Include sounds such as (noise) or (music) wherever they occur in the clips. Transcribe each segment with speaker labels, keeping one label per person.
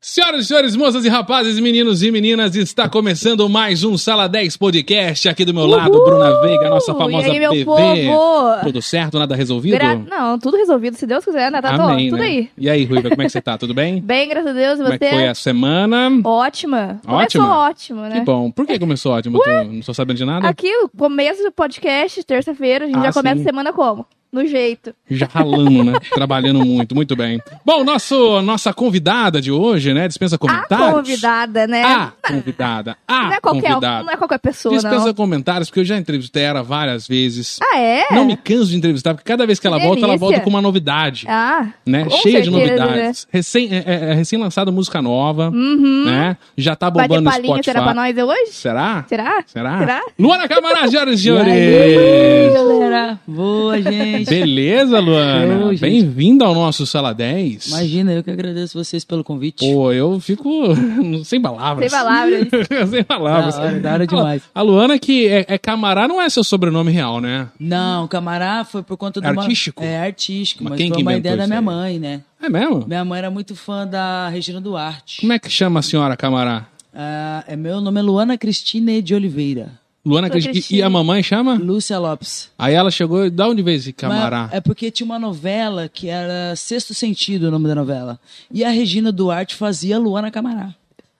Speaker 1: Senhoras e senhores, moças e rapazes, meninos e meninas, está começando mais um Sala 10 Podcast. Aqui do meu lado,
Speaker 2: Uhul!
Speaker 1: Bruna Veiga, nossa famosa
Speaker 2: E aí, meu
Speaker 1: PV.
Speaker 2: povo?
Speaker 1: Tudo certo? Nada resolvido?
Speaker 2: Gra- Não, tudo resolvido, se Deus quiser, né? Tá
Speaker 1: Amém,
Speaker 2: tudo
Speaker 1: né?
Speaker 2: aí.
Speaker 1: E aí, Ruiva, como é que você tá? Tudo
Speaker 2: (laughs)
Speaker 1: bem?
Speaker 2: Bem, graças a Deus, e
Speaker 1: Como é que foi
Speaker 2: você?
Speaker 1: a semana?
Speaker 2: Ótima. Começou
Speaker 1: Ótima?
Speaker 2: ótimo, né?
Speaker 1: Que bom. Por que começou ótimo? Tu não tô sabendo de nada?
Speaker 2: Aqui, o começo do podcast, terça-feira, a gente
Speaker 1: Ah,
Speaker 2: já começa
Speaker 1: sim.
Speaker 2: a semana como? No jeito.
Speaker 1: Já ralando,
Speaker 2: (laughs)
Speaker 1: né? Trabalhando muito, muito bem. Bom, nosso, nossa convidada de hoje, né? Dispensa
Speaker 2: A
Speaker 1: comentários.
Speaker 2: convidada, né?
Speaker 1: A convidada. A
Speaker 2: não, é qualquer,
Speaker 1: Ah, convidada.
Speaker 2: não é qualquer pessoa,
Speaker 1: Dispensa
Speaker 2: não.
Speaker 1: comentários, porque eu já entrevistei ela várias vezes.
Speaker 2: Ah, é?
Speaker 1: Não me canso de entrevistar, porque cada vez que ela
Speaker 2: Que
Speaker 1: volta, ela
Speaker 2: delícia.
Speaker 1: volta com uma novidade.
Speaker 2: Ah,
Speaker 1: Né?
Speaker 2: com
Speaker 1: Cheia de
Speaker 2: certeza, né?
Speaker 1: novidades. Recém, é, é, é recém-lançada música nova,
Speaker 2: uhum.
Speaker 1: né? Já tá
Speaker 2: Vai ter
Speaker 1: bombando no
Speaker 2: palhinha,
Speaker 1: Spotify.
Speaker 2: será pra nós hoje?
Speaker 1: Será?
Speaker 2: Será?
Speaker 1: Será?
Speaker 2: Será?
Speaker 1: Luana Camará, senhoras e
Speaker 3: E aí,
Speaker 2: (laughs)
Speaker 1: senhores!
Speaker 3: galera? Boa, gente!
Speaker 1: Beleza, Luana?
Speaker 3: Ô, gente.
Speaker 1: Bem-vinda ao nosso Sala 10.
Speaker 3: Imagina, eu que agradeço vocês pelo convite.
Speaker 1: Pô, eu fico (laughs) sem palavras.
Speaker 2: Sem palavras.
Speaker 1: (laughs) Sem
Speaker 3: da
Speaker 1: palavras.
Speaker 3: hora, da hora é demais.
Speaker 1: A Luana, que é, é Camará, não é seu sobrenome real, né?
Speaker 3: Não, Camará foi por conta do.
Speaker 1: Artístico?
Speaker 3: É, artístico,
Speaker 1: Mas
Speaker 3: mas,
Speaker 1: quem
Speaker 3: foi
Speaker 1: que
Speaker 3: uma
Speaker 1: inventou
Speaker 3: ideia da
Speaker 1: isso
Speaker 3: minha
Speaker 1: aí?
Speaker 3: mãe, né?
Speaker 1: É mesmo?
Speaker 3: Minha mãe era muito fã da Regina Duarte.
Speaker 1: Como é que chama a senhora Camará?
Speaker 3: Ah, é, meu nome é Luana Cristine de Oliveira.
Speaker 1: Luana,
Speaker 2: Sou
Speaker 1: Cristina. e
Speaker 2: Cristina.
Speaker 1: a mamãe chama?
Speaker 3: Lúcia Lopes.
Speaker 1: Aí ela chegou e dá onde veio esse Ah. Camará?
Speaker 3: Mas É porque tinha uma novela que era Sexto Sentido, o nome da novela. E a Regina Duarte fazia Luana Camará.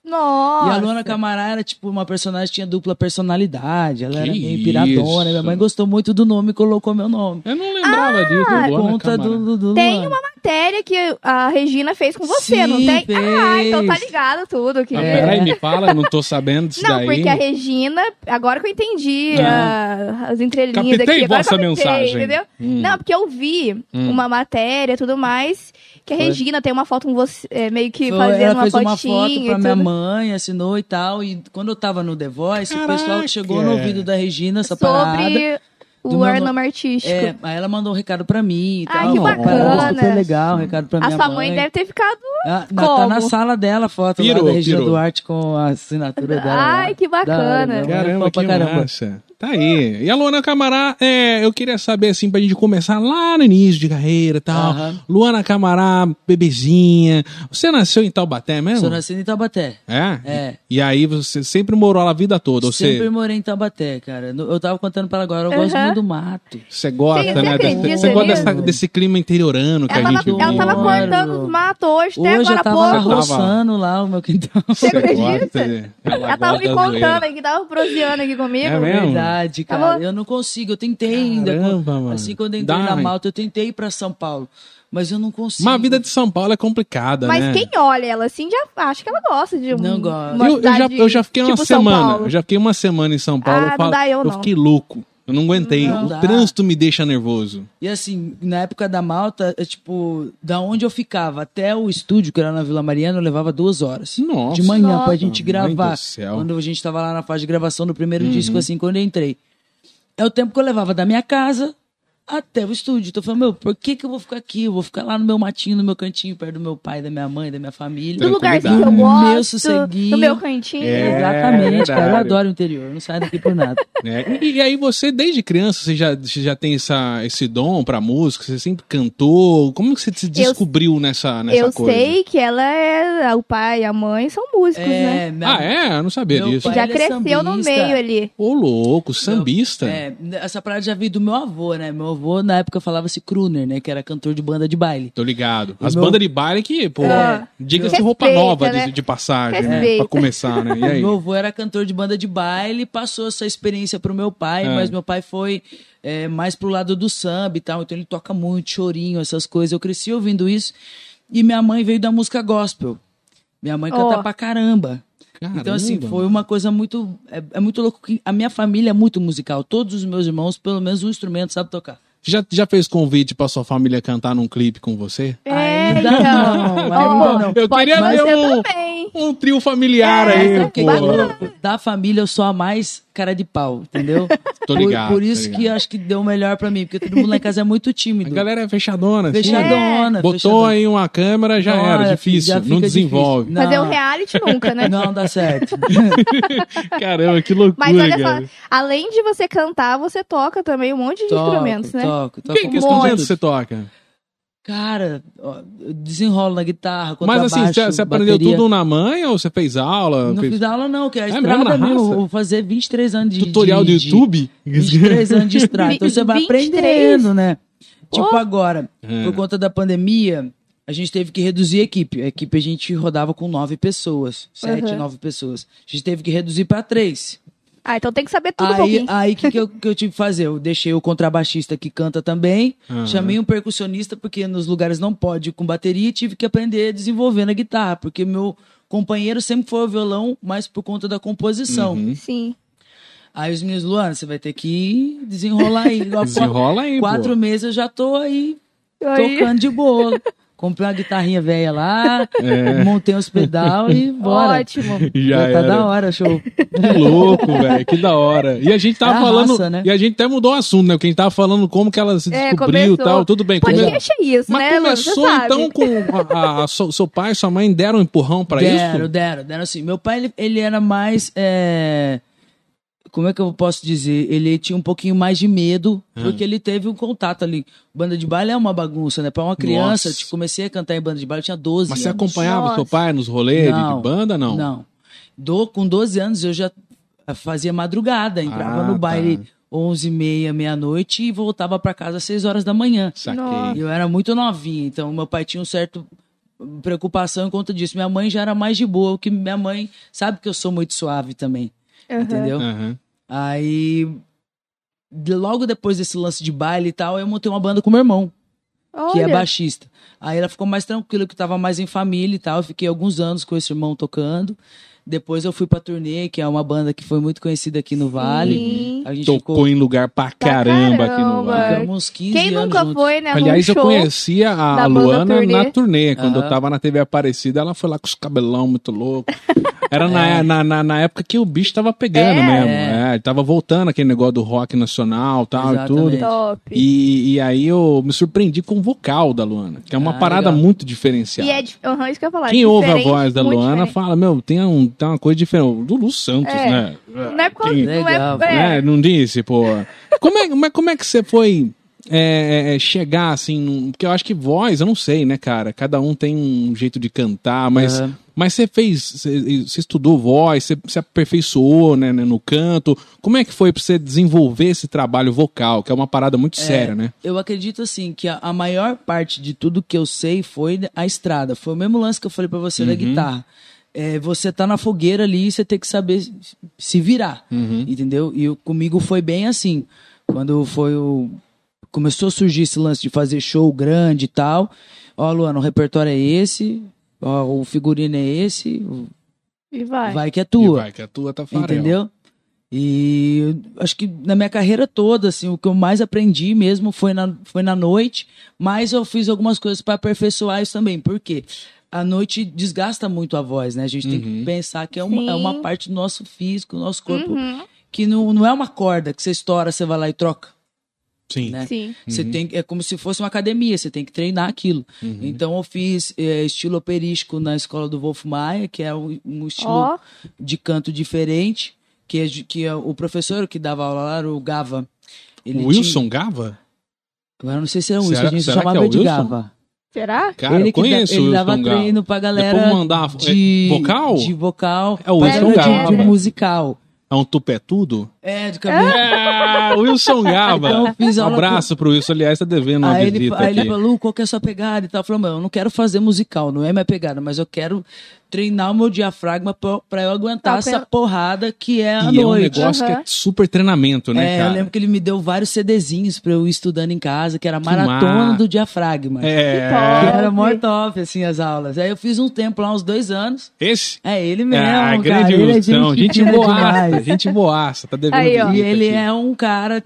Speaker 2: Nossa.
Speaker 3: E a Luana Camará era tipo uma personagem que tinha dupla personalidade, ela era
Speaker 1: Que
Speaker 3: meio piradona.
Speaker 1: isso.
Speaker 3: Minha mãe gostou muito do nome e colocou meu nome.
Speaker 1: Eu não
Speaker 2: Ah,
Speaker 1: lembrava disso.
Speaker 3: Por
Speaker 1: Luana
Speaker 3: é- conta
Speaker 1: Camará.
Speaker 3: do, do, do
Speaker 2: Tem
Speaker 3: Luana.
Speaker 2: uma matéria que a Regina fez com você, não
Speaker 3: Sim,
Speaker 2: tem? Ah,
Speaker 3: fez.
Speaker 2: então tá ligado tudo aqui.
Speaker 1: Ah, peraí, me fala, eu não tô sabendo disso
Speaker 2: Não,
Speaker 1: daí.
Speaker 2: porque a Regina, agora que eu entendi
Speaker 3: Ah.
Speaker 2: a- as entrelinhas
Speaker 1: Captei
Speaker 2: aqui. agora
Speaker 1: vossa
Speaker 2: eu captei,
Speaker 1: mensagem.
Speaker 2: Entendeu?
Speaker 1: Hum.
Speaker 3: Hum.
Speaker 2: Não, porque eu vi uma matéria e tudo mais, que a
Speaker 3: Foi.
Speaker 2: Regina tem uma foto com você, é, meio que
Speaker 3: Foi-
Speaker 2: fazendo
Speaker 3: ela
Speaker 2: uma
Speaker 3: fez
Speaker 2: fotinha
Speaker 3: uma foto
Speaker 2: e
Speaker 3: pra minha
Speaker 2: tudo.
Speaker 3: mãe, assinou e tal. E quando eu tava no The Voice, o pessoal
Speaker 1: Caraca. é.
Speaker 3: que chegou no ouvido da Regina, essa parada.
Speaker 2: sobre
Speaker 3: do
Speaker 2: o
Speaker 3: meu
Speaker 2: ar
Speaker 3: no-
Speaker 2: nome artístico.
Speaker 3: É, aí ela mandou um recado pra mim e
Speaker 2: Ai,
Speaker 3: tal.
Speaker 2: que
Speaker 3: uma parada
Speaker 2: bacana.
Speaker 3: super legal, um recado pra
Speaker 2: a
Speaker 3: minha
Speaker 2: sua
Speaker 3: mãe.
Speaker 2: mãe deve ter ficado.
Speaker 3: Ah, na- tá na
Speaker 2: Como?
Speaker 3: sala dela a foto
Speaker 1: Pirou,
Speaker 3: lá da Regina
Speaker 1: pirou.
Speaker 3: Duarte com a assinatura dela. lá.
Speaker 2: Ai, que
Speaker 3: Da
Speaker 2: bacana.
Speaker 3: minha mãe é
Speaker 1: Caramba,
Speaker 3: fã pra
Speaker 1: que
Speaker 3: caramba.
Speaker 1: massa. Tá aí. E a Luana Camará, é, eu queria saber, assim, pra gente começar lá no início de carreira e tal.
Speaker 3: Aham.
Speaker 1: Luana Camará, bebezinha. Você nasceu em Taubaté mesmo?
Speaker 3: Sou nascido em Tabaté.
Speaker 1: É?
Speaker 3: É.
Speaker 1: E aí você sempre morou lá a vida toda? ou
Speaker 3: Sempre
Speaker 1: Você,
Speaker 3: morei em Taubaté, cara. No- Eu tava contando pra ela agora, eu gosto
Speaker 2: Aham.
Speaker 3: muito do mato.
Speaker 1: você gosta,
Speaker 2: Sim, você
Speaker 1: né? desse-
Speaker 2: acredita
Speaker 1: Você gosta
Speaker 2: nisso?
Speaker 1: dessa- desse clima interiorano que
Speaker 2: Ela
Speaker 1: a
Speaker 2: tava,
Speaker 1: gente
Speaker 2: ela tava
Speaker 3: Adoro.
Speaker 2: cortando os matos hoje, até
Speaker 3: Hoje
Speaker 2: agora
Speaker 3: eu
Speaker 2: há
Speaker 3: tava
Speaker 2: pouco.
Speaker 3: lá
Speaker 1: pouco.
Speaker 3: roçando lá o meu quintal.
Speaker 2: Você
Speaker 1: gosta
Speaker 2: acredita?
Speaker 1: de- gosta da
Speaker 2: Ela tava me
Speaker 1: tá zoeira.
Speaker 2: contando aqui, tava prosseando aqui comigo.
Speaker 1: (laughs) É mesmo?
Speaker 3: Verdade, cara.
Speaker 2: Tava-
Speaker 3: Eu não consigo, eu tentei ainda.
Speaker 1: Caramba,
Speaker 3: Quando-
Speaker 1: mano.
Speaker 3: Assim, quando eu entrei
Speaker 1: Dá,
Speaker 3: na
Speaker 1: hein?
Speaker 3: Malta, eu tentei ir pra São Paulo. Mas eu não consigo.
Speaker 1: Mas a vida de São Paulo é complicada,
Speaker 2: Mas
Speaker 1: né?
Speaker 2: quem olha ela assim já acha que ela gosta de um.
Speaker 3: Não gosta.
Speaker 2: uma
Speaker 1: Eu, eu já,
Speaker 2: cidade
Speaker 1: eu já fiquei uma
Speaker 2: tipo São
Speaker 1: semana.
Speaker 2: Paulo.
Speaker 1: Eu já fiquei uma semana em São Paulo.
Speaker 2: Ah,
Speaker 1: eu,
Speaker 2: não
Speaker 1: falo-
Speaker 2: dá eu, não.
Speaker 1: fiquei louco. Eu não aguentei.
Speaker 3: Não
Speaker 1: o
Speaker 3: dá.
Speaker 1: trânsito me deixa nervoso.
Speaker 3: E assim, na época da Malta, é, tipo, da onde eu ficava até o estúdio, que era na Vila Mariana, eu levava duas horas.
Speaker 1: Nossa.
Speaker 3: De manhã,
Speaker 2: Nossa.
Speaker 3: pra gente
Speaker 1: Mãe
Speaker 3: gravar.
Speaker 1: do céu. Uhum.
Speaker 3: Quando a gente tava lá na fase de gravação do primeiro disco, assim, quando eu entrei. É o tempo que eu levava da minha casa até o estúdio. Então eu falei, meu, por que que eu vou ficar aqui? Eu vou ficar lá no meu matinho, no meu cantinho, perto do meu pai, da minha mãe, da minha família.
Speaker 2: Do lugarzinho que eu
Speaker 1: Tranquilidade.
Speaker 2: gosto.
Speaker 3: Meu sosseguinho.
Speaker 2: No meu cantinho.
Speaker 1: É.
Speaker 3: (laughs) Exatamente, cara. Eu
Speaker 1: verdade.
Speaker 3: adoro o interior, não saio daqui
Speaker 1: (laughs)
Speaker 3: por nada.
Speaker 1: né? E, e aí você, desde criança, você já, você já tem essa, esse dom pra música? Você sempre cantou? Como que você se descobriu nessa, nessa
Speaker 2: Eu
Speaker 1: coisa?
Speaker 2: sei que ela é. O pai e a mãe são músicos, né?
Speaker 3: É, minha-
Speaker 1: Ah, é? Eu não sabia
Speaker 3: Meu
Speaker 1: disso.
Speaker 3: pai-
Speaker 2: Já
Speaker 3: ele é
Speaker 2: cresceu no
Speaker 3: sambista.
Speaker 2: meio ali.
Speaker 1: Ô, louco, sambista.
Speaker 3: É, essa parada já veio do meu avô, né? Meu avô, na época, falava-se crooner, né? Que era cantor de banda de baile.
Speaker 1: Tô ligado.
Speaker 3: O
Speaker 1: As
Speaker 3: meu-
Speaker 1: bandas de baile que, pô,
Speaker 2: É.
Speaker 1: diga-se
Speaker 2: Respeita,
Speaker 1: roupa nova de-
Speaker 2: né?
Speaker 1: de, passagem, né?
Speaker 2: Respeita.
Speaker 1: Pra começar, né? E
Speaker 3: (laughs)
Speaker 1: aí?
Speaker 3: Meu avô era cantor de banda de baile, passou essa experiência pro meu pai,
Speaker 1: Ah.
Speaker 3: mas meu pai foi é, mais pro lado do samba e tal, então ele toca muito chorinho, essas coisas. Eu cresci ouvindo isso e minha mãe veio da música gospel. Minha mãe canta
Speaker 2: Ó.
Speaker 3: pra caramba. Então, assim,
Speaker 1: Caramba.
Speaker 3: foi uma coisa muito. É, é muito louco que a minha família é muito musical. Todos os meus irmãos, pelo menos um instrumento, sabe tocar.
Speaker 1: Já, já fez convite pra sua família cantar num clipe com você?
Speaker 2: É,
Speaker 3: Ainda
Speaker 2: então.
Speaker 3: não, ainda
Speaker 2: Ó,
Speaker 3: não.
Speaker 1: Eu
Speaker 2: pode
Speaker 1: queria
Speaker 2: você
Speaker 1: ver um-
Speaker 2: também.
Speaker 1: Um trio familiar
Speaker 3: É,
Speaker 1: aí,
Speaker 3: porque
Speaker 1: pô.
Speaker 3: da família eu sou a mais cara de pau, entendeu?
Speaker 1: (laughs) Tô
Speaker 3: Por-
Speaker 1: ligado,
Speaker 3: Por,
Speaker 1: tô
Speaker 3: isso
Speaker 1: ligado.
Speaker 3: que é acho que deu melhor pra mim, porque todo mundo lá em casa é muito
Speaker 1: A
Speaker 3: tímido.
Speaker 1: galera é fechadona. assim.
Speaker 3: Fechadona,
Speaker 1: Botou
Speaker 3: fechadona.
Speaker 1: aí uma câmera, já
Speaker 3: Não, é,
Speaker 1: era.
Speaker 3: já
Speaker 1: Difícil.
Speaker 3: fica
Speaker 1: não
Speaker 3: difícil.
Speaker 2: (laughs)
Speaker 1: desenvolve.
Speaker 3: Não.
Speaker 2: Fazer um reality nunca, né?
Speaker 3: (laughs) Não
Speaker 2: (laughs)
Speaker 3: dá certo.
Speaker 1: Caramba, que loucura,
Speaker 2: Mas olha
Speaker 1: cara.
Speaker 2: só, além de você cantar, você toca também um monte de
Speaker 3: toco,
Speaker 2: instrumentos, né?
Speaker 3: toco, toco.
Speaker 1: Quem que
Speaker 3: muito.
Speaker 1: instrumento você toca?
Speaker 3: Cara, ó, eu desenrolo na guitarra,
Speaker 1: Mas
Speaker 3: contrabaixo,
Speaker 1: assim, você você aprendeu
Speaker 3: bateria.
Speaker 1: tudo na manhã ou você fez aula?
Speaker 3: Não
Speaker 1: fez
Speaker 3: fiz aula não, que é a
Speaker 1: É mesmo,
Speaker 3: estrada
Speaker 1: na
Speaker 3: mesmo.
Speaker 1: raça?
Speaker 3: Eu Vou fazer 23 anos de...
Speaker 1: tutorial
Speaker 3: de,
Speaker 1: do
Speaker 3: de-
Speaker 1: YouTube?
Speaker 3: 23 anos
Speaker 1: (laughs)
Speaker 3: de estrada. Então você vai
Speaker 2: 23?
Speaker 3: aprendendo, né?
Speaker 2: Pô.
Speaker 3: Tipo agora,
Speaker 1: É.
Speaker 3: por conta da pandemia, a gente teve que reduzir a equipe. A equipe a gente rodava com nove pessoas. Sete,
Speaker 2: Aham.
Speaker 3: nove pessoas. A gente teve que reduzir pra três.
Speaker 2: Ah, então tem que saber tudo um
Speaker 3: Aí,
Speaker 2: pouquinho.
Speaker 3: aí que, que, eu, que eu tive que fazer? Eu deixei o contrabaixista que canta também,
Speaker 1: Aham.
Speaker 3: chamei um percussionista, porque nos lugares não pode ir com bateria, e tive que aprender a desenvolver na guitarra, porque meu companheiro sempre foi o violão, mas por conta da composição.
Speaker 1: Uhum.
Speaker 2: Sim.
Speaker 3: Aí os meninos, Luana, você vai ter que desenrolar aí.
Speaker 1: (laughs)
Speaker 3: Igual
Speaker 1: Desenrola aí,
Speaker 3: Quatro
Speaker 1: pô.
Speaker 3: meses eu já tô aí
Speaker 2: Aí-
Speaker 3: tocando de boa. Comprei uma guitarrinha velha lá, montei uns pedal e bora.
Speaker 2: Ótimo.
Speaker 1: É. Já
Speaker 3: tá
Speaker 1: era.
Speaker 3: da hora, show.
Speaker 1: Que louco, velho. Que da hora. E a gente tava
Speaker 3: É a
Speaker 1: falando.
Speaker 3: raça, né?
Speaker 1: E a gente até mudou o assunto, né? Porque a gente tava falando como que ela se
Speaker 2: É,
Speaker 1: descobriu e
Speaker 2: começou.
Speaker 1: tal. Tudo bem. come-
Speaker 2: Podcast é isso,
Speaker 1: Mas
Speaker 2: né, Lu? Você
Speaker 1: começou
Speaker 2: sabe.
Speaker 1: então com. a- a- a- so- seu pai e sua mãe deram um empurrão pra
Speaker 3: deram,
Speaker 1: isso?
Speaker 3: deram, deram assim. Meu pai, ele, ele era mais. é, Como é que eu posso dizer? Ele tinha um pouquinho mais de medo,
Speaker 1: Hum.
Speaker 3: porque ele teve um contato ali. Banda de baile é uma bagunça, né? Pra uma criança,
Speaker 1: Nossa.
Speaker 3: eu comecei a cantar em banda de baile, eu tinha 12
Speaker 1: Mas
Speaker 3: anos.
Speaker 1: você é acompanhava
Speaker 2: Nossa.
Speaker 1: seu pai nos rolês de- de banda, não?
Speaker 3: Do, com 12 anos eu já fazia madrugada, entrava
Speaker 1: Ah,
Speaker 3: no
Speaker 1: tá.
Speaker 3: baile 11 e meia, meia-noite e voltava pra casa às 6 horas da manhã.
Speaker 1: Saquei.
Speaker 2: Nossa.
Speaker 3: E Eu era muito novinha, então meu pai tinha um certo preocupação em conta disso. Minha mãe já era mais de boa, que minha mãe sabe que eu sou muito suave também,
Speaker 2: Aham.
Speaker 3: entendeu?
Speaker 1: Aham.
Speaker 3: Aí de- logo depois desse lance de baile e tal, eu montei uma banda com meu irmão, que é
Speaker 2: Olha,
Speaker 3: baixista. Aí ela ficou mais tranquila, que eu tava mais em família e tal. Eu fiquei alguns anos com esse irmão tocando. Depois eu fui pra turnê, que é uma banda que foi muito conhecida aqui no Vale.
Speaker 2: Sim.
Speaker 3: A gente
Speaker 1: Tocou
Speaker 3: ficou
Speaker 1: em lugar pra caramba, aqui no
Speaker 2: caramba.
Speaker 1: bar.
Speaker 3: ficamos uns 15
Speaker 2: Quem
Speaker 3: anos
Speaker 2: nunca
Speaker 3: juntos.
Speaker 2: foi, né? num
Speaker 1: Aliás, eu
Speaker 2: show?
Speaker 1: conhecia a
Speaker 2: da banda
Speaker 1: Luana
Speaker 2: turnê.
Speaker 1: na turnê. Quando eu
Speaker 3: Aham.
Speaker 1: tava na TV Aparecida, ela foi lá com os cabelão muito louco. Era
Speaker 3: (laughs)
Speaker 1: na, na, na, na época que o bicho tava pegando
Speaker 2: É.
Speaker 1: mesmo.
Speaker 3: É.
Speaker 1: É, ele tava voltando aquele negócio do rock nacional tal, e
Speaker 3: Exatamente.
Speaker 1: tudo.
Speaker 2: Top. E,
Speaker 1: E, e aí eu me surpreendi com o vocal da Luana, que é uma
Speaker 3: Ah,
Speaker 1: parada
Speaker 3: legal.
Speaker 1: muito diferenciada.
Speaker 2: é dif- aham, isso que eu ia falar.
Speaker 1: Quem ouve a
Speaker 2: diferente,
Speaker 1: voz da
Speaker 2: muito
Speaker 1: Luana
Speaker 2: diferente.
Speaker 1: fala, meu, tem, um, tem uma coisa diferente. Do Lu Santos,
Speaker 2: É.
Speaker 1: né?
Speaker 2: Não é por causa.
Speaker 1: Quem-
Speaker 2: Não é,
Speaker 3: Legal,
Speaker 2: é,
Speaker 1: né? Não disse, pô. Como é, mas como é que você foi é, é, chegar assim? num- Porque eu acho que voz, eu não sei, né, cara? Cada um tem um jeito de cantar, mas.
Speaker 3: Aham.
Speaker 1: Mas você fez, você você estudou voz, você se aperfeiçoou né, né, no canto. Como é que foi pra você desenvolver esse trabalho vocal, que é uma parada muito séria, né?
Speaker 3: Eu acredito assim que a, a maior parte de tudo que eu sei foi a estrada. Foi o mesmo lance que eu falei pra você da
Speaker 1: Uhum.
Speaker 3: guitarra. É, você tá na fogueira ali e você tem que saber se- se virar, entendeu? E eu- comigo foi bem assim. Quando foi o começou a surgir esse lance de fazer show grande e tal. Ó, Luana, o repertório é esse, ó, o figurino é esse, o-
Speaker 2: E vai.
Speaker 3: vai que é
Speaker 1: E
Speaker 3: tua.
Speaker 1: vai, que a tua tá farela.
Speaker 3: Entendeu? E eu acho que na minha carreira toda, assim, o que eu mais aprendi mesmo foi na, foi na noite, mas eu fiz algumas coisas para aperfeiçoar isso também. Por quê? A noite desgasta muito a voz, né? A gente tem que pensar que é uma, é uma
Speaker 2: Sim.
Speaker 3: parte do nosso físico, do nosso corpo,
Speaker 2: Uhum,
Speaker 1: né?
Speaker 3: que não, não é uma corda que você estoura, você vai lá e troca.
Speaker 1: Sim.
Speaker 3: Né?
Speaker 2: Sim.
Speaker 3: Você tem, é como se fosse uma academia, você tem que treinar aquilo.
Speaker 1: Uhum.
Speaker 3: Então eu fiz eh, estilo operístico na escola do Wolf Maia, que é um, um estilo
Speaker 2: Ó,
Speaker 3: de canto diferente, que, é de- que é o professor que dava aula lá era o Gava. Ele
Speaker 1: O Wilson Gava?
Speaker 3: Tinha, eu não sei se era o Wilson,
Speaker 1: Será-
Speaker 3: a gente
Speaker 1: será que
Speaker 3: chamava
Speaker 1: é o
Speaker 3: de
Speaker 1: Wilson?
Speaker 3: Gava.
Speaker 2: será?
Speaker 1: Cara,
Speaker 3: ele
Speaker 1: eu
Speaker 3: que da-
Speaker 1: conheço
Speaker 3: ele
Speaker 1: o
Speaker 3: dava
Speaker 1: Wilson Gava.
Speaker 3: treino pra
Speaker 1: Depois vou
Speaker 3: galera
Speaker 1: mandar é,
Speaker 3: de
Speaker 1: vocal?
Speaker 3: de vocal,
Speaker 1: É o
Speaker 3: pra
Speaker 1: Wilson
Speaker 3: galera de-
Speaker 1: Gava.
Speaker 3: de musical.
Speaker 1: É um tupetudo?
Speaker 3: É, do cabelo.
Speaker 1: É, Wilson Gava.
Speaker 3: Então, eu fiz
Speaker 1: um
Speaker 3: aula
Speaker 1: abraço pro Wilson, aliás, tá devendo uma
Speaker 3: Aí ele,
Speaker 1: visita
Speaker 3: aí
Speaker 1: aqui.
Speaker 3: ele falou, "Lu, qual que é a sua pegada e tal? Eu falei, mano, eu não quero fazer musical, não é minha pegada, mas eu quero treinar o meu diafragma pra, pra eu aguentar
Speaker 2: Tá,
Speaker 3: essa
Speaker 2: pra-
Speaker 3: porrada que é a
Speaker 1: e é um
Speaker 3: noite.
Speaker 1: negócio que é
Speaker 2: Aham.
Speaker 1: super treinamento, né,
Speaker 3: É, eu
Speaker 1: cara?
Speaker 3: lembro que ele me deu vários CDzinhos pra eu ir estudando em casa, que era maratona
Speaker 1: massa.
Speaker 3: do diafragma.
Speaker 1: É.
Speaker 2: Que top.
Speaker 3: Que era mó top, assim, as aulas. Aí eu fiz um tempo lá, uns dois anos.
Speaker 1: Esse?
Speaker 3: É ele mesmo,
Speaker 1: ah,
Speaker 3: cara.
Speaker 1: grande
Speaker 3: ele é
Speaker 1: Wilson. Gente,
Speaker 3: fina
Speaker 1: boaça,
Speaker 3: demais.
Speaker 1: gente boaça. Tá devendo
Speaker 2: Aí, ó.
Speaker 1: visita
Speaker 3: E ele
Speaker 1: aqui.
Speaker 3: é um cara...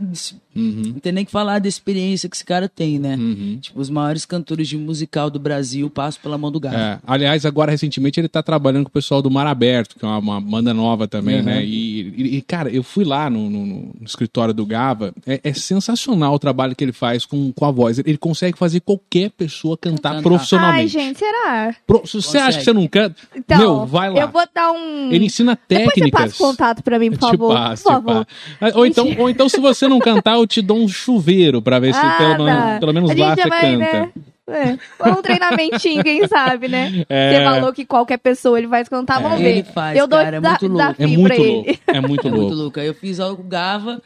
Speaker 3: Não tem nem que falar da experiência que esse cara tem, né?
Speaker 1: Uhum.
Speaker 3: Tipo, os maiores cantores de musical do Brasil passam pela mão do gato.
Speaker 1: É. Aliás, agora recentemente ele tá trabalhando com o pessoal do Mar Aberto, que é uma, uma banda nova também,
Speaker 3: Uhum.
Speaker 1: né? E, e- e, cara, eu fui lá no, no- no- no escritório do Gava. É, é sensacional o trabalho que ele faz com, com a voz. Ele, ele consegue fazer qualquer pessoa cantar,
Speaker 3: Cantar.
Speaker 1: profissionalmente.
Speaker 2: Ai, gente, será?
Speaker 1: Pro- se você
Speaker 3: Consegue.
Speaker 1: acha que você não canta,
Speaker 2: Então,
Speaker 1: meu, vai lá.
Speaker 2: eu vou dar um...
Speaker 1: Ele ensina
Speaker 2: Depois você
Speaker 1: técnicas.
Speaker 2: passa o contato pra mim, por
Speaker 1: (laughs) Te
Speaker 2: favor.
Speaker 1: passo,
Speaker 2: por
Speaker 1: te
Speaker 2: favor.
Speaker 1: passo. Ou então, ou então, se você não cantar, eu te dou um chuveiro pra ver se
Speaker 2: Ah,
Speaker 1: pelo,
Speaker 2: tá.
Speaker 1: pelo menos
Speaker 2: A gente
Speaker 1: lá
Speaker 2: já
Speaker 1: você
Speaker 2: vai,
Speaker 1: canta.
Speaker 2: né? É. Ou um treinamentinho, quem sabe, né?
Speaker 1: (laughs) É.
Speaker 2: Você falou que qualquer pessoa ele vai cantar, vamos ver.
Speaker 3: Ele faz,
Speaker 2: eu dou
Speaker 3: cara, é muito louco.
Speaker 1: É
Speaker 2: desafio
Speaker 1: muito
Speaker 2: pra ele.
Speaker 1: louco. É muito
Speaker 3: É muito
Speaker 1: louco.
Speaker 3: louca. Eu fiz algo Gava.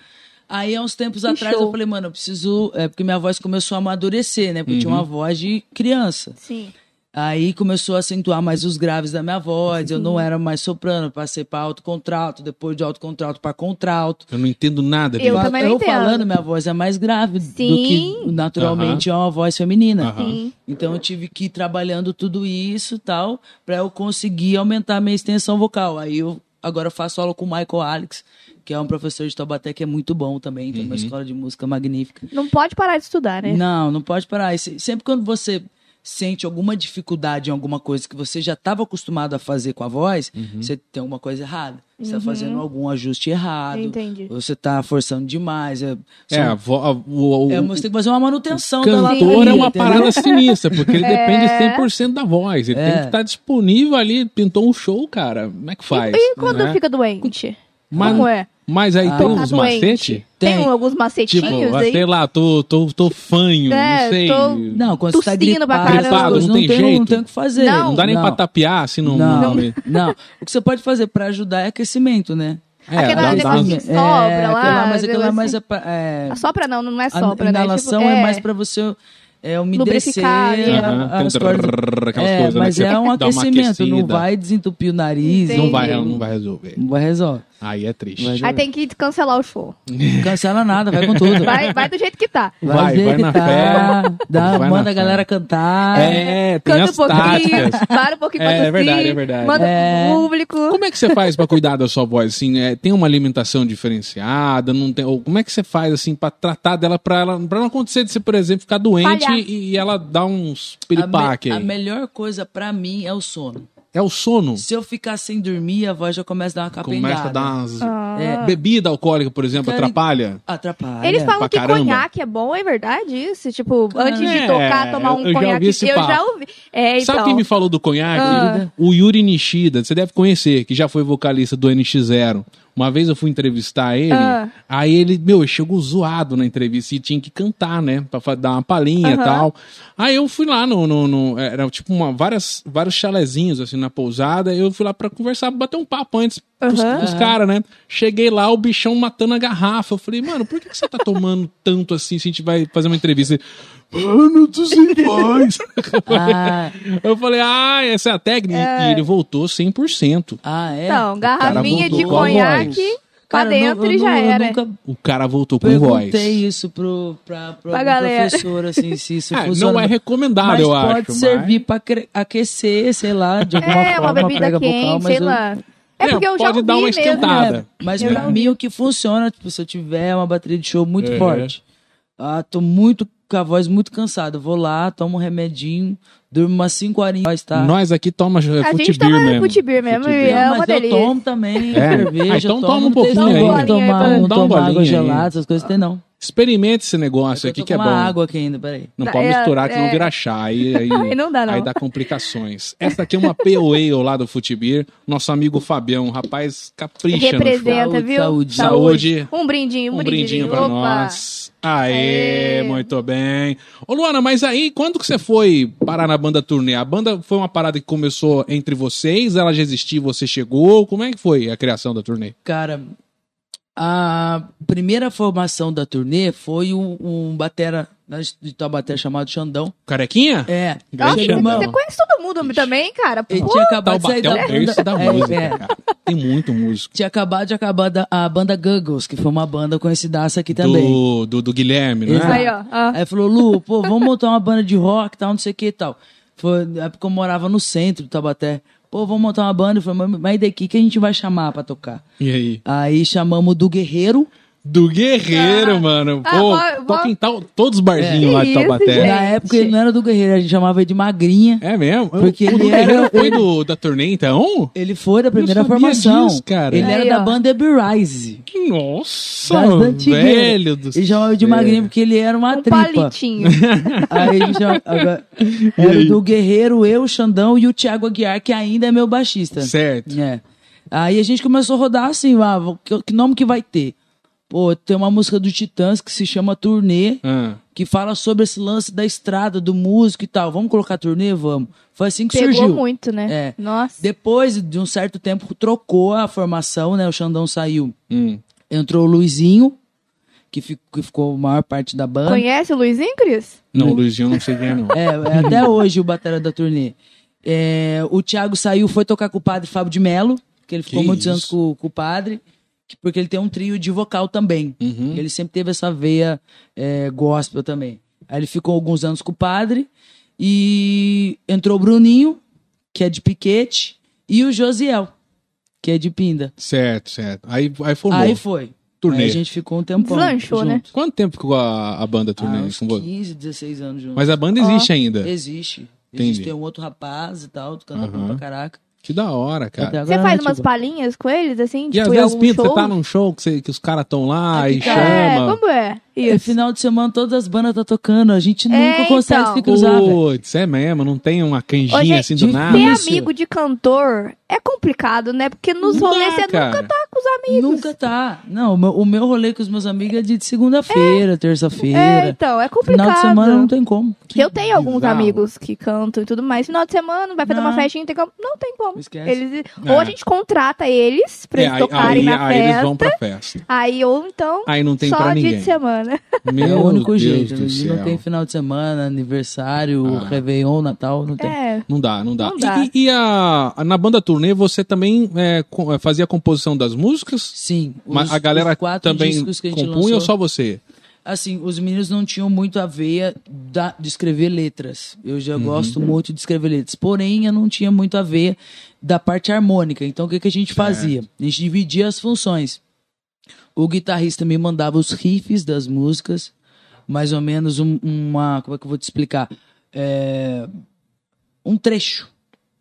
Speaker 3: Aí, há uns tempos
Speaker 2: Que
Speaker 3: atrás,
Speaker 2: show.
Speaker 3: eu falei, mano, eu preciso. É porque minha voz começou a amadurecer, né? Porque tinha
Speaker 1: Uhum.
Speaker 3: uma voz de criança.
Speaker 2: (laughs) Sim.
Speaker 3: Aí começou a acentuar mais os graves da minha voz. Eu
Speaker 2: Uhum.
Speaker 3: não era mais soprano, passei pra alto contralto, depois de alto contralto pra contralto.
Speaker 1: Eu não entendo nada
Speaker 2: Eu
Speaker 1: disso.
Speaker 2: também não
Speaker 3: eu
Speaker 2: entendo.
Speaker 3: falando, minha voz é mais grave do
Speaker 2: Sim.
Speaker 3: que naturalmente é uma voz feminina.
Speaker 1: Aham.
Speaker 2: Sim.
Speaker 3: Então eu tive que ir trabalhando tudo isso tal, pra eu conseguir aumentar a minha extensão vocal. Aí eu agora eu faço aula com o Michael Alex, que é um professor de Taubaté que é muito bom também, tem uma escola de música magnífica.
Speaker 2: Não pode parar de estudar, né?
Speaker 3: Não, não pode parar. E se- Sempre quando você sente alguma dificuldade em alguma coisa que você já estava acostumado a fazer com a voz,
Speaker 1: Uhum.
Speaker 3: você tem alguma coisa errada. Você está fazendo algum ajuste errado.
Speaker 2: Uhum. Entendi.
Speaker 3: Você está forçando demais. É,
Speaker 1: É, a vo- a- o, o-
Speaker 3: é, você tem que fazer uma manutenção da
Speaker 1: cantor
Speaker 3: ladainha,
Speaker 1: é uma
Speaker 3: entendeu?
Speaker 2: (laughs)
Speaker 1: parada sinistra, porque ele
Speaker 2: É.
Speaker 1: depende 100% da voz. Ele
Speaker 3: É.
Speaker 1: tem que estar disponível ali, pintou um show, cara. Como é que faz?
Speaker 2: E quando
Speaker 1: né?
Speaker 2: fica doente?
Speaker 1: Mas-
Speaker 2: Como é?
Speaker 1: Mas aí
Speaker 3: Ah,
Speaker 1: tem
Speaker 2: Tá
Speaker 1: uns
Speaker 2: doente?
Speaker 1: macetes?
Speaker 2: Tem,
Speaker 3: Tem.
Speaker 2: alguns
Speaker 1: Tipo,
Speaker 2: macetinhos aí?
Speaker 1: sei lá, tô, tô, tô fanho,
Speaker 2: É,
Speaker 1: não sei.
Speaker 2: tô-
Speaker 1: Não,
Speaker 3: Não, quando você tá
Speaker 2: Tossindo
Speaker 3: gripado,
Speaker 2: pra
Speaker 3: essas
Speaker 1: caramba.
Speaker 3: coisas,
Speaker 1: Não tem jeito?
Speaker 3: Não tem o que fazer.
Speaker 2: Não. Não
Speaker 1: dá nem
Speaker 3: não.
Speaker 1: pra tapear assim no.
Speaker 3: Não,
Speaker 1: no-
Speaker 3: não. O que você pode fazer pra ajudar é aquecimento, né?
Speaker 1: É,
Speaker 2: Aquela
Speaker 1: dá- dá-
Speaker 2: negocinho. Sobra lá, né?
Speaker 3: aquela- mas aquilo lá
Speaker 2: negócio
Speaker 3: mais é, pra- é,
Speaker 2: Ah, Sopra não, não é
Speaker 3: a
Speaker 2: sopra, né?
Speaker 3: inalação
Speaker 2: Tipo,
Speaker 3: é, mais pra você é, umedecer
Speaker 2: Lubrificar, né?
Speaker 3: a-
Speaker 1: Aham, tem
Speaker 3: é, as
Speaker 1: um
Speaker 3: cordas.
Speaker 1: trrr, aquelas
Speaker 3: É,
Speaker 1: coisas, né,
Speaker 3: mas
Speaker 1: que
Speaker 3: é um
Speaker 1: dá uma
Speaker 3: aquecimento, não
Speaker 1: aquecida.
Speaker 3: vai desentupir o nariz.
Speaker 2: Entendi.
Speaker 1: Não vai, não vai resolver.
Speaker 3: Não vai resolver.
Speaker 1: Aí é triste.
Speaker 3: Vai-
Speaker 2: Aí tem que cancelar o show.
Speaker 3: Cancela nada, vai com tudo.
Speaker 1: (laughs)
Speaker 2: Vai, vai do jeito que tá.
Speaker 1: Vai, vai
Speaker 3: ver que
Speaker 1: na
Speaker 3: tá,
Speaker 1: fé.
Speaker 3: dá-
Speaker 1: Vai na
Speaker 3: manda
Speaker 1: fé.
Speaker 3: a galera cantar.
Speaker 1: É, tem as
Speaker 2: Canta um pouquinho,
Speaker 1: táticas.
Speaker 2: para um pouquinho
Speaker 1: É,
Speaker 2: pra tossir,
Speaker 1: é verdade, é verdade.
Speaker 2: manda
Speaker 3: É.
Speaker 2: pro público.
Speaker 1: Como é que você faz pra cuidar da sua voz? Assim, é, tem uma alimentação diferenciada? Não tem, ou como é que você faz assim para tratar dela para ela para não acontecer de você, por exemplo, ficar doente
Speaker 2: Falhar.
Speaker 1: e, e ela dar uns
Speaker 3: A, me-
Speaker 1: piripaque?
Speaker 3: a
Speaker 1: aí?
Speaker 3: melhor coisa pra mim é o sono.
Speaker 1: É o sono.
Speaker 3: Se eu ficar sem dormir, a voz já começa a dar uma capengada.
Speaker 1: Começa a dar umas
Speaker 3: É.
Speaker 1: bebida alcoólica, por exemplo,
Speaker 3: Cara,
Speaker 1: atrapalha.
Speaker 3: Atrapalha.
Speaker 2: Eles falam
Speaker 1: pra
Speaker 2: que
Speaker 1: caramba.
Speaker 2: conhaque é bom, é verdade isso? Tipo, antes de
Speaker 1: É,
Speaker 2: tocar, tomar um
Speaker 1: eu já ouvi
Speaker 2: conhaque.
Speaker 1: esse
Speaker 2: eu
Speaker 1: papo.
Speaker 2: já ouvi. É, então.
Speaker 1: Sabe quem me falou do conhaque?
Speaker 2: Ah.
Speaker 1: O Yuri Nishida, você deve conhecer, que já foi vocalista do NX0. Uma vez eu fui entrevistar ele,
Speaker 2: Ah.
Speaker 1: aí ele, meu, chegou zoado na entrevista e tinha que cantar, né? Pra fa- dar uma palhinha e
Speaker 2: Aham.
Speaker 1: tal. Aí eu fui lá no. no- no- era tipo uma, várias, vários chalezinhos assim na pousada. Eu fui lá pra conversar, bater um papo antes pros,
Speaker 2: Aham.
Speaker 1: pros caras, né? Cheguei lá, o bichão matando a garrafa. Eu falei, mano, por que, que você tá tomando tanto assim se a gente vai fazer uma entrevista? Ele, Mano, tu
Speaker 2: (laughs)
Speaker 1: sem voz.
Speaker 3: Ah,
Speaker 1: Eu falei, ah, essa é a técnica. E ele voltou 100%.
Speaker 3: ah, é?
Speaker 2: Então,
Speaker 1: cara
Speaker 2: garrafinha de
Speaker 1: voltou com a
Speaker 2: conhaque
Speaker 1: voz.
Speaker 2: pra
Speaker 3: Cara, eu
Speaker 2: dentro
Speaker 3: não- eu
Speaker 2: e já
Speaker 3: não-
Speaker 2: era.
Speaker 3: Eu nunca
Speaker 1: O cara voltou com voz.
Speaker 3: perguntei isso pro, pra, pro
Speaker 2: Pra
Speaker 3: algum
Speaker 2: galera.
Speaker 3: professor, assim, se isso
Speaker 1: (laughs) Ah,
Speaker 3: funciona.
Speaker 1: não é recomendado,
Speaker 3: mas
Speaker 1: eu
Speaker 3: pode
Speaker 1: acho.
Speaker 3: servir pra cre- aquecer, sei lá, de alguma
Speaker 2: É,
Speaker 3: forma,
Speaker 2: uma bebida
Speaker 3: prega vocal,
Speaker 2: quente,
Speaker 3: mas
Speaker 2: sei
Speaker 3: eu-
Speaker 2: lá. É
Speaker 1: É,
Speaker 2: porque eu já
Speaker 1: pode
Speaker 2: ouvi
Speaker 1: dar uma
Speaker 2: mesmo. (laughs)
Speaker 1: esquentada.
Speaker 3: É, mas
Speaker 1: É.
Speaker 3: pra mim o que funciona, tipo, se eu tiver uma bateria de show muito
Speaker 1: É.
Speaker 3: forte, ah, tô muito com a voz muito cansada, vou lá, tomo um remedinho, durmo umas 5 horinhas, voz tá.
Speaker 1: Nós aqui toma
Speaker 2: A gente
Speaker 1: futebir
Speaker 2: toma
Speaker 1: mesmo.
Speaker 2: futibir mesmo e
Speaker 1: Futibir.
Speaker 2: é uma
Speaker 3: mas
Speaker 2: delícia.
Speaker 3: eu tomo também,
Speaker 1: É.
Speaker 3: cerveja,
Speaker 1: Ah, então toma um
Speaker 3: eu tomo, não tem
Speaker 1: pouquinho
Speaker 3: esse
Speaker 2: aí.
Speaker 3: negócio de
Speaker 2: Dá um
Speaker 3: tomar,
Speaker 1: bolinho aí,
Speaker 3: tomar
Speaker 1: dá um
Speaker 3: água
Speaker 1: bolinho aí.
Speaker 3: gelada, essas coisas tem não.
Speaker 1: Experimente esse negócio
Speaker 3: Eu
Speaker 1: aqui
Speaker 3: tô
Speaker 1: que é
Speaker 3: com
Speaker 1: bom.
Speaker 3: uma água aqui ainda, peraí.
Speaker 1: Não pode
Speaker 2: É,
Speaker 1: misturar que
Speaker 2: é.
Speaker 1: não vira chá. Aí, aí,
Speaker 2: Aí não dá, não.
Speaker 1: aí dá complicações. Essa aqui é uma POA lá do Futibir. Nosso amigo Fabião, um rapaz capricha no show.
Speaker 2: Representa,
Speaker 3: Saúde,
Speaker 2: viu?
Speaker 3: saúde.
Speaker 1: Saúde.
Speaker 2: Um brindinho, um,
Speaker 1: Um brindinho pra
Speaker 2: Opa.
Speaker 1: nós. Aê,
Speaker 2: Aê.
Speaker 1: muito bem. Ô Luana, mas aí quando que você foi parar na banda turnê? A banda foi uma parada que começou entre vocês, ela já existia, você chegou. Como é que foi a criação da turnê?
Speaker 3: Cara, a primeira formação da turnê foi um, um batera né, de Taubaté chamado Xandão.
Speaker 1: Carequinha?
Speaker 3: É.
Speaker 1: Grande
Speaker 2: Nossa,
Speaker 1: Ah, Xandão.
Speaker 2: você conhece todo mundo também, cara? Pô,
Speaker 3: Ele tinha acabado de sair
Speaker 1: Taubaté é
Speaker 3: da,
Speaker 1: o berço da
Speaker 3: é,
Speaker 1: música,
Speaker 3: é.
Speaker 1: cara. Tem muito músico.
Speaker 3: Tinha acabado de acabar da- a banda Guggles, que foi uma banda conhecidaça aqui (laughs) também.
Speaker 1: Do, né? do, do Guilherme, né?
Speaker 3: Exato.
Speaker 2: Aí, ó. ó.
Speaker 3: Aí falou, Lu, pô, vamos montar uma banda de rock, tal, não sei o que e tal. Foi na época que eu morava no centro do Taubaté. Pô, vamos montar uma banda. Eu falei, mas- mas daqui que a gente vai chamar pra tocar?
Speaker 1: E aí?
Speaker 3: Aí chamamos o do Guerreiro.
Speaker 1: Do Guerreiro, mano.
Speaker 2: Ah,
Speaker 1: Pô,
Speaker 2: vó- vó-
Speaker 1: toca em tal, todos os barzinhos
Speaker 2: É.
Speaker 1: lá de
Speaker 2: Que isso,
Speaker 1: Taubaté.
Speaker 2: gente.
Speaker 3: Na época ele não era do Guerreiro, a gente chamava ele de Magrinha.
Speaker 1: É mesmo?
Speaker 3: Porque
Speaker 1: o do
Speaker 3: ele era-
Speaker 1: Guerreiro foi do, da turnê, então?
Speaker 3: Ele foi da primeira
Speaker 1: sabia
Speaker 3: formação.
Speaker 1: disso, cara.
Speaker 3: Ele
Speaker 2: Aí,
Speaker 3: era da
Speaker 2: ó.
Speaker 3: banda Ebbie Rise.
Speaker 1: Nossa,
Speaker 3: Das antigueiras.
Speaker 1: um velho É. do
Speaker 3: Ele chamava ele de
Speaker 1: céu.
Speaker 3: magrinho porque ele era uma
Speaker 2: Um
Speaker 3: tripa.
Speaker 1: (laughs)
Speaker 2: palitinho.
Speaker 3: Aí ele chamava... Agora, era do Guerreiro, eu, o Xandão e o Thiago Aguiar, que ainda é meu baixista.
Speaker 1: Certo.
Speaker 3: É. Aí a gente começou a rodar assim, ah, vou- que, que nome que vai ter? Pô, Pô, tem uma música do Titãs que se chama Turnê,
Speaker 1: Ah,
Speaker 3: que fala sobre esse lance da estrada, do músico e tal. Vamos colocar turnê? Vamos. Foi assim que
Speaker 2: Pegou
Speaker 3: surgiu.
Speaker 2: muito, né?
Speaker 3: É.
Speaker 2: Nossa.
Speaker 3: Depois de um certo tempo, trocou a formação, né? O Xandão saiu.
Speaker 1: hum.
Speaker 3: Entrou o Luizinho, que, fi- que ficou a maior parte da banda.
Speaker 2: Conhece o Luizinho, Cris?
Speaker 1: Não, o Luizinho eu não sei quem é, não.
Speaker 3: É, é até hoje o batera da turnê. É, o Thiago saiu, foi tocar com o padre Fábio de Mello, que ele ficou
Speaker 1: Que
Speaker 3: muitos
Speaker 1: isso.
Speaker 3: anos com, com o padre, que- porque ele tem um trio de vocal também.
Speaker 1: Uhum.
Speaker 3: Ele sempre teve essa veia é, gospel também. Aí ele ficou alguns anos com o padre e entrou o Bruninho, que é de Piquete, e o Josiel, que é de Pinda.
Speaker 1: Certo, certo. Aí, aí formou.
Speaker 3: Aí foi.
Speaker 1: Turnê.
Speaker 3: Aí a gente ficou um tempão.
Speaker 2: Deslanchou,
Speaker 3: junto.
Speaker 2: né?
Speaker 1: Quanto tempo ficou a, a banda
Speaker 3: Ah,
Speaker 1: turnê
Speaker 3: uns
Speaker 1: com você?
Speaker 3: 15, 16 anos juntos.
Speaker 1: Mas a banda existe
Speaker 2: é.
Speaker 1: ainda.
Speaker 3: Existe.
Speaker 1: Entendi.
Speaker 3: Existe tem um outro rapaz e tal, tocando
Speaker 1: Aham.
Speaker 3: uhum. pra caraca.
Speaker 1: Que da hora, cara.
Speaker 2: Você faz
Speaker 3: é tipo-
Speaker 2: umas palhinhas com eles, assim?
Speaker 1: é, tipo, E às
Speaker 2: tipo, em
Speaker 1: vezes
Speaker 2: algum
Speaker 1: pinta,
Speaker 2: show?
Speaker 1: você tá num show que, você- que os caras estão lá
Speaker 3: Ah, que
Speaker 1: e
Speaker 3: da
Speaker 2: É,
Speaker 3: hora.
Speaker 1: chama.
Speaker 2: como é?
Speaker 3: No
Speaker 2: Isso.
Speaker 3: final de semana todas as bandas tá tocando, a gente nunca
Speaker 2: É,
Speaker 3: consegue
Speaker 2: então.
Speaker 3: se cruzar, velho.
Speaker 1: Putz, é mesmo, não tem uma canjinha
Speaker 2: Ô, gente,
Speaker 1: assim do
Speaker 3: de-
Speaker 1: nada.
Speaker 2: Ter
Speaker 3: isso.
Speaker 2: amigo de cantor é complicado, né? Porque nos
Speaker 1: Não
Speaker 2: rolês
Speaker 1: dá,
Speaker 2: você
Speaker 1: cara. É,
Speaker 2: nunca tá com os amigos.
Speaker 3: Nunca tá. Não, o meu, o meu rolê com os meus amigos é de terça-feira,
Speaker 2: É,
Speaker 3: terça-feira.
Speaker 2: então, é complicado. é
Speaker 3: final de semana não tem como.
Speaker 2: eu tenho alguns
Speaker 1: bizarro.
Speaker 2: amigos que cantam e tudo mais. Final de semana, vai fazer
Speaker 3: Não.
Speaker 2: uma festinha, tem como. Não tem como.
Speaker 3: Esquece.
Speaker 2: Eles... Ou a
Speaker 1: É.
Speaker 2: gente contrata eles pra
Speaker 1: É,
Speaker 2: eles
Speaker 1: aí,
Speaker 2: tocarem
Speaker 1: aí-
Speaker 2: na
Speaker 1: aí
Speaker 2: festa.
Speaker 1: eles vão pra festa.
Speaker 2: Aí, ou então,
Speaker 1: Aí não tem
Speaker 2: só
Speaker 1: pra
Speaker 2: dia
Speaker 1: ninguém.
Speaker 2: de semana.
Speaker 1: Meu
Speaker 3: é o único
Speaker 1: Deus
Speaker 3: jeito.
Speaker 1: do
Speaker 2: né?
Speaker 3: Não
Speaker 1: céu.
Speaker 3: tem final de semana, aniversário,
Speaker 1: Ah.
Speaker 3: Réveillon, Natal, não tem.
Speaker 2: É.
Speaker 1: Não dá, não dá.
Speaker 2: Não
Speaker 1: E-
Speaker 2: dá.
Speaker 1: E, e a, na banda turnê você também é, co- é, fazia a composição das músicas?
Speaker 3: Sim.
Speaker 1: Mas
Speaker 3: os-
Speaker 1: a galera
Speaker 3: os quatro
Speaker 1: também
Speaker 3: discos que a gente
Speaker 1: compunha
Speaker 3: lançou,
Speaker 1: ou só você?
Speaker 3: assim, os meninos não tinham muito a veia da- de escrever letras. Eu já gosto muito de escrever letras. Porém, eu não tinha muito a veia da parte harmônica. Então, o que, que a gente fazia? A gente dividia as funções. O guitarrista me mandava os riffs das músicas, mais ou menos um- uma. Como é que eu vou te explicar? É, um trecho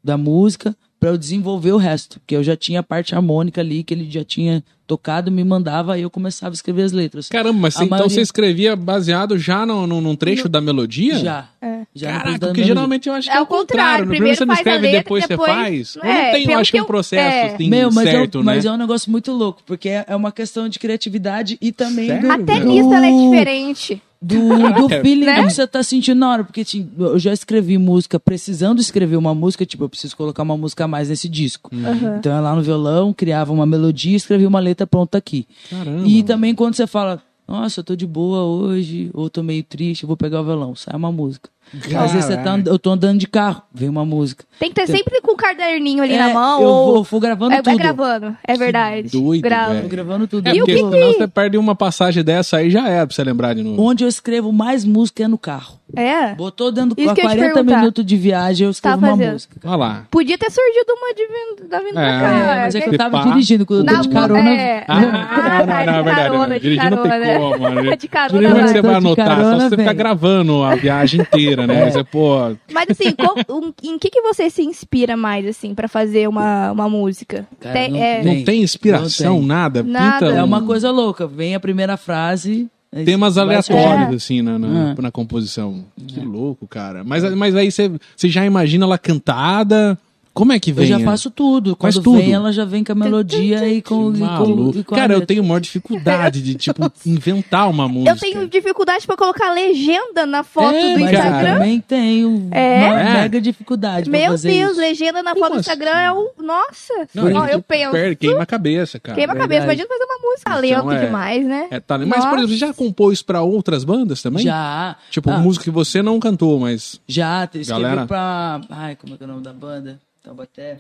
Speaker 3: da música para eu desenvolver o resto, porque eu já tinha a parte harmônica ali que ele já tinha tocado, me mandava e eu começava a escrever as letras.
Speaker 1: Caramba, mas
Speaker 3: A
Speaker 1: você- então
Speaker 3: maioria-
Speaker 1: você escrevia baseado já no, no- num trecho da melodia?
Speaker 3: Já. já no
Speaker 1: Caraca,
Speaker 3: preço da
Speaker 1: porque
Speaker 3: mesma-
Speaker 1: geralmente eu acho que
Speaker 2: É
Speaker 1: é
Speaker 2: o
Speaker 1: o contrário.
Speaker 2: contrário,
Speaker 1: né? Primeiro,
Speaker 2: primeiro
Speaker 1: você não
Speaker 2: faz a
Speaker 1: escreve,
Speaker 2: letra,
Speaker 1: depois você
Speaker 2: depois-
Speaker 1: faz. Eu
Speaker 2: É,
Speaker 1: não tenho,
Speaker 2: pelo
Speaker 1: acho que
Speaker 2: que
Speaker 1: um
Speaker 2: eu-
Speaker 1: processo
Speaker 2: é.
Speaker 1: assim,
Speaker 3: Meu, mas,
Speaker 1: certo,
Speaker 3: é, um-
Speaker 1: né?
Speaker 3: mas é um negócio muito louco, porque é, é uma questão de criatividade e também
Speaker 1: Sério?
Speaker 3: do,
Speaker 2: Até
Speaker 1: Não.
Speaker 2: nisso ela é diferente.
Speaker 3: do,
Speaker 1: (laughs)
Speaker 3: do
Speaker 1: Caraca.
Speaker 3: feeling
Speaker 2: Né?
Speaker 3: que você tá sentindo na hora. Porque ti- eu já escrevi música, precisando escrever uma música, tipo, eu preciso colocar uma música a mais nesse disco.
Speaker 1: Uhum.
Speaker 2: Aham.
Speaker 3: Então, eu lá no violão, criava uma melodia e escrevia uma letra pronta aqui.
Speaker 1: Caramba.
Speaker 3: E também quando você fala, nossa, eu tô de boa hoje, ou tô meio triste, eu vou pegar o violão, sai uma música. Às vezes você tá, and- eu tô andando de carro, vem uma música.
Speaker 2: Tem que ter sempre com o caderninho ali
Speaker 3: É,
Speaker 2: na mão.
Speaker 3: eu
Speaker 2: ou...
Speaker 3: vou, vou gravando
Speaker 2: é, vai
Speaker 3: tudo.
Speaker 2: gravando, é verdade.
Speaker 1: doido,
Speaker 2: Grava.
Speaker 1: velho.
Speaker 3: Tô gravando tudo.
Speaker 1: É,
Speaker 2: E o
Speaker 1: porque
Speaker 2: que
Speaker 1: senão você perde uma passagem dessa aí já era pra você lembrar de novo.
Speaker 3: Onde eu escrevo mais música é no carro.
Speaker 2: É.
Speaker 3: Botou dentro
Speaker 2: Isso
Speaker 3: a
Speaker 2: que eu ia te
Speaker 3: 40
Speaker 2: perguntar.
Speaker 3: minutos de viagem, eu escrevo
Speaker 2: Tá
Speaker 3: uma
Speaker 2: fazendo.
Speaker 3: música.
Speaker 1: Olha lá.
Speaker 2: Podia ter surgido uma de vindo, da vindo
Speaker 1: É,
Speaker 2: pra
Speaker 3: É,
Speaker 2: cá.
Speaker 3: mas é que
Speaker 1: Se
Speaker 3: eu tava
Speaker 1: pá.
Speaker 3: dirigindo, quando eu tô
Speaker 2: Na
Speaker 3: de
Speaker 2: mão,
Speaker 3: carona.
Speaker 2: é.
Speaker 1: Ah, não, não,
Speaker 2: tá,
Speaker 1: não, é verdade.
Speaker 2: carona, de
Speaker 1: Dirigir não tem
Speaker 2: carona. É
Speaker 1: como,
Speaker 2: (laughs)
Speaker 1: né?
Speaker 2: De carona
Speaker 1: Dirigir
Speaker 2: vai.
Speaker 1: você vai
Speaker 3: Tô de
Speaker 1: anotar, só
Speaker 3: carona,
Speaker 1: se você ficar
Speaker 3: velho. É.
Speaker 1: gravando a viagem inteira, né? Você, pô,
Speaker 2: Mas assim, com- um- em que, que você se inspira mais, assim, pra fazer uma, uma música?
Speaker 3: Cara,
Speaker 2: Tem-
Speaker 3: não-
Speaker 2: é,
Speaker 1: não tem inspiração,
Speaker 3: Não tem.
Speaker 1: nada.
Speaker 2: Nada.
Speaker 1: Pinta
Speaker 3: É
Speaker 1: um-
Speaker 3: uma coisa louca. Vem a primeira frase. aí
Speaker 1: Temas
Speaker 3: vai
Speaker 1: aleatórios,
Speaker 2: É.
Speaker 1: assim, na, na,
Speaker 3: É.
Speaker 1: na composição. Que louco, cara. Mas, mas aí você, você já imagina ela cantada. Como é que
Speaker 3: Eu
Speaker 1: vem?
Speaker 3: já
Speaker 1: né?
Speaker 3: faço tudo.
Speaker 1: Faz
Speaker 3: Quando
Speaker 1: tudo.
Speaker 3: vem, ela já vem com a melodia e
Speaker 1: Que
Speaker 3: com, e com,
Speaker 1: maluco.
Speaker 3: e com a
Speaker 1: Cara, eu
Speaker 3: letra.
Speaker 1: tenho maior dificuldade de,
Speaker 2: (laughs)
Speaker 1: tipo, inventar uma música.
Speaker 2: eu tenho dificuldade pra colocar legenda na foto
Speaker 1: É,
Speaker 2: do
Speaker 3: Mas
Speaker 1: cara.
Speaker 2: Instagram.
Speaker 3: eu também tenho
Speaker 2: É?
Speaker 3: uma
Speaker 1: É.
Speaker 3: mega dificuldade pra
Speaker 2: Meu
Speaker 3: fazer
Speaker 2: Deus,
Speaker 3: isso.
Speaker 2: legenda na
Speaker 1: Como
Speaker 2: foto do
Speaker 1: assim?
Speaker 2: Instagram é um. Nossa! Ó,
Speaker 1: ele
Speaker 2: eu penso.
Speaker 1: perde, é tipo, queima a cabeça, cara.
Speaker 2: Queima a cabeça,
Speaker 3: verdade.
Speaker 2: imagina fazer uma música lento
Speaker 1: é-
Speaker 2: demais, né?
Speaker 1: É, tá, mas, por
Speaker 2: Nossa.
Speaker 1: exemplo, você já compôs pra outras bandas também?
Speaker 3: Já.
Speaker 1: Tipo,
Speaker 3: Ah,
Speaker 1: música que você não cantou, mas.
Speaker 3: Já, te- escrevi
Speaker 1: Galera.
Speaker 3: pra. Ai, como é que é o nome da banda? Taubaté.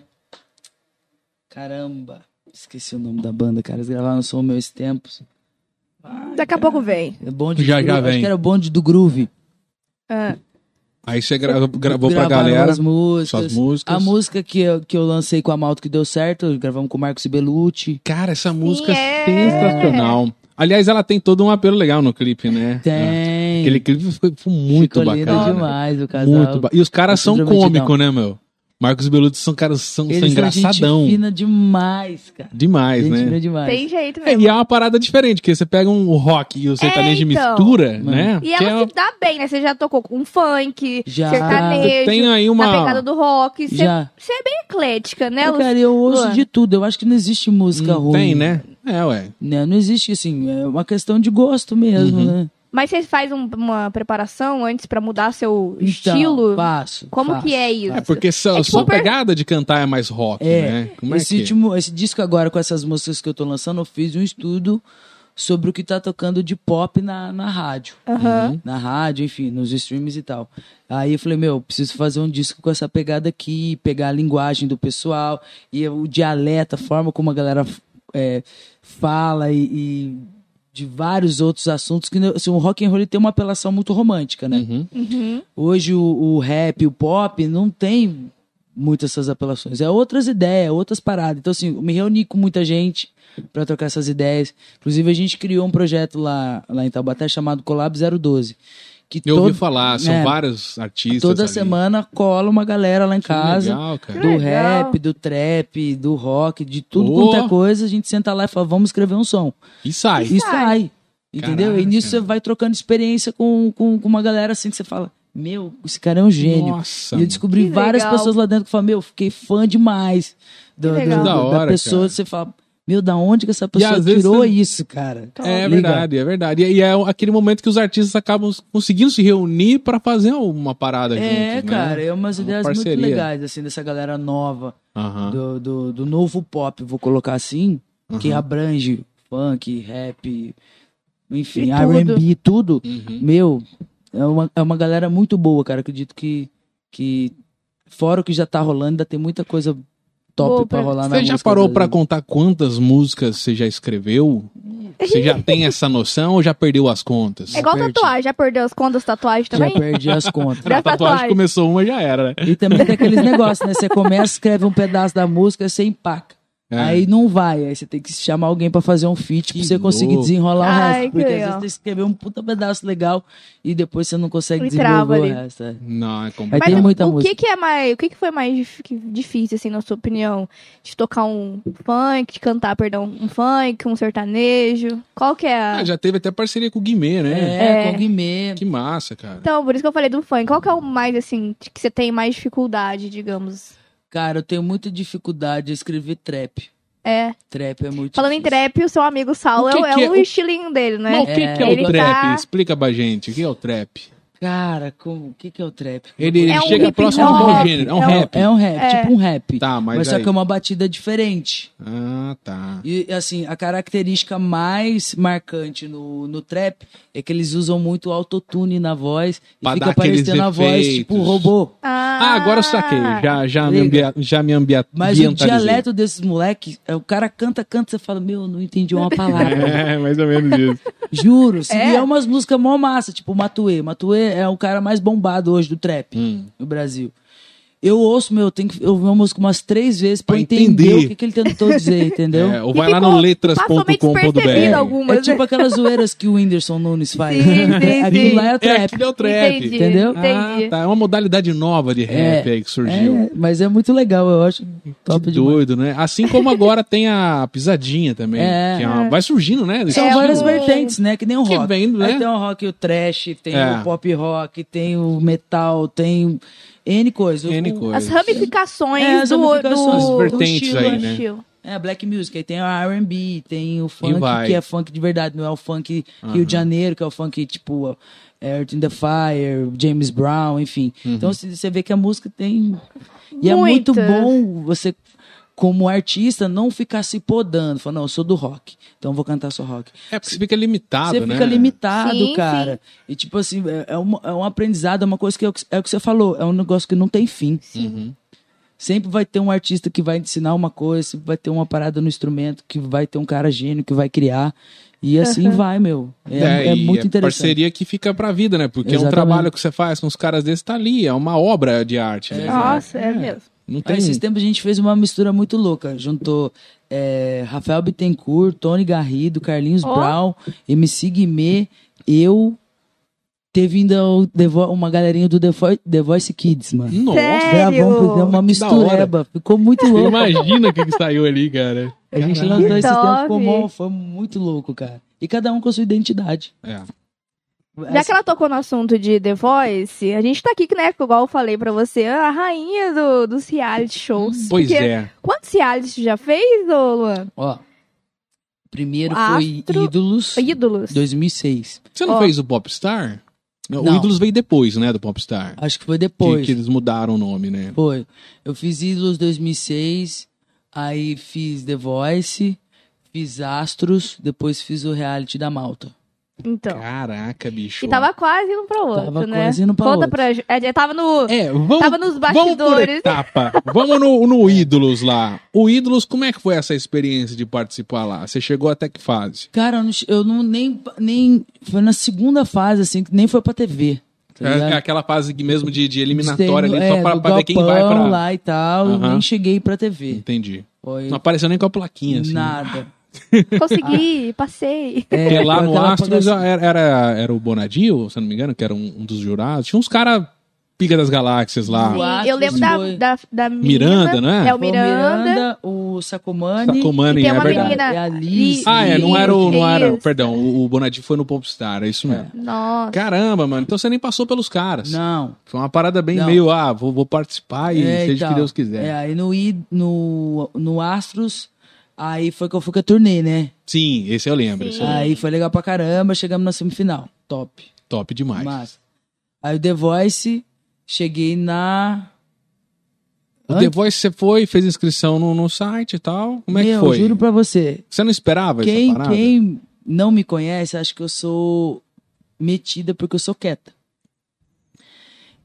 Speaker 3: Caramba. Esqueci o nome da banda, cara. Eles gravaram São Meus Tempos.
Speaker 2: Daqui a pouco vem.
Speaker 3: É bonde
Speaker 1: Já,
Speaker 3: do
Speaker 1: já
Speaker 3: Groove.
Speaker 1: vem.
Speaker 3: Acho que era o bonde do Groove.
Speaker 2: Ah,
Speaker 1: Aí você gra- gravou pra
Speaker 3: Gravaram
Speaker 1: galera.
Speaker 3: As músicas.
Speaker 1: suas músicas.
Speaker 3: A música que eu, que eu lancei com a Malta que deu certo, gravamos com o Marcos Belucci.
Speaker 1: Cara, essa música é
Speaker 2: é.
Speaker 1: sensacional. Aliás, ela tem todo um apelo legal no clipe, né?
Speaker 3: Tem.
Speaker 1: Aquele clipe foi, foi muito
Speaker 3: Ficou lindo
Speaker 1: bacana.
Speaker 3: demais o casal.
Speaker 1: Muito ba... E os caras são
Speaker 3: Eu sinceramente
Speaker 1: cômicos, né, meu? Marcos Belucci são caras são, são
Speaker 3: Eles
Speaker 1: um engraçadão.
Speaker 3: Gente fina demais, cara.
Speaker 1: Demais,
Speaker 3: gente
Speaker 1: né?
Speaker 3: fina demais.
Speaker 2: tem jeito
Speaker 1: É,
Speaker 2: mesmo.
Speaker 1: e é uma parada diferente, porque você pega um rock e o sertanejo
Speaker 2: então.
Speaker 1: mistura, né?
Speaker 2: E
Speaker 1: Que
Speaker 2: ela
Speaker 1: é-
Speaker 2: se dá bem, né? Você já tocou com um funk,
Speaker 3: Já.
Speaker 2: sertanejo,
Speaker 1: tem aí uma.
Speaker 2: na pegada do rock. Você
Speaker 3: Já.
Speaker 2: você é bem eclética, né,
Speaker 3: Eu,
Speaker 2: Lu?
Speaker 3: cara, eu ouço
Speaker 2: Luan?
Speaker 3: de tudo. Eu acho que não existe música
Speaker 1: Não
Speaker 3: ruim.
Speaker 1: tem, né? É, ué.
Speaker 3: né? Não existe, assim, é uma questão de gosto mesmo,
Speaker 1: Uhum.
Speaker 3: né?
Speaker 2: Mas você faz um- uma preparação antes pra mudar seu
Speaker 3: Então,
Speaker 2: estilo?
Speaker 3: Faço.
Speaker 2: Como
Speaker 3: faço.
Speaker 2: que é isso?
Speaker 1: É porque só-
Speaker 2: É tipo
Speaker 1: sua
Speaker 2: um per-
Speaker 1: pegada de cantar é mais rock,
Speaker 3: É,
Speaker 1: né? Como é
Speaker 3: esse,
Speaker 1: que-
Speaker 3: último, esse disco agora, com essas músicas que eu tô lançando, eu fiz um estudo sobre o que tá tocando de pop na, na rádio.
Speaker 2: Aham.
Speaker 3: Na rádio, enfim, nos streams e tal. Aí eu falei, meu, preciso fazer um disco com essa pegada aqui, pegar a linguagem do pessoal, e o dialeto, a forma como a galera é, fala e, e de vários outros assuntos. que não- assim, O rock and roll ele tem uma apelação muito romântica, né?
Speaker 1: Uhum.
Speaker 2: Uhum.
Speaker 3: Hoje o, o rap, o pop, não tem muitas essas apelações. É outras ideias, outras paradas. Então, assim, eu me reuni com muita gente para trocar essas ideias. Inclusive, a gente criou um projeto lá, lá em Taubaté chamado Collab 012. Que
Speaker 1: Eu
Speaker 3: todo-
Speaker 1: ouvi falar, são
Speaker 3: é,
Speaker 1: vários artistas.
Speaker 3: Toda
Speaker 1: ali.
Speaker 3: semana cola uma galera lá em
Speaker 1: Que
Speaker 3: casa.
Speaker 1: Legal, cara.
Speaker 3: Do
Speaker 2: Legal.
Speaker 3: rap, do trap, do rock, de tudo
Speaker 1: Boa.
Speaker 3: quanto é coisa, a gente senta lá e fala, vamos escrever um som
Speaker 1: E sai.
Speaker 3: e sai. Entendeu?
Speaker 1: Caraca.
Speaker 3: E nisso você vai trocando experiência com, com, com uma galera assim que você fala: Meu, esse cara é um gênio.
Speaker 1: Nossa.
Speaker 3: e eu descobri
Speaker 2: Que
Speaker 3: várias
Speaker 2: legal.
Speaker 3: pessoas lá dentro que falam: Meu, fiquei fã demais do,
Speaker 2: Que
Speaker 3: do-
Speaker 2: legal.
Speaker 3: do-
Speaker 1: Da hora,
Speaker 3: da pessoa.
Speaker 1: cara.
Speaker 3: Você fala: Meu, da onde que essa pessoa
Speaker 1: às vezes
Speaker 3: tirou
Speaker 1: você-
Speaker 3: isso, cara?
Speaker 1: É
Speaker 3: Liga.
Speaker 1: verdade, é verdade. E, e é aquele momento que os artistas acabam conseguindo se reunir pra fazer uma parada
Speaker 3: É,
Speaker 1: juntos, né?
Speaker 3: cara, é umas
Speaker 1: É uma
Speaker 3: ideias muito
Speaker 1: parceria.
Speaker 3: legais, assim, dessa galera nova,
Speaker 1: Aham.
Speaker 3: do, do, do novo pop, vou colocar assim, que abrange funk, rap,
Speaker 2: E
Speaker 3: enfim,
Speaker 2: tudo.
Speaker 3: RB, tudo.
Speaker 1: Uhum.
Speaker 3: Meu, é uma, é uma galera muito boa, cara. Acredito que, que fora o que já tá rolando, ainda tem muita coisa top
Speaker 2: Boa
Speaker 3: pra
Speaker 2: pra-
Speaker 3: rolar na
Speaker 1: Você já
Speaker 3: música
Speaker 1: parou pra
Speaker 3: brasileira.
Speaker 1: contar quantas músicas você já escreveu? Você já tem essa noção ou já perdeu as contas?
Speaker 2: É igual
Speaker 3: Perde.
Speaker 2: tatuagem, já perdeu as contas tatuagem também?
Speaker 3: Já perdi as contas.
Speaker 2: Já-
Speaker 1: a tatuagem
Speaker 2: tatuagem.
Speaker 1: começou uma já era, né?
Speaker 3: (laughs) E também tem aqueles negócios, né? Você começa, escreve um pedaço da música, você empaca.
Speaker 1: É.
Speaker 3: Aí não vai, aí você tem que chamar alguém pra fazer um feat pra
Speaker 1: Que
Speaker 3: você conseguir
Speaker 1: louco.
Speaker 3: desenrolar o
Speaker 2: Ai,
Speaker 3: resto.
Speaker 2: que
Speaker 3: Porque às
Speaker 2: legal.
Speaker 3: vezes você escreveu um puta pedaço legal e depois você não consegue
Speaker 2: E trava
Speaker 3: desenvolver o
Speaker 2: ali.
Speaker 3: resto. é.
Speaker 1: Não, é
Speaker 3: Aí
Speaker 1: complicado.
Speaker 3: tem
Speaker 2: o-
Speaker 3: muita
Speaker 2: o
Speaker 3: música.
Speaker 2: Que que é mais, o que, que foi mais dif- que- difícil, assim, na sua opinião? De tocar um funk, de cantar, perdão, um funk, um sertanejo? Qual que é a...
Speaker 1: Ah, já teve até parceria com o Guimê, né?
Speaker 3: É,
Speaker 2: É.
Speaker 3: com o Guimê.
Speaker 1: Que massa, cara.
Speaker 2: Então, por isso que eu falei do funk. Qual que é o mais, assim, de- que você tem mais dificuldade, digamos?
Speaker 3: Cara, eu tenho muita dificuldade de escrever trap.
Speaker 2: É.
Speaker 3: Trap é muito
Speaker 2: Falando em
Speaker 3: difícil.
Speaker 2: trap, o seu amigo Saulo
Speaker 1: O que
Speaker 2: é, o-
Speaker 1: que
Speaker 2: é
Speaker 1: é?
Speaker 2: o
Speaker 1: O-
Speaker 2: estilinho dele, né?
Speaker 1: Mas o que que é, o
Speaker 2: Ele
Speaker 1: trap?
Speaker 2: tá-
Speaker 1: Explica pra gente. O que é o trap?
Speaker 3: Cara, como, o que, que é o trap?
Speaker 1: Ele, ele
Speaker 2: É um
Speaker 1: chega
Speaker 2: hip
Speaker 1: próximo
Speaker 2: hop.
Speaker 1: a qual gênero? É um rap.
Speaker 3: É um rap,
Speaker 2: É.
Speaker 3: tipo um rap.
Speaker 1: Tá, mas,
Speaker 3: mas só
Speaker 1: aí-
Speaker 3: que é uma batida diferente.
Speaker 1: Ah, tá.
Speaker 3: E assim, a característica mais marcante no, no trap é que eles usam muito autotune na voz e
Speaker 1: Pra dar
Speaker 3: fica
Speaker 1: aqueles
Speaker 3: parecendo a voz
Speaker 1: efeitos.
Speaker 3: tipo robô.
Speaker 1: Ah, agora eu saquei. Já, já, me,
Speaker 3: Liga.
Speaker 1: ambia... já me ambia...
Speaker 3: Mas o
Speaker 1: ambientalizei.
Speaker 3: dialeto desses moleques, é, o cara canta, canta, você fala, meu, não entendi uma palavra.
Speaker 1: (laughs) (laughs) É, mais ou menos isso.
Speaker 3: Juro. assim,
Speaker 2: É?
Speaker 3: E é umas músicas mó massa, tipo o Matuê. Matuê é o cara mais bombado hoje do trap
Speaker 1: Hum.
Speaker 3: no Brasil. Eu ouço, meu, eu tenho que ouvir uma música umas três vezes pra
Speaker 1: Pra
Speaker 3: entender.
Speaker 1: entender.
Speaker 3: o que, que ele tentou dizer,
Speaker 1: (laughs)
Speaker 3: entendeu?
Speaker 1: É,
Speaker 3: É.
Speaker 1: ou
Speaker 2: E
Speaker 1: vai lá
Speaker 2: ficou-
Speaker 1: no
Speaker 2: Passou meio
Speaker 1: É
Speaker 2: despercebido
Speaker 1: letras.com.br.
Speaker 2: algumas,
Speaker 3: tipo
Speaker 2: né?
Speaker 3: aquelas zoeiras que o Whindersson Nunes
Speaker 2: Sim,
Speaker 3: faz.
Speaker 2: sim,
Speaker 3: (laughs) Aquilo
Speaker 2: sim.
Speaker 3: lá é o trap.
Speaker 1: aquilo é o trap.
Speaker 2: Entendi,
Speaker 3: entendeu?
Speaker 1: Ah,
Speaker 2: entendi.
Speaker 1: tá. É uma modalidade nova de rap aí que surgiu.
Speaker 3: É, mas é muito legal, eu acho. Top
Speaker 1: que
Speaker 3: demais.
Speaker 1: doido, né? Assim como agora tem a pisadinha também.
Speaker 3: É.
Speaker 1: que é uma- Vai surgindo, né?
Speaker 3: São
Speaker 2: É,
Speaker 3: várias
Speaker 2: o-
Speaker 3: vertentes, né? Que nem o
Speaker 1: Que
Speaker 3: rock.
Speaker 1: vem, né?
Speaker 3: Aí tem o rock, o trash, tem
Speaker 1: É.
Speaker 3: o pop rock, tem o metal, tem N coisas.
Speaker 1: N
Speaker 3: O-
Speaker 1: coisas.
Speaker 2: As ramificações
Speaker 3: É, as
Speaker 2: do...
Speaker 3: ramificações,
Speaker 1: as
Speaker 2: do...
Speaker 1: vertentes
Speaker 2: do
Speaker 1: aí, né?
Speaker 2: estilo.
Speaker 3: É, black music, aí tem o R&B, tem o funk,
Speaker 1: vai.
Speaker 3: que é funk de verdade, não é o funk Rio de Janeiro, que é o funk tipo é, Earth in the Fire, James Brown, enfim. Então se- você vê que a música tem... E é muito
Speaker 2: Muitas.
Speaker 3: bom você, como artista, não ficar se podando, falar, não, eu sou do rock, então eu vou cantar só rock.
Speaker 1: É porque você fica limitado,
Speaker 3: Você
Speaker 1: né?
Speaker 3: fica limitado,
Speaker 2: Sim,
Speaker 3: cara. E tipo assim, é, é um, é um aprendizado, é uma coisa que é o que, é o que você falou, é um negócio que não tem fim.
Speaker 1: Uhum.
Speaker 3: Sempre vai ter um artista que vai ensinar uma coisa, sempre vai ter uma parada no instrumento, que vai ter um cara gênio que vai criar. E assim vai, meu. É, é
Speaker 1: e
Speaker 3: muito interessante.
Speaker 1: parceria que fica pra vida, né? Porque é um
Speaker 3: Exatamente.
Speaker 1: trabalho que você faz com os caras desses, tá ali. É uma obra de arte, né?
Speaker 2: Nossa, é mesmo.
Speaker 1: Não tem...
Speaker 3: Aí, Então, esses tempos a gente fez uma mistura muito louca. Juntou é, Rafael Bittencourt, Tony Garrido, Carlinhos
Speaker 2: Ó.
Speaker 3: Brown, MC Guimê, eu. Teve ainda o The Vo- uma galerinha do The, Vo- The Voice Kids, mano.
Speaker 1: (laughs) Nossa,
Speaker 2: Sério?
Speaker 3: Gravamos um uma
Speaker 1: Que da hora.
Speaker 3: mistureba. Ficou muito louco.
Speaker 1: imagina o que, que saiu ali, cara.
Speaker 3: A gente
Speaker 1: Caralho.
Speaker 3: lançou esse
Speaker 2: Top.
Speaker 3: tempo, ficou bom, foi muito louco, cara. E cada um com a sua identidade.
Speaker 1: É.
Speaker 2: Já que ela tocou no assunto de The Voice, a gente tá aqui, né? Igual eu falei pra você, a rainha do- dos reality shows.
Speaker 1: Pois
Speaker 2: Porque
Speaker 1: é.
Speaker 2: Quantos realities você já fez, ô Luan?
Speaker 3: Ó, primeiro
Speaker 2: Astro-
Speaker 3: foi Ídolos,
Speaker 2: Ídolos.
Speaker 3: 2006.
Speaker 1: Você não
Speaker 2: Ó.
Speaker 1: fez o Popstar? O
Speaker 3: Não.
Speaker 1: Ídolos veio depois, né, do Popstar.
Speaker 3: Acho que foi
Speaker 1: Que,
Speaker 3: depois.
Speaker 1: que eles mudaram o nome, né?
Speaker 3: Foi. Eu fiz Ídolos 2006, aí fiz The Voice, fiz Astros, depois fiz o reality da Malta.
Speaker 2: Então.
Speaker 1: Caraca, bicho.
Speaker 2: E tava quase indo pra outro,
Speaker 3: Tava
Speaker 2: né?
Speaker 3: quase indo pra
Speaker 2: Conta
Speaker 3: outro.
Speaker 2: pra gente. É, é, tava no.
Speaker 1: É, vamos,
Speaker 2: Tava nos
Speaker 1: vamos por
Speaker 2: bastidores.
Speaker 1: etapa.
Speaker 3: (laughs)
Speaker 1: Vamos no, no Ídolos lá. O Ídolos, como é que foi essa experiência de participar lá? Você chegou até que fase?
Speaker 3: Cara, eu não, che- eu não nem, nem. Foi na segunda fase, assim, que nem foi pra TV. Tá
Speaker 1: É,
Speaker 3: ligado?
Speaker 1: é aquela fase que mesmo de, de eliminatória ali,
Speaker 3: Tem-
Speaker 1: só
Speaker 3: é,
Speaker 1: pra,
Speaker 3: do
Speaker 1: pra ver quem vai
Speaker 3: galpão
Speaker 1: pra...
Speaker 3: lá e tal,
Speaker 1: Aham.
Speaker 3: nem cheguei pra TV.
Speaker 1: Entendi.
Speaker 3: Foi
Speaker 1: Não apareceu nem com a plaquinha, assim.
Speaker 3: nada.
Speaker 2: Consegui, passei.
Speaker 3: É,
Speaker 1: (laughs) Porque lá
Speaker 3: foi
Speaker 1: no
Speaker 3: aquela
Speaker 1: Astros
Speaker 3: apagação.
Speaker 1: era, era, era o Bonadio, se eu não me engano, que era um, um dos jurados. Tinha uns caras pica das galáxias lá.
Speaker 2: Sim,
Speaker 3: Boatos,
Speaker 2: eu lembro da,
Speaker 3: foi.
Speaker 2: da, da
Speaker 1: Ah. Miranda,
Speaker 2: menina.
Speaker 1: né?
Speaker 2: É, o
Speaker 3: Foi o
Speaker 2: Miranda.
Speaker 3: Miranda, o Sacomani.
Speaker 1: Sacomani,
Speaker 2: E tem
Speaker 1: é
Speaker 2: uma
Speaker 1: verdade.
Speaker 2: menina-
Speaker 3: É a Liz.
Speaker 1: Ah, é, não
Speaker 2: Isso,
Speaker 1: era o. Não era,
Speaker 2: isso.
Speaker 1: perdão, o, o Bonadio foi no Popstar, é isso mesmo.
Speaker 2: Nossa.
Speaker 1: Caramba, mano, então você nem passou pelos caras.
Speaker 3: Não.
Speaker 1: Foi uma parada bem
Speaker 3: Não.
Speaker 1: meio, ah, vou, vou participar e
Speaker 3: É,
Speaker 1: Tá seja o
Speaker 3: então.
Speaker 1: que Deus quiser.
Speaker 3: É, aí no, I- no, no Astros, aí foi que eu fui com a turnê, né?
Speaker 1: Sim, esse eu lembro.
Speaker 2: Sim.
Speaker 1: Esse eu lembro.
Speaker 3: Aí foi legal pra caramba, chegamos na semifinal. Top.
Speaker 1: Top demais.
Speaker 3: Massa. Aí o The Voice, cheguei na.
Speaker 1: O The Voice você foi, fez inscrição no, no site e tal. Como é
Speaker 3: Meu,
Speaker 1: que foi?
Speaker 3: juro pra você.
Speaker 1: Você não esperava
Speaker 3: Quem,
Speaker 1: essa parada?
Speaker 3: quem não me conhece, acha que eu sou metida porque eu sou quieta.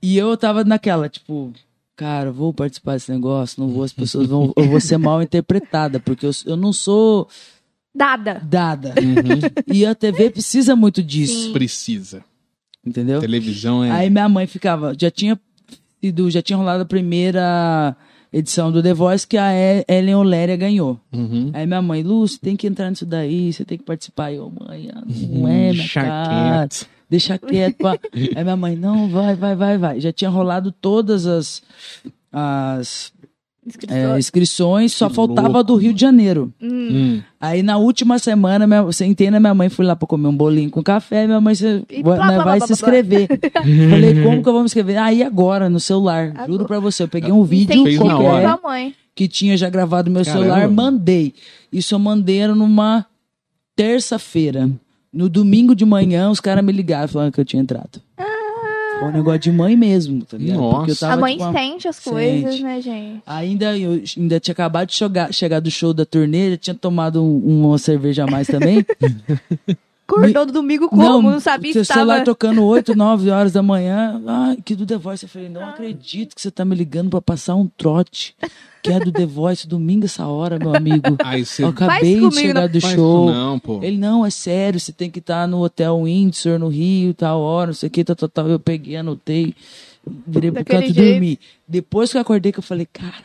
Speaker 3: E eu tava naquela, tipo, cara, eu vou participar desse negócio, não vou, as pessoas vão. eu vou ser mal interpretada, porque eu, eu não sou
Speaker 2: Dada.
Speaker 3: dada.
Speaker 1: Uhum,
Speaker 3: E a TV precisa muito disso,
Speaker 2: Sim.
Speaker 1: precisa.
Speaker 3: entendeu?
Speaker 1: Televisão é.
Speaker 3: Aí minha mãe ficava, já tinha sido, já tinha rolado a primeira edição do The Voice que a E- Ellen Oléria ganhou.
Speaker 1: Uhum.
Speaker 3: Aí minha mãe, Lu, você tem que entrar nisso daí, você tem que participar. Eu, mãe, ah, não é, minha
Speaker 1: Hum, Deixa
Speaker 3: cara.
Speaker 1: quieto.
Speaker 3: Deixa quieto. pá. Aí minha mãe, não, vai, vai, vai, vai. Já tinha rolado todas as, as é,
Speaker 2: Inscrição.
Speaker 3: inscrições, só
Speaker 1: Que
Speaker 3: faltava
Speaker 1: louco,
Speaker 3: do Rio de Janeiro.
Speaker 2: Hum.
Speaker 1: Hum.
Speaker 3: Aí na última semana, minha, sentei na minha mãe, fui lá pra comer um bolinho com café, minha mãe "Cê
Speaker 2: E
Speaker 3: vai,
Speaker 2: blá,
Speaker 3: né,
Speaker 2: blá,
Speaker 3: vai
Speaker 2: blá,
Speaker 3: se
Speaker 2: blá, blá."
Speaker 3: inscrever.
Speaker 1: (laughs)
Speaker 3: Falei, como que eu vou me inscrever? Aí agora, no celular,
Speaker 2: Agora.
Speaker 3: juro pra você, eu peguei um vídeo
Speaker 1: Fez na
Speaker 2: Incentiva
Speaker 1: hora.
Speaker 2: sua mãe.
Speaker 3: que tinha já gravado no meu
Speaker 1: Caramba.
Speaker 3: celular, mandei. Isso eu mandei era numa terça-feira. No domingo de manhã, os caras me ligaram falando que eu tinha entrado. Foi um negócio de mãe mesmo, tá ligado? Porque eu
Speaker 1: Nossa.
Speaker 3: tava,
Speaker 2: A mãe
Speaker 3: tipo, uma-
Speaker 2: sente as coisas,
Speaker 3: sente.
Speaker 2: né, gente?
Speaker 3: Ainda, eu ainda tinha acabado de chegar, chegar do show da turnê, já tinha tomado um- uma cerveja a mais também.
Speaker 2: Acordou do domingo (laughs) como? Não, sabia que
Speaker 3: seu celular
Speaker 2: estava... (laughs)
Speaker 3: tocando 8, 9 horas da manhã. Ai, que do The Voice. Eu falei, não
Speaker 2: Ah.
Speaker 3: acredito que você tá me ligando pra passar um trote. Que é do The Voice, domingo essa hora, meu amigo.
Speaker 1: (laughs) Aí você
Speaker 3: Eu
Speaker 2: Faz
Speaker 3: acabei
Speaker 2: comigo,
Speaker 3: de chegar
Speaker 2: não
Speaker 3: do
Speaker 1: faz
Speaker 3: show.
Speaker 1: isso não, pô.
Speaker 3: Ele, não, é sério, você tem que estar no hotel Windsor, no Rio, tal hora, não sei o que, tal, tal, tal. Eu peguei, anotei, virei pro
Speaker 2: Daquele
Speaker 3: canto e
Speaker 2: jeito.
Speaker 3: dormi. Depois que eu acordei, que eu falei, caraca,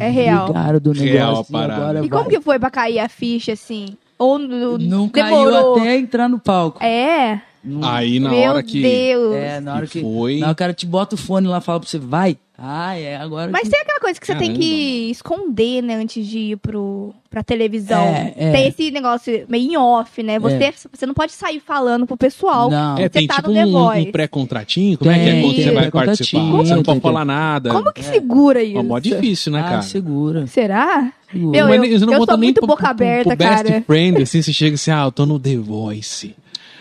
Speaker 2: É real.
Speaker 3: ligaram do negócio.
Speaker 1: Real a
Speaker 3: e
Speaker 1: parada.
Speaker 3: agora
Speaker 2: E como
Speaker 3: vai.
Speaker 2: que foi pra cair a ficha, assim? Ou no-
Speaker 3: Não
Speaker 2: demorou?
Speaker 3: caiu até entrar no palco.
Speaker 2: É?
Speaker 3: Não-
Speaker 1: Aí na
Speaker 2: Meu
Speaker 1: hora que.
Speaker 2: Deus.
Speaker 3: É, na hora
Speaker 1: que
Speaker 3: que.
Speaker 1: foi.
Speaker 3: Na hora que o cara te bota o fone lá e fala pra você, vai. Ah, é, agora.
Speaker 2: Mas
Speaker 3: que-
Speaker 2: tem aquela coisa que você tem
Speaker 1: Caramba,
Speaker 2: que esconder, né, antes de ir pro, pra televisão.
Speaker 3: É, é.
Speaker 2: Tem esse negócio meio em off, né? Você, você não pode sair falando pro pessoal.
Speaker 3: Não.
Speaker 1: É,
Speaker 2: Você
Speaker 1: tem
Speaker 2: tá
Speaker 1: tipo
Speaker 2: no The
Speaker 1: um,
Speaker 2: Voice.
Speaker 1: um pré-contratinho? Como é que é
Speaker 2: Tem,
Speaker 1: quando você
Speaker 2: tem
Speaker 1: vai
Speaker 3: pré-contratinho, é?
Speaker 1: participar? Você não pode
Speaker 3: tem, tem.
Speaker 1: falar nada.
Speaker 2: Como que
Speaker 3: É.
Speaker 2: segura isso?
Speaker 1: Ó, mó difícil, né,
Speaker 3: ah,
Speaker 1: cara?
Speaker 3: segura.
Speaker 2: Será?
Speaker 3: segura.
Speaker 2: Meu,
Speaker 1: Mas
Speaker 2: eu-
Speaker 1: nem- você não
Speaker 2: eu
Speaker 1: conta
Speaker 2: sou
Speaker 1: nem
Speaker 2: muito
Speaker 1: pro-
Speaker 2: boca
Speaker 1: pro- pro
Speaker 2: aberta,
Speaker 1: best
Speaker 2: cara.
Speaker 1: friend, assim, você chega assim, ah, eu tô no The Voice.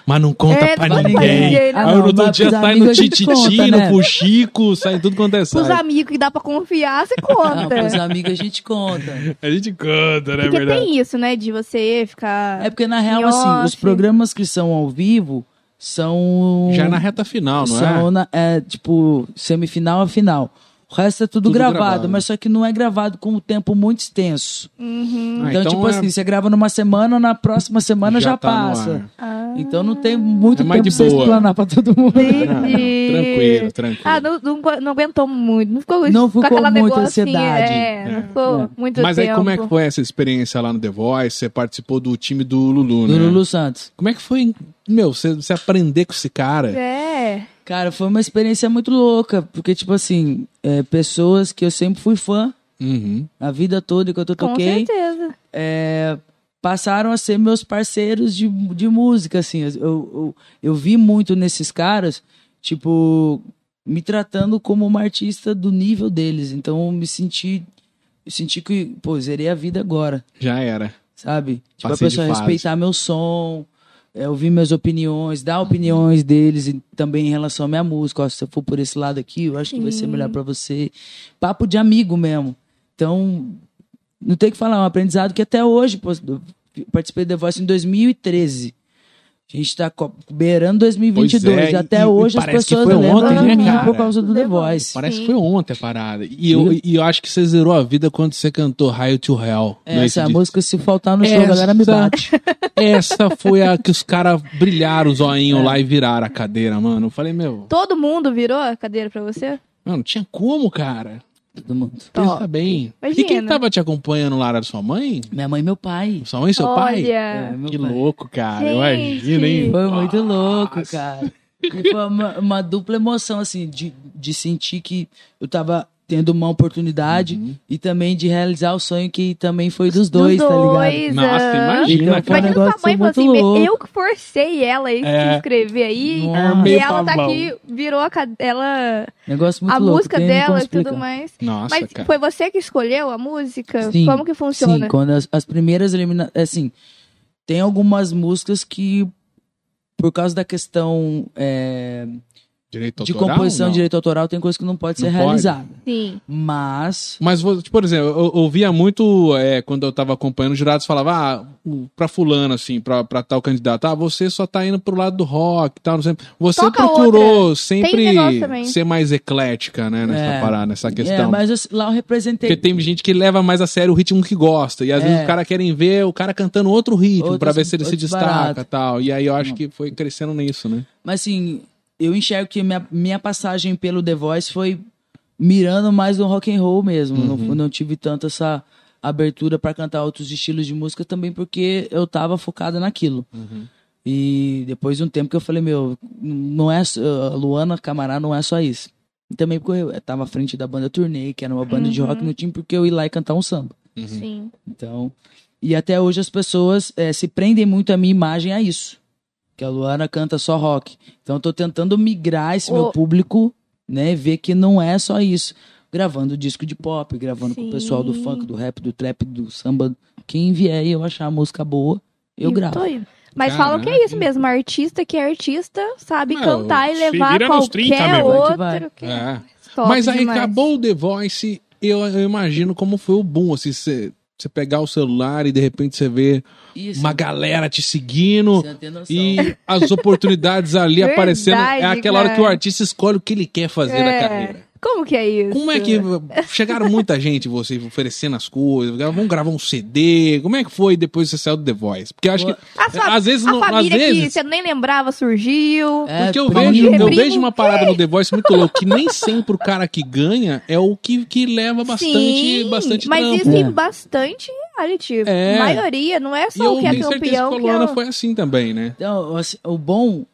Speaker 1: Mas não conta
Speaker 2: É,
Speaker 1: pra
Speaker 2: não
Speaker 1: ninguém.
Speaker 2: conta pra ninguém, né?
Speaker 1: Aí
Speaker 3: Ah,
Speaker 1: no
Speaker 3: não,
Speaker 1: outro
Speaker 3: mas
Speaker 1: dia
Speaker 3: pros
Speaker 1: sai
Speaker 3: amigos
Speaker 1: no
Speaker 3: a gente
Speaker 1: Tititi,
Speaker 3: conta,
Speaker 1: no
Speaker 3: né?
Speaker 1: Fuxico, sai tudo quanto é
Speaker 2: Pros
Speaker 1: site.
Speaker 2: amigos que dá pra confiar, você
Speaker 3: (laughs) Não, pros
Speaker 2: conta.
Speaker 3: amigos a gente conta.
Speaker 1: A gente conta, né, é
Speaker 2: Porque
Speaker 1: verdade?
Speaker 2: tem isso, né, de você ficar...
Speaker 3: É porque, na real,
Speaker 2: Em
Speaker 3: assim, os
Speaker 2: off.
Speaker 3: programas que são ao vivo são.
Speaker 1: Já na reta final, não
Speaker 3: são
Speaker 1: é?
Speaker 3: na- é, tipo, semifinal a final. O resto é tudo,
Speaker 1: Tudo
Speaker 3: gravado,
Speaker 1: gravado.
Speaker 3: mas só que não é gravado com um tempo muito extenso.
Speaker 2: Uhum.
Speaker 1: Ah,
Speaker 3: então, tipo
Speaker 1: é-
Speaker 3: assim, você grava numa semana, na próxima semana já,
Speaker 1: tá no
Speaker 3: passa.
Speaker 1: ar.
Speaker 2: Ah,
Speaker 3: Então não tem muito
Speaker 1: É mais
Speaker 3: tempo
Speaker 1: de
Speaker 3: pra você
Speaker 1: boa.
Speaker 3: explanar pra todo mundo.
Speaker 1: Ah, não,
Speaker 2: Entendi.
Speaker 1: Tranquilo, tranquilo.
Speaker 2: Ah, não, não, agu- não aguentou muito. Não ficou,
Speaker 3: Não
Speaker 2: com
Speaker 3: ficou
Speaker 2: aquela
Speaker 3: muita
Speaker 2: negocinho,
Speaker 3: ansiedade.
Speaker 2: É, não ficou muito
Speaker 1: Mas aí,
Speaker 2: tempo.
Speaker 1: como é que foi essa experiência lá no The Voice? Você participou do time do Lulu,
Speaker 3: Do
Speaker 1: né?
Speaker 3: Lulu Santos.
Speaker 1: Como é que foi, meu, você, você aprender com esse cara?
Speaker 2: É.
Speaker 3: Cara, foi uma experiência muito louca, porque, tipo assim, é, pessoas que eu sempre fui fã,
Speaker 1: Uhum.
Speaker 3: a vida toda que eu
Speaker 2: Com
Speaker 3: toquei,
Speaker 2: certeza.
Speaker 3: é, passaram a ser meus parceiros de, de música, assim. Eu, eu, eu vi muito nesses caras, tipo, me tratando como uma artista do nível deles. Então, eu me senti, eu senti que, pô, zerei a vida agora.
Speaker 1: Já era.
Speaker 3: sabe?
Speaker 1: Passei
Speaker 3: Tipo, a
Speaker 1: de
Speaker 3: pessoa
Speaker 1: fase.
Speaker 3: respeitar meu som, é, ouvir minhas opiniões, dar opiniões deles e também em relação à minha música. Ó, se você for por esse lado aqui, eu acho que vai ser melhor pra você. Papo de amigo mesmo. Então, não tem o que falar, é um aprendizado que até hoje, pô, eu participei do The Voice em 2013. A gente tá co- beirando 2022
Speaker 1: Pois é,
Speaker 3: e até
Speaker 1: e- e
Speaker 3: hoje as
Speaker 1: parece que
Speaker 3: pessoas
Speaker 1: foi
Speaker 3: lembram
Speaker 1: ontem,
Speaker 3: de
Speaker 1: né,
Speaker 3: mim
Speaker 1: cara?
Speaker 3: por causa do The Voice.
Speaker 1: Parece
Speaker 2: Sim.
Speaker 1: que foi ontem a parada. E eu, e eu acho que você zerou a vida quando você cantou Raio to Hell.
Speaker 3: É,
Speaker 1: no
Speaker 3: Essa
Speaker 1: ACDC.
Speaker 3: música, se faltar no show,
Speaker 1: É,
Speaker 3: a galera me
Speaker 1: Essa-
Speaker 3: bate.
Speaker 1: (laughs) Essa foi a que os caras brilharam os olhinhos lá e viraram a cadeira, mano. Eu falei, meu,
Speaker 2: Todo mundo virou a cadeira pra você?
Speaker 1: mano, não tinha como, cara.
Speaker 3: Todo mundo.
Speaker 1: Pensa
Speaker 2: Top.
Speaker 1: bem. E
Speaker 2: Imagina.
Speaker 1: quem tava te acompanhando lá era sua mãe?
Speaker 3: Minha mãe e meu pai.
Speaker 1: Sua mãe e seu pai?
Speaker 2: Olha.
Speaker 3: É, meu
Speaker 1: Que
Speaker 3: pai.
Speaker 1: louco, cara.
Speaker 2: Gente.
Speaker 1: Imagina, hein?
Speaker 3: Foi muito
Speaker 1: Nossa.
Speaker 3: louco, cara. E Foi uma, uma dupla emoção, assim, de, de sentir que eu tava tendo uma oportunidade
Speaker 1: Uhum.
Speaker 3: e também de realizar o sonho que também foi dos dois, tá ligado?
Speaker 2: dois,
Speaker 1: Nossa,
Speaker 2: ah.
Speaker 1: imagina,
Speaker 3: Então, foi
Speaker 1: cara.
Speaker 2: Imagina sua mãe falando assim,
Speaker 3: muito
Speaker 2: "Me-
Speaker 3: louco." é
Speaker 2: eu que forcei ela aí
Speaker 1: É.
Speaker 2: se inscrever aí.
Speaker 3: Nossa.
Speaker 2: E
Speaker 1: Armei
Speaker 2: ela tá
Speaker 1: pavão.
Speaker 2: aqui, virou a cade- ela,
Speaker 3: Negócio muito
Speaker 2: a
Speaker 3: louco.
Speaker 2: música
Speaker 3: tem nem como
Speaker 2: dela e tudo
Speaker 3: explicar.
Speaker 2: mais.
Speaker 1: Nossa,
Speaker 2: Mas
Speaker 1: cara.
Speaker 2: foi você que escolheu a música?
Speaker 3: Sim,
Speaker 2: Como que funciona?
Speaker 3: Sim, quando as, as primeiras eliminações. Assim, tem algumas músicas que, por causa da questão é,
Speaker 1: Direito
Speaker 3: de
Speaker 1: autoral,
Speaker 3: composição
Speaker 1: não?
Speaker 3: de direito autoral, tem coisa que não pode
Speaker 1: Não
Speaker 3: ser
Speaker 1: pode.
Speaker 3: realizada.
Speaker 2: Sim.
Speaker 3: Mas
Speaker 1: Mas, vo- tipo, por exemplo, eu eu ouvia muito é, quando eu tava acompanhando os jurados, falava, ah, o- pra fulano, assim, pra, pra tal candidato, ah, você só tá indo pro lado do rock e tal, não sei. Você
Speaker 2: Toca
Speaker 1: procurou
Speaker 2: Tem negócio
Speaker 1: sempre
Speaker 2: também.
Speaker 1: ser mais eclética, né, nessa
Speaker 3: É.
Speaker 1: parada, nessa questão.
Speaker 3: É, mas eu- lá eu
Speaker 1: Porque
Speaker 3: representei
Speaker 1: tem gente que leva mais a sério o ritmo que gosta. E às
Speaker 3: É.
Speaker 1: vezes os caras querem ver o cara cantando outro ritmo
Speaker 3: Outros-
Speaker 1: pra ver se ele se
Speaker 3: outros
Speaker 1: destaca
Speaker 3: barato.
Speaker 1: e tal. E aí eu acho que foi crescendo nisso, né?
Speaker 3: Mas assim, eu enxergo que minha, minha passagem pelo The Voice foi mirando mais no rock and roll mesmo. Não, fu- não tive tanto essa abertura pra cantar outros estilos de música também porque eu tava focada naquilo. E depois de um tempo que eu falei, meu, não é só- a Luana Camará não é só isso. E também porque eu tava à frente da banda Turnê, que era uma banda de rock, não tinha porque eu ir lá e cantar um samba.
Speaker 2: Sim.
Speaker 3: Então, e até hoje as pessoas eh, se prendem muito a minha imagem a isso. Que a Luana canta só rock. Então eu tô tentando migrar esse
Speaker 2: O-
Speaker 3: meu público, né? e Ver que não é só isso. Gravando disco de pop, gravando com o pessoal do
Speaker 2: Sim.
Speaker 3: funk, do rap, do trap, do samba. Quem vier e eu achar a música boa, eu
Speaker 2: E
Speaker 3: gravo.
Speaker 2: tô indo. Mas falam que é isso mesmo, artista que é artista sabe
Speaker 1: Não,
Speaker 2: cantar e
Speaker 1: se
Speaker 2: levar
Speaker 1: vira nos
Speaker 2: qualquer
Speaker 1: 30 mesmo.
Speaker 3: Vai que
Speaker 2: outro.
Speaker 3: vai.
Speaker 2: que-
Speaker 1: É.
Speaker 2: Top
Speaker 1: Mas aí
Speaker 2: demais.
Speaker 1: acabou o The Voice, eu, eu imagino como foi o boom, assim, você você pegar o celular e de repente você vê
Speaker 3: Isso.
Speaker 1: uma galera te seguindo
Speaker 3: Você tem noção.
Speaker 1: e as oportunidades ali
Speaker 2: (laughs) Verdade,
Speaker 1: aparecendo. É aquela hora
Speaker 2: cara.
Speaker 1: que o artista escolhe o que ele quer fazer na
Speaker 2: É.
Speaker 1: carreira.
Speaker 2: Como que é isso?
Speaker 1: Como é que chegaram muita gente você oferecendo as coisas, vamos gravar um CD, como é que foi depois que você saiu do The Voice? Porque eu acho que
Speaker 2: A sua-
Speaker 1: às vezes
Speaker 2: a
Speaker 1: não, às
Speaker 2: família que
Speaker 1: vezes
Speaker 2: você nem lembrava surgiu.
Speaker 3: É,
Speaker 1: porque eu
Speaker 3: primo.
Speaker 1: vejo, eu
Speaker 2: primo,
Speaker 1: vejo uma parada no The Voice muito louca, que nem sempre o cara que ganha é o que, que leva bastante,
Speaker 2: Sim,
Speaker 1: bastante
Speaker 2: mas
Speaker 1: trampo.
Speaker 2: isso tem
Speaker 3: É.
Speaker 2: bastante reality.
Speaker 1: É.
Speaker 2: maioria, não é
Speaker 1: E
Speaker 2: só
Speaker 1: eu
Speaker 2: o que é
Speaker 1: tenho certeza que
Speaker 2: campeão.
Speaker 1: a
Speaker 2: Que é...
Speaker 1: Luana
Speaker 2: o-
Speaker 1: foi assim também, né?
Speaker 3: Então, assim, o bom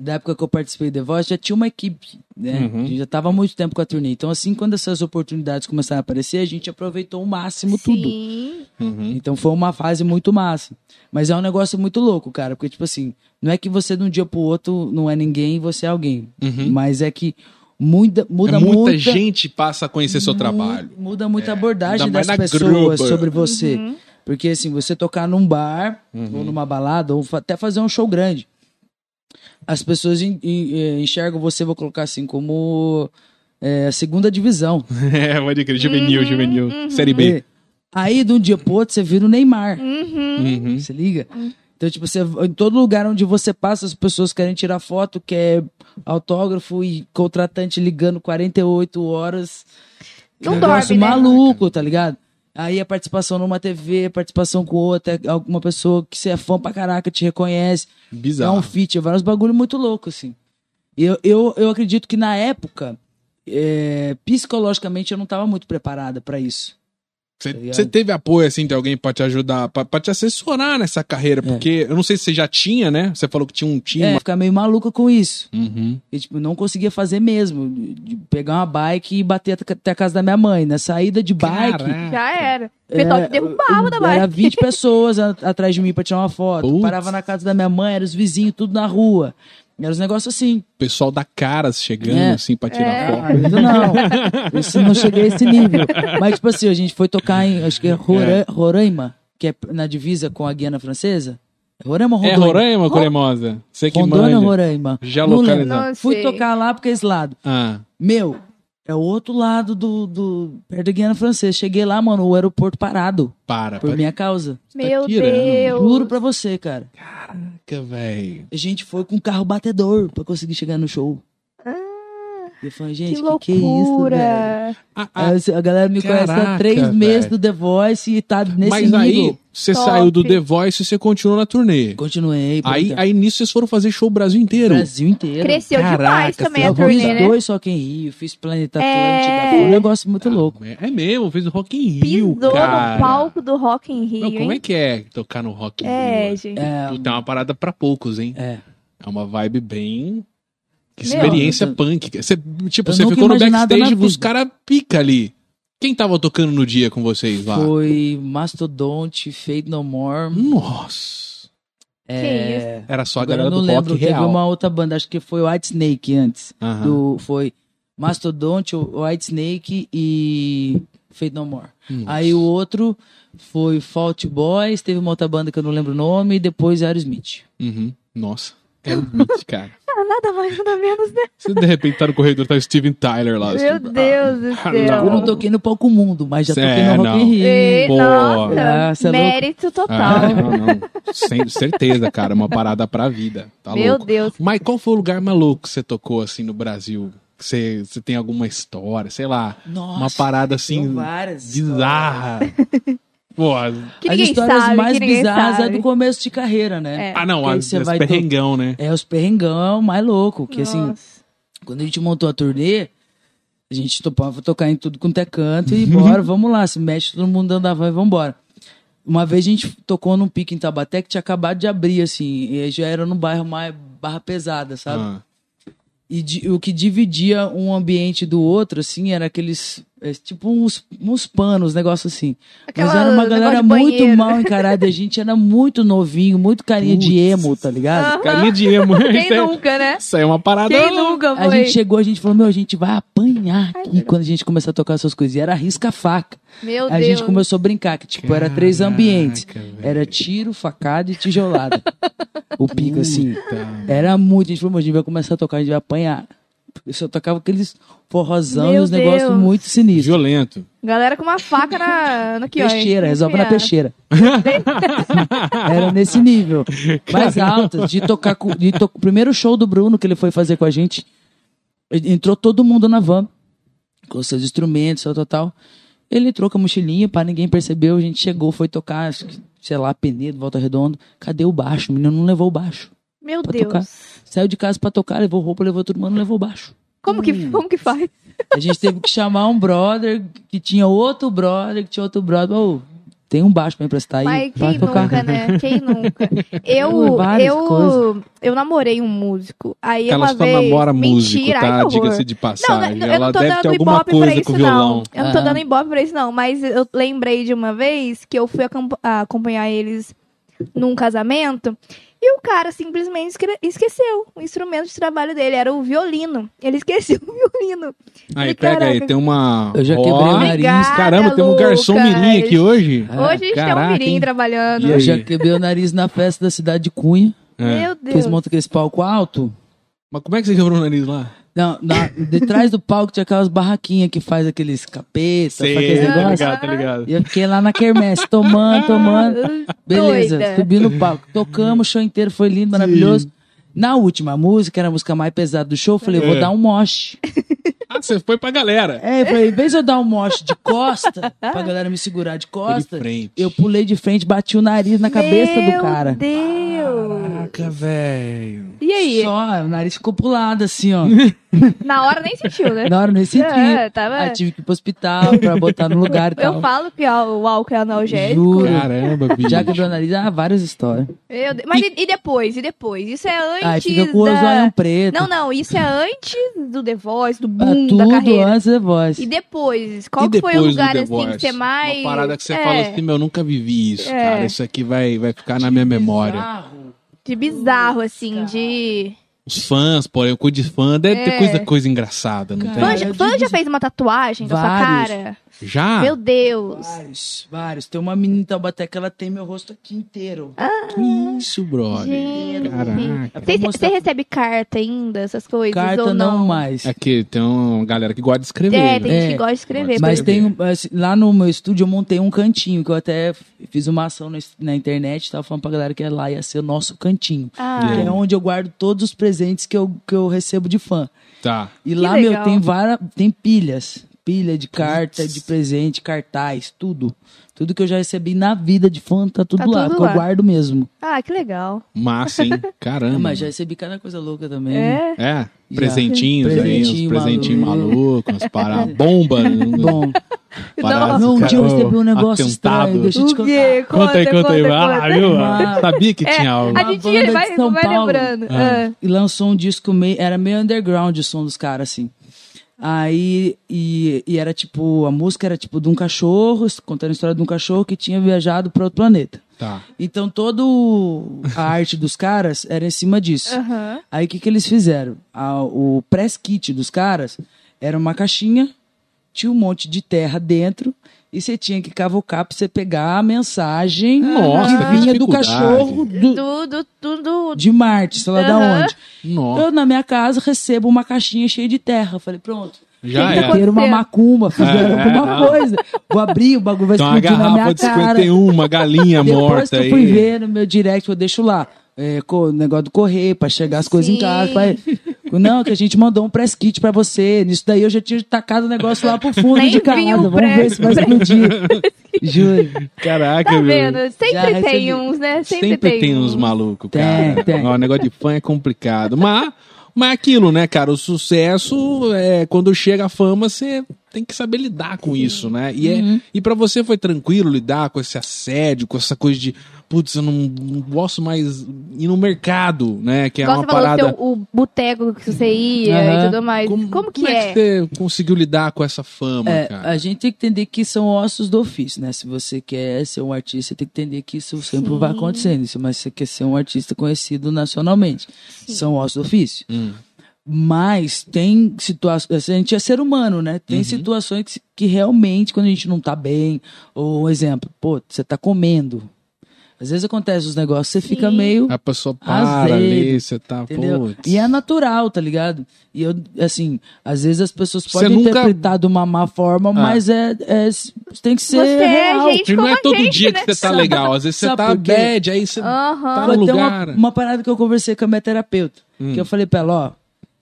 Speaker 3: da época que eu participei do The Voice, já tinha uma equipe, né?
Speaker 1: Uhum.
Speaker 3: A gente já tava há muito tempo com a turnê. Então, assim, quando essas oportunidades começaram a aparecer, a gente aproveitou o máximo tudo.
Speaker 2: Sim,
Speaker 1: Uhum.
Speaker 3: Então foi uma fase muito massa. Mas é um negócio muito louco, cara. Porque, tipo assim, não é que você de um dia pro outro não é ninguém e você é alguém.
Speaker 1: Uhum.
Speaker 3: Mas é que muda, muda
Speaker 1: É, muita,
Speaker 3: muita
Speaker 1: gente passa a conhecer é seu
Speaker 2: Uhum.
Speaker 3: Mu-
Speaker 1: trabalho. (laughs)
Speaker 3: Uhum.
Speaker 1: É.
Speaker 3: Muda muito a
Speaker 1: ainda
Speaker 3: abordagem
Speaker 1: mais
Speaker 3: das
Speaker 1: na
Speaker 3: pessoas
Speaker 1: grupa.
Speaker 3: sobre você. Porque, assim, você tocar num bar,
Speaker 1: Uhum.
Speaker 3: ou numa balada, ou fa- até fazer um show grande, as pessoas en- en- eh, enxergam você, vou colocar assim, como eh, a segunda divisão.
Speaker 1: é, pode crer.
Speaker 2: Uhum,
Speaker 1: Juvenil, juvenil. Série B.
Speaker 3: E Aí, de um dia pro outro, você vira o Neymar.
Speaker 2: É.
Speaker 1: Uhum.
Speaker 3: Se liga? Então, tipo, você, em todo lugar onde você passa, as pessoas querem tirar foto, quer autógrafo e contratante ligando 48 horas.
Speaker 2: Não
Speaker 3: Um
Speaker 2: dorme,
Speaker 3: negócio
Speaker 2: né?
Speaker 3: maluco, tá ligado? Aí a participação numa TV, participação com outra, alguma pessoa que você é fã pra caraca, te reconhece,
Speaker 2: É
Speaker 3: dá um
Speaker 1: Bizarro.
Speaker 3: feat, vários bagulho muito louco, assim. E Eu, eu, eu acredito que na época, é, psicologicamente, eu não tava muito preparada pra isso.
Speaker 2: tá
Speaker 3: ligado?
Speaker 1: Você teve apoio, assim, de alguém pra te ajudar, pra, pra te assessorar nessa
Speaker 2: É.
Speaker 1: carreira? Porque eu não sei se você já tinha, né? Você falou que tinha um time.
Speaker 3: É, ficar meio maluca com isso.
Speaker 1: Uhum.
Speaker 3: E, tipo, não conseguia fazer mesmo. de- de pegar uma bike e bater at- até a casa da minha mãe. Na saída de bike.
Speaker 1: Caraca.
Speaker 2: já é. era. O pessoal te derrubava da
Speaker 3: Era
Speaker 2: barra.
Speaker 3: 20 pessoas
Speaker 2: (laughs)
Speaker 3: a- atrás de mim pra tirar uma foto.
Speaker 1: Putz.
Speaker 3: Parava na casa da minha mãe, eram os vizinhos, tudo na rua. Era uns negócios assim.
Speaker 1: O pessoal da caras chegando,
Speaker 3: É.
Speaker 1: assim, pra tirar
Speaker 2: É.
Speaker 1: foto.
Speaker 3: Ainda
Speaker 2: (laughs)
Speaker 3: não. Isso, não cheguei a esse nível. Mas, tipo assim, a gente foi tocar em, acho que é Rora- Roraima. que é na divisa com a Guiana Francesa? É Roraima ou
Speaker 1: É
Speaker 3: Rondônia?
Speaker 1: Roraima,
Speaker 3: Ro-
Speaker 1: Cremosa. Você que
Speaker 3: Rondônia ou
Speaker 1: manja.
Speaker 3: Roraima?
Speaker 1: Já
Speaker 3: Não lembro.
Speaker 1: localizado.
Speaker 2: Não
Speaker 3: Fui
Speaker 2: sei.
Speaker 3: tocar lá porque é esse lado.
Speaker 1: Ah,
Speaker 3: Meu, é o outro lado do, do perto da Guiana Francesa. Cheguei lá, mano, o aeroporto parado
Speaker 1: para.
Speaker 3: por
Speaker 1: Por
Speaker 3: minha causa.
Speaker 2: Meu
Speaker 1: tirando.
Speaker 2: Deus.
Speaker 3: né? Juro pra você, cara.
Speaker 1: Caraca, velho.
Speaker 3: A gente foi com um carro batedor pra conseguir chegar no show. E eu falei, gente,
Speaker 2: Ah, Que
Speaker 3: que, que é isso, velho?
Speaker 2: loucura.
Speaker 1: Ah, ah,
Speaker 3: Aí eu- A galera me conhece há
Speaker 1: Caraca,
Speaker 3: três meses
Speaker 1: velho.
Speaker 3: do The Voice e tá nesse
Speaker 1: mas
Speaker 3: nível.
Speaker 1: aí, você
Speaker 2: Top.
Speaker 1: saiu do The Voice e você continuou na turnê.
Speaker 3: Continuei. por
Speaker 1: Aí,
Speaker 3: tempo.
Speaker 1: aí nisso vocês foram fazer show Brasil inteiro.
Speaker 3: Brasil inteiro.
Speaker 2: Cresceu demais
Speaker 1: Caraca, é
Speaker 2: também
Speaker 1: filho,
Speaker 2: a
Speaker 3: eu fiz
Speaker 2: turnê, né?
Speaker 3: dois só que em Rio, fiz Planeta
Speaker 2: É.
Speaker 3: Atlântida. Foi um negócio muito louco.
Speaker 1: É é mesmo, fez o Rock in Rio,
Speaker 2: Pisou
Speaker 1: cara.
Speaker 2: no palco do Rock in Rio,
Speaker 1: Não, como é
Speaker 2: hein?
Speaker 1: que é tocar no Rock in
Speaker 2: É,
Speaker 1: Rio?
Speaker 2: gente.
Speaker 3: É,
Speaker 1: Tem uma parada pra poucos, hein?
Speaker 3: é.
Speaker 1: É uma vibe bem... Que
Speaker 2: Meu,
Speaker 1: experiência
Speaker 3: eu-
Speaker 1: punk. Você, tipo,
Speaker 3: eu
Speaker 1: você
Speaker 3: nunca
Speaker 1: ficou no
Speaker 3: imaginei nada
Speaker 1: backstage
Speaker 3: na
Speaker 1: os
Speaker 3: vida.
Speaker 1: caras pica ali. Quem tava tocando no dia com vocês lá?
Speaker 3: Foi Mastodonte, Fade No More.
Speaker 1: Nossa.
Speaker 3: é...
Speaker 1: Era só a
Speaker 3: Agora eu
Speaker 1: galera
Speaker 3: não
Speaker 1: do rock
Speaker 3: lembro, teve
Speaker 1: real.
Speaker 3: uma outra banda, acho que foi White Snake antes.
Speaker 1: Aham.
Speaker 3: Do, foi Mastodonte, White Snake e Fade No More.
Speaker 1: Nossa.
Speaker 3: Aí o outro foi Fault Boys, teve uma outra banda que eu não lembro o nome, e depois Aerosmith.
Speaker 1: Uhum. Nossa. É um beat, cara.
Speaker 2: Ah, nada mais, nada menos, né?
Speaker 1: Você de repente tá no corredor, tá o Steven Tyler lá.
Speaker 2: Meu
Speaker 1: assim,
Speaker 2: Deus do
Speaker 1: Ah,
Speaker 2: céu.
Speaker 3: Eu não toquei no palco mundo, mas já toquei
Speaker 1: É,
Speaker 3: no Rock
Speaker 1: não.
Speaker 3: in Rio.
Speaker 2: Ei,
Speaker 1: Boa.
Speaker 2: nossa,
Speaker 3: Ah, cê é louco.
Speaker 2: mérito total.
Speaker 1: Ah, não, não. Sem certeza, cara. Uma parada pra vida. Tá
Speaker 2: Meu
Speaker 1: louco.
Speaker 2: Deus.
Speaker 1: Mas qual foi o lugar maluco que você tocou assim no Brasil? Que Você, você tem alguma história, sei lá.
Speaker 3: Nossa,
Speaker 1: uma parada
Speaker 3: são
Speaker 1: assim.
Speaker 3: várias
Speaker 1: Bizarra. Pô, ah,
Speaker 2: Que
Speaker 3: As
Speaker 2: ninguém
Speaker 3: histórias
Speaker 2: sabe,
Speaker 3: mais
Speaker 2: que ninguém
Speaker 3: bizarras
Speaker 2: sabe.
Speaker 3: é do começo de carreira, né?
Speaker 2: É.
Speaker 1: ah, não,
Speaker 3: Porque aí
Speaker 1: as,
Speaker 3: você
Speaker 1: as
Speaker 3: vai
Speaker 1: perrengão, né?
Speaker 3: É, os perrengão mais louco, que assim,
Speaker 2: Nossa.
Speaker 3: quando a gente montou a turnê, a gente topava tocar em tudo quanto é canto
Speaker 1: (laughs)
Speaker 3: e bora, vamos lá, se mexe todo mundo dando a van e vambora. Uma vez a gente tocou num pique em Tabaté que tinha acabado de abrir, assim, e aí já era no bairro mais barra pesada, sabe?
Speaker 1: Ah,
Speaker 3: E di- o que dividia um ambiente do outro, assim, era aqueles. é, tipo uns, uns panos, negócio assim.
Speaker 2: Aquela-
Speaker 3: Mas era uma
Speaker 2: negócio
Speaker 3: galera
Speaker 2: de
Speaker 3: muito
Speaker 2: banheiro.
Speaker 3: mal encarada. A gente era muito novinho, muito carinha de
Speaker 1: Putz.
Speaker 3: emo, tá ligado?
Speaker 1: Ah, Carinha de
Speaker 3: (laughs)
Speaker 1: emo. (laughs)
Speaker 2: Quem
Speaker 1: Isso é-
Speaker 2: nunca, né?
Speaker 1: Isso aí é uma parada.
Speaker 2: Quem nunca
Speaker 3: um, A
Speaker 2: foi?
Speaker 3: gente é- chegou, a gente falou, meu, a gente vai apanhar aqui quando a gente começar a tocar essas coisas. E era risca-faca.
Speaker 2: Meu
Speaker 3: A
Speaker 2: Deus.
Speaker 3: gente começou a brincar, que tipo, era três
Speaker 1: Caraca,
Speaker 3: ambientes.
Speaker 1: velho.
Speaker 3: Era tiro, facada e
Speaker 1: (laughs)
Speaker 3: tijolada. o pico, assim.
Speaker 1: Puta.
Speaker 3: Era muito, a gente falou, "Meu, a gente vai começar a tocar, a gente vai apanhar. Eu só tocava aqueles forrozão e
Speaker 2: Meu
Speaker 3: uns negócios
Speaker 2: Deus.
Speaker 3: muito
Speaker 2: (laughs)
Speaker 3: sinistros.
Speaker 1: Violento.
Speaker 2: Galera com uma faca na, no quiosque.
Speaker 3: Peixeira, resolve na
Speaker 2: Enfiar.
Speaker 3: peixeira. Era nesse (laughs) nível. Mais alto, de tocar com. De to... o Primeiro show do Bruno que ele foi fazer com a gente. Entrou todo mundo na van, com seus instrumentos, tal, tal, tal. Ele entrou com a mochilinha, pá, ninguém percebeu. A gente chegou, foi tocar, acho que, sei lá, Penedo, Volta Redonda. Cadê o baixo? O menino não levou o baixo.
Speaker 2: Meu
Speaker 3: Pra
Speaker 2: Deus.
Speaker 3: tocar. Saiu de casa pra tocar, levou roupa, levou tudo, mas não levou o baixo.
Speaker 2: Como,
Speaker 3: Hum.
Speaker 2: que, como que faz?
Speaker 3: A gente teve que chamar um brother que tinha outro brother, que tinha outro brother. Ô, tem um baixo pra emprestar aí.
Speaker 2: Mas
Speaker 3: vai
Speaker 2: quem
Speaker 3: tocar.
Speaker 2: nunca, né? Quem
Speaker 3: (laughs)
Speaker 2: nunca?
Speaker 3: Ui,
Speaker 2: Eu,
Speaker 3: várias
Speaker 2: eu,
Speaker 3: coisas.
Speaker 2: eu namorei um músico. Aí
Speaker 1: Ela
Speaker 2: uma
Speaker 1: só
Speaker 2: vez...
Speaker 1: namora músico,
Speaker 2: Mentira, ai,
Speaker 1: tá?
Speaker 2: que horror.
Speaker 1: Diga-se de
Speaker 2: Não,
Speaker 1: passagem.
Speaker 2: não, eu
Speaker 1: Ela
Speaker 2: não tô
Speaker 1: deve ter
Speaker 2: dando
Speaker 1: alguma
Speaker 2: ibope pra
Speaker 1: coisa com
Speaker 2: isso,
Speaker 1: violão.
Speaker 2: não. Eu não tô
Speaker 3: Ah.
Speaker 2: dando ibope pra isso, não. Mas eu lembrei de uma vez que eu fui acamp- ah, acompanhar eles num casamento e o cara simplesmente esque- esqueceu o instrumento de trabalho dele. Era o violino. Ele esqueceu (laughs) o violino.
Speaker 1: Aí,
Speaker 2: E,
Speaker 1: pega aí,
Speaker 2: caraca,
Speaker 1: tem uma.
Speaker 3: Eu já quebrei
Speaker 1: Ó,
Speaker 3: o nariz. É,
Speaker 2: Obrigada,
Speaker 1: Caramba, tem um garçom
Speaker 2: Lucas.
Speaker 1: mirim aqui hoje.
Speaker 3: Ah,
Speaker 2: Hoje a gente tem um
Speaker 1: Caraca,
Speaker 2: mirim
Speaker 1: hein?
Speaker 2: trabalhando.
Speaker 1: E
Speaker 3: Eu
Speaker 1: aí?
Speaker 3: já quebrei o nariz na festa da cidade de Cunha,
Speaker 1: É.
Speaker 2: Meu
Speaker 3: que eles
Speaker 2: Deus.
Speaker 3: montam aqueles palco alto.
Speaker 1: Mas como é que você quebrou o nariz lá?
Speaker 3: Não, na, de trás do palco tinha aquelas barraquinhas que faz aqueles cabeças, aqueles
Speaker 1: tá
Speaker 3: negócios.
Speaker 1: ligado, tá ligado.
Speaker 3: E eu fiquei lá na quermesse, tomando, tomando. Beleza,
Speaker 2: Ah, Doida.
Speaker 3: subi no palco, tocamos, o show inteiro foi lindo, maravilhoso. Na última música, era a música mais pesada do show, eu falei, eu
Speaker 1: É.
Speaker 3: vou dar um moche.
Speaker 1: Ah, você foi pra galera.
Speaker 3: É, eu falei, em vez de eu dar um moche de costa, pra galera me segurar de
Speaker 1: Foi
Speaker 3: costa,
Speaker 1: de frente.
Speaker 3: eu pulei de frente, bati o nariz na cabeça do cara.
Speaker 2: Meu Deus.
Speaker 1: Caraca, velho.
Speaker 2: E aí?
Speaker 3: Só, o nariz ficou pulado assim, ó.
Speaker 2: Na hora nem sentiu, né?
Speaker 3: (laughs) Na hora eu não senti.
Speaker 2: (laughs) É, tava-
Speaker 3: Aí tive que ir pro hospital pra botar no lugar e
Speaker 2: (laughs)
Speaker 3: tal.
Speaker 2: Eu falo que ó, o álcool é analgésico.
Speaker 3: Juro.
Speaker 1: Caramba, bicho.
Speaker 3: (laughs) Já quebrou o nariz, ah, várias histórias.
Speaker 2: Meu Deus. Mas e, e depois? E depois? Isso é antes
Speaker 3: Aí fica com o zoião
Speaker 2: da...
Speaker 3: preto.
Speaker 2: Não, não. Isso é antes do The Voice, do
Speaker 3: Ah,
Speaker 2: boom da
Speaker 3: tudo
Speaker 2: carreira.
Speaker 3: antes da voz.
Speaker 2: E depois? Qual
Speaker 1: E
Speaker 2: que foi o
Speaker 1: depois do
Speaker 2: lugar
Speaker 1: The
Speaker 2: assim que
Speaker 1: Voice?
Speaker 2: você mais...
Speaker 1: Uma parada que você
Speaker 2: é,
Speaker 1: fala assim, meu, eu nunca vivi isso,
Speaker 2: É.
Speaker 1: cara. Isso aqui vai, vai ficar na minha memória.
Speaker 3: Bizarro.
Speaker 2: De bizarro, assim, de...
Speaker 1: Os fãs, porém, eu cuido de fã, deve ter
Speaker 2: É.
Speaker 1: coisa, coisa engraçada, não
Speaker 3: Cara,
Speaker 1: tem?
Speaker 2: Fã,
Speaker 3: É, eu
Speaker 2: fã
Speaker 3: digo-
Speaker 2: já fez uma tatuagem da sua
Speaker 3: Vários.
Speaker 2: cara?
Speaker 1: Já?
Speaker 2: Meu Deus.
Speaker 3: Vários, vários. Tem uma menina em Taubaté que ela tem meu rosto aqui inteiro.
Speaker 2: Ah,
Speaker 1: Que Isso, brother.
Speaker 2: Gente.
Speaker 1: Caraca.
Speaker 2: Você-
Speaker 3: Vou
Speaker 2: Você
Speaker 3: mostrar-
Speaker 2: recebe carta ainda, essas coisas?
Speaker 3: Carta
Speaker 2: ou
Speaker 3: não,
Speaker 2: não?
Speaker 3: mais.
Speaker 1: Aqui É tem uma galera que gosta de escrever.
Speaker 2: É,
Speaker 1: né?
Speaker 2: tem gente
Speaker 3: É,
Speaker 2: que gosta de escrever.
Speaker 1: mas
Speaker 3: Mas
Speaker 2: por
Speaker 3: tem
Speaker 1: bem.
Speaker 3: um- assim, lá no meu estúdio eu montei um cantinho que eu até fiz uma ação na, na internet, tava falando pra galera que lá ia ser o nosso cantinho.
Speaker 2: Ah.
Speaker 3: Que é onde eu guardo todos os presentes que eu, que eu recebo de fã.
Speaker 1: Tá.
Speaker 3: E lá, meu,
Speaker 2: legal.
Speaker 3: tem várias. Tem pilhas. Pilha de carta, de presente, cartaz, tudo. Tudo que eu já recebi na vida de fã tá tudo
Speaker 2: Tá
Speaker 3: lá,
Speaker 2: tudo
Speaker 3: porque
Speaker 2: lá.
Speaker 3: eu guardo mesmo.
Speaker 2: Ah, que legal.
Speaker 1: Massa,
Speaker 3: (laughs)
Speaker 1: hein? Caramba.
Speaker 3: Ah, Mas já recebi cada coisa louca também. né?
Speaker 2: É.
Speaker 1: É, presentinhos
Speaker 3: Já.
Speaker 1: aí, uns
Speaker 3: Presentinho
Speaker 1: presentinhos
Speaker 3: maluco.
Speaker 1: malucos, umas
Speaker 3: (laughs)
Speaker 1: paradas. Bomba.
Speaker 3: (laughs)
Speaker 2: (laughs)
Speaker 3: Bom,
Speaker 1: paradas,
Speaker 3: não, um dia eu
Speaker 1: cara,
Speaker 3: recebi um negócio
Speaker 1: atentado.
Speaker 3: estranho, deixa eu te
Speaker 2: O
Speaker 3: contar.
Speaker 2: quê?
Speaker 1: Conta aí, conta aí. Ah, viu?
Speaker 3: Ah.
Speaker 1: Sabia que
Speaker 2: É,
Speaker 1: tinha algo.
Speaker 2: a
Speaker 3: Uma
Speaker 2: gente
Speaker 3: banda de
Speaker 2: vai,
Speaker 3: São
Speaker 2: vai
Speaker 3: Paulo.
Speaker 2: lembrando.
Speaker 1: Ah.
Speaker 2: Ah.
Speaker 3: e lançou um disco meio. Era meio underground o som dos caras, assim. Aí, e, e era tipo, a música era tipo de um cachorro, contando a história de um cachorro que tinha viajado para outro planeta.
Speaker 1: Tá.
Speaker 3: Então toda a arte dos caras era em cima disso.
Speaker 2: Ah, Aham.
Speaker 3: Aí o que, que eles fizeram? A- o press kit dos caras era uma caixinha, tinha um monte de terra dentro, e você tinha que cavocar pra você pegar a mensagem
Speaker 1: Ah. Nossa, que
Speaker 3: que vinha do
Speaker 1: dificuldade.
Speaker 3: cachorro do-
Speaker 2: Do, do, do, do-
Speaker 3: de Marte, sei lá da
Speaker 2: Aham.
Speaker 3: onde.
Speaker 1: Nossa.
Speaker 3: Eu, na minha casa, recebo uma caixinha cheia de terra. Eu Falei, pronto.
Speaker 1: Já
Speaker 3: tem
Speaker 1: era.
Speaker 3: que ter uma
Speaker 2: Aconteceu.
Speaker 3: macumba, fizeram
Speaker 1: É,
Speaker 3: alguma
Speaker 1: é.
Speaker 3: coisa. Vou abrir, o bagulho vai
Speaker 1: Então uma
Speaker 3: explodir na minha
Speaker 1: garrafa de
Speaker 3: cara.
Speaker 1: 51, uma galinha
Speaker 3: Depois
Speaker 1: Tá morta
Speaker 3: que eu
Speaker 1: aí.
Speaker 3: fui ver no meu direct, eu deixo lá. É, co- negócio do correr, pra chegar as coisas em
Speaker 2: Sim.
Speaker 3: casa. Pai. Não, que a gente mandou um press kit pra você. Nisso daí eu já tinha tacado o negócio lá pro fundo
Speaker 2: Nem
Speaker 3: de casa.
Speaker 2: vi o
Speaker 3: Vamos
Speaker 2: press-
Speaker 3: ver se
Speaker 2: (laughs)
Speaker 3: vai explodir. Juro.
Speaker 1: Caraca,
Speaker 2: Tá
Speaker 1: meu.
Speaker 2: vendo? Sempre
Speaker 3: recebi.
Speaker 2: tem uns, né?
Speaker 1: Sempre,
Speaker 2: Sempre,
Speaker 1: tem uns malucos,
Speaker 3: Tem,
Speaker 1: cara.
Speaker 3: tem.
Speaker 1: O negócio de fã é complicado. Mas, mas é aquilo, né, cara? O sucesso, é, quando chega a fama, você tem que saber lidar com isso, né? E, é,
Speaker 2: Uhum.
Speaker 1: e para você foi tranquilo lidar com esse assédio, com essa coisa de, putz, eu não, não posso mais ir no mercado, né? Que é
Speaker 2: Igual
Speaker 1: uma
Speaker 2: você falou
Speaker 1: parada.
Speaker 2: seu, o boteco que você ia
Speaker 3: Aham.
Speaker 2: e tudo mais. Como, que
Speaker 1: como que
Speaker 2: é?
Speaker 1: você conseguiu lidar com essa fama,
Speaker 3: É,
Speaker 1: cara?
Speaker 3: a gente tem que entender que são ossos do ofício, né? Se você quer ser um artista, tem que entender que isso sempre vai acontecendo. Isso, Mas se você quer ser um artista conhecido nacionalmente, são ossos do ofício.
Speaker 1: Hum.
Speaker 3: Mas tem situações. A gente é ser humano, né? Tem situações que, se- que realmente, quando a gente não tá bem, ou um exemplo, pô, você tá comendo. Às vezes acontece os negócios, você fica meio.
Speaker 1: A pessoa para
Speaker 3: Azedo,
Speaker 1: ali, você tá,
Speaker 3: Entendeu?
Speaker 1: putz.
Speaker 3: E é natural, tá ligado? E eu, assim, às vezes as pessoas podem
Speaker 1: nunca-
Speaker 3: interpretar de uma má forma, mas é, é- tem que ser
Speaker 2: Você é
Speaker 3: real.
Speaker 2: gente
Speaker 1: E não
Speaker 2: como
Speaker 1: é
Speaker 2: a
Speaker 1: todo
Speaker 2: gente,
Speaker 1: dia
Speaker 2: né? Ah.
Speaker 1: que você tá
Speaker 3: Sabe-
Speaker 1: legal. Às vezes você
Speaker 3: sabe
Speaker 1: tá
Speaker 3: por quê?
Speaker 1: bad, aí você
Speaker 2: Aham.
Speaker 1: tá no
Speaker 3: Foi até uma,
Speaker 1: lugar. Hum.
Speaker 3: uma parada que eu conversei com a minha terapeuta. Que eu falei pra ela, ó,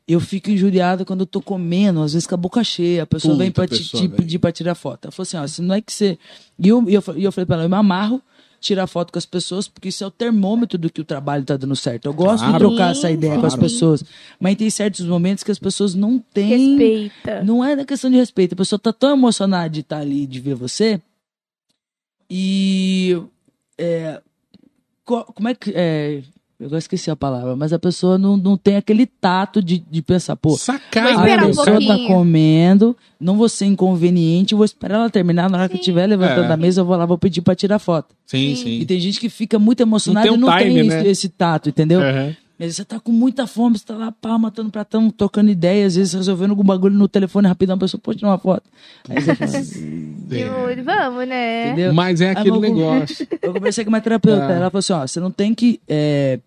Speaker 3: eu fico injuriado quando eu tô comendo, às vezes com a boca cheia, a pessoa
Speaker 1: Puta
Speaker 3: vem pra te-
Speaker 1: pessoa, né?
Speaker 3: te
Speaker 1: velho.
Speaker 3: pedir pra tirar foto. Ela falou assim, ó, se não é que você. E eu, e eu, fa- e eu falei pra ela, eu me amarro tirar foto com as pessoas, porque isso é o termômetro do que o trabalho tá dando certo. Eu gosto de
Speaker 1: Claro.
Speaker 3: trocar essa ideia com as
Speaker 1: Claro.
Speaker 3: pessoas. Mas tem certos momentos que as pessoas não têm.
Speaker 2: Respeita.
Speaker 3: (laughs) Não é na questão de respeito. A pessoa tá tão emocionada de estar ali, de ver você. E. é, co- como é que. É, eu agora esqueci a palavra, mas a pessoa não, não tem aquele tato de, de pensar, pô.
Speaker 1: Sacar,
Speaker 2: Vou
Speaker 3: A
Speaker 2: esperar um
Speaker 3: pessoa tá
Speaker 2: pouquinho.
Speaker 3: comendo, não vou ser inconveniente, vou esperar ela terminar. Na hora que eu
Speaker 2: Sim.
Speaker 3: tiver levantando
Speaker 1: É.
Speaker 3: da mesa, eu vou lá, vou pedir pra tirar foto.
Speaker 1: Sim,
Speaker 3: E
Speaker 1: sim.
Speaker 3: tem gente que fica muito emocionada
Speaker 1: Não tem um
Speaker 3: e não
Speaker 1: time,
Speaker 3: tem
Speaker 1: né?
Speaker 3: esse, esse tato, entendeu?
Speaker 1: Aham.
Speaker 3: Mas você tá com muita fome, você tá lá, pá, matando pratão, tocando ideia, às vezes resolvendo algum bagulho no telefone rapidão, a pessoa, pô, tirar uma foto. Aí você fala,
Speaker 2: Juro, Vamos, né?
Speaker 3: entendeu?
Speaker 1: Mas é
Speaker 3: Aí
Speaker 1: aquele
Speaker 3: eu- (laughs)
Speaker 1: negócio.
Speaker 3: Eu conversei com uma terapeuta,
Speaker 1: Tá.
Speaker 3: ela falou assim, ó, você não tem que é,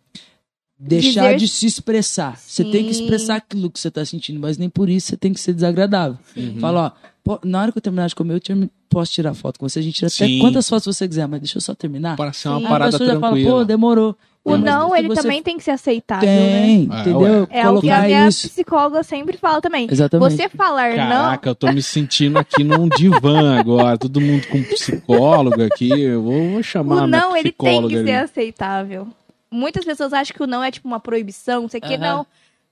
Speaker 3: deixar
Speaker 2: Dizer-
Speaker 3: de se expressar. Você tem que
Speaker 2: Sim.
Speaker 3: expressar aquilo que você tá sentindo, mas nem por isso você tem que ser desagradável.
Speaker 1: Uhum.
Speaker 3: Fala, ó, pô, na hora que eu terminar de comer, eu termi- posso tirar foto com você, a gente tira
Speaker 1: Sim.
Speaker 3: até quantas fotos você quiser, mas deixa eu só terminar.
Speaker 1: Para ser é uma
Speaker 2: Sim.
Speaker 3: Aí a
Speaker 1: parada
Speaker 3: pessoa já fala, pô,
Speaker 1: tranquila.
Speaker 3: demorou.
Speaker 2: O
Speaker 3: Mas
Speaker 2: não,
Speaker 3: se
Speaker 2: ele
Speaker 3: você
Speaker 2: também tem que ser aceitável, né?
Speaker 3: Tem,
Speaker 1: Ah,
Speaker 3: entendeu?
Speaker 2: É o que a
Speaker 3: Colocar
Speaker 2: minha
Speaker 3: isso.
Speaker 2: psicóloga sempre fala também.
Speaker 3: Exatamente.
Speaker 2: Você falar não.
Speaker 1: Caraca, eu tô me sentindo aqui num divã agora. Todo mundo com psicólogo aqui. Eu vou, vou chamar
Speaker 2: O
Speaker 1: a minha
Speaker 2: não, ele tem
Speaker 1: psicóloga
Speaker 2: que ser
Speaker 1: é
Speaker 2: assim,
Speaker 1: ali.
Speaker 2: aceitável. Muitas pessoas acham que o não é tipo uma proibição, não sei o que.
Speaker 3: Aham.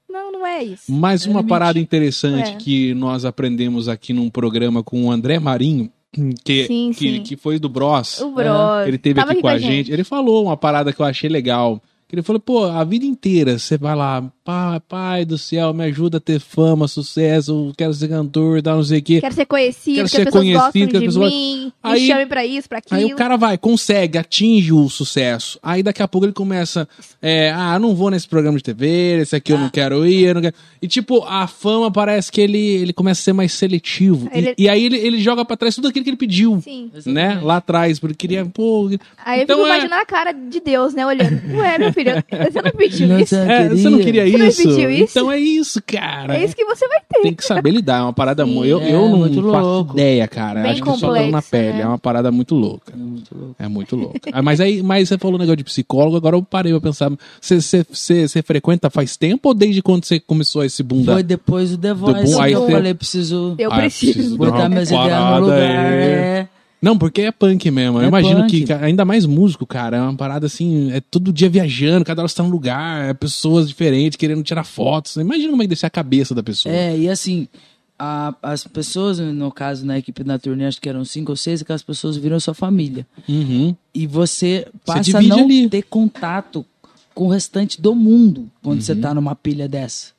Speaker 2: Não, não, não é isso.
Speaker 1: Mais uma
Speaker 3: limite.
Speaker 1: parada interessante
Speaker 2: É.
Speaker 1: que nós aprendemos aqui num programa com o André Marinho, que,
Speaker 2: Sim,
Speaker 1: que,
Speaker 2: sim.
Speaker 1: que foi do Bros.
Speaker 2: O bro.
Speaker 1: Ele teve
Speaker 2: tava
Speaker 1: aqui com a gente. Ele falou uma parada que eu achei legal. Que ele falou, pô, a vida inteira você vai lá, pai, pai do céu, me ajuda a ter fama, sucesso, eu quero ser cantor, tal, não sei o quê.
Speaker 2: Quero ser conhecido,
Speaker 1: Quero
Speaker 2: que
Speaker 1: ser
Speaker 2: as pessoas
Speaker 1: conhecido,
Speaker 2: gostem
Speaker 1: que as
Speaker 2: de
Speaker 1: pessoas-
Speaker 2: mim,
Speaker 1: Aí-
Speaker 2: me chame pra isso, pra aquilo.
Speaker 1: Aí o cara vai, consegue, atinge o sucesso. Aí daqui a pouco ele começa, é, ah, não vou nesse programa de TV, esse aqui eu
Speaker 2: Ah.
Speaker 1: não quero ir, eu não quero... E tipo, a fama parece que ele, ele começa a ser mais seletivo. E-
Speaker 2: Ele-
Speaker 1: E, aí ele, ele joga pra trás tudo aquilo que ele pediu,
Speaker 2: Sim.
Speaker 1: né? Lá atrás, porque queria, pô...
Speaker 2: Aí
Speaker 1: Então
Speaker 2: eu fico
Speaker 1: é-
Speaker 2: imaginando a cara de Deus,
Speaker 1: (laughs)
Speaker 2: né? Olhando. Ué, meu filho, você não pediu
Speaker 3: Não
Speaker 2: isso?
Speaker 3: sei.
Speaker 1: é, você não queria
Speaker 2: Você não
Speaker 1: isso?
Speaker 2: pediu isso?
Speaker 1: Então é isso, cara.
Speaker 2: É isso que você vai ter.
Speaker 1: Tem que saber lidar, é uma parada
Speaker 3: Sim,
Speaker 1: muito. Eu,
Speaker 3: é,
Speaker 1: eu não
Speaker 3: muito
Speaker 1: faço
Speaker 3: louco.
Speaker 1: ideia, cara.
Speaker 2: Bem
Speaker 1: Acho que só dando na
Speaker 2: complexo,
Speaker 1: pele.
Speaker 2: né?
Speaker 1: É uma parada muito louca. É muito louca. Ah, mas aí, mas você falou um negócio de psicólogo, agora eu parei pra pensar. Você, você, você, você frequenta faz tempo ou desde quando você começou esse bunda?
Speaker 3: Foi depois do
Speaker 1: Do
Speaker 3: The Voice
Speaker 1: bom,
Speaker 3: que
Speaker 1: aí
Speaker 3: eu
Speaker 1: você-
Speaker 3: falei, preciso
Speaker 2: Eu
Speaker 1: Ah, preciso
Speaker 2: preciso.
Speaker 1: dar uma
Speaker 3: botar minhas ideias no
Speaker 1: parada
Speaker 3: lugar.
Speaker 1: aí.
Speaker 3: É.
Speaker 1: Não, porque é punk mesmo. eu
Speaker 3: É
Speaker 1: imagino
Speaker 3: punk.
Speaker 1: que, cara, ainda mais músico, cara. É uma parada assim, é todo dia viajando, cada hora você tá num lugar, é pessoas diferentes querendo tirar fotos. Imagina como é que deve ser a cabeça da pessoa.
Speaker 3: É, e assim, a- as pessoas, no caso, na equipe da turnê, acho que eram cinco ou seis, aquelas pessoas viram sua família.
Speaker 1: Uhum.
Speaker 3: E você passa a
Speaker 1: divide
Speaker 3: não
Speaker 1: ali.
Speaker 3: ter contato com o restante do mundo quando
Speaker 1: Uhum.
Speaker 3: você tá numa pilha dessa.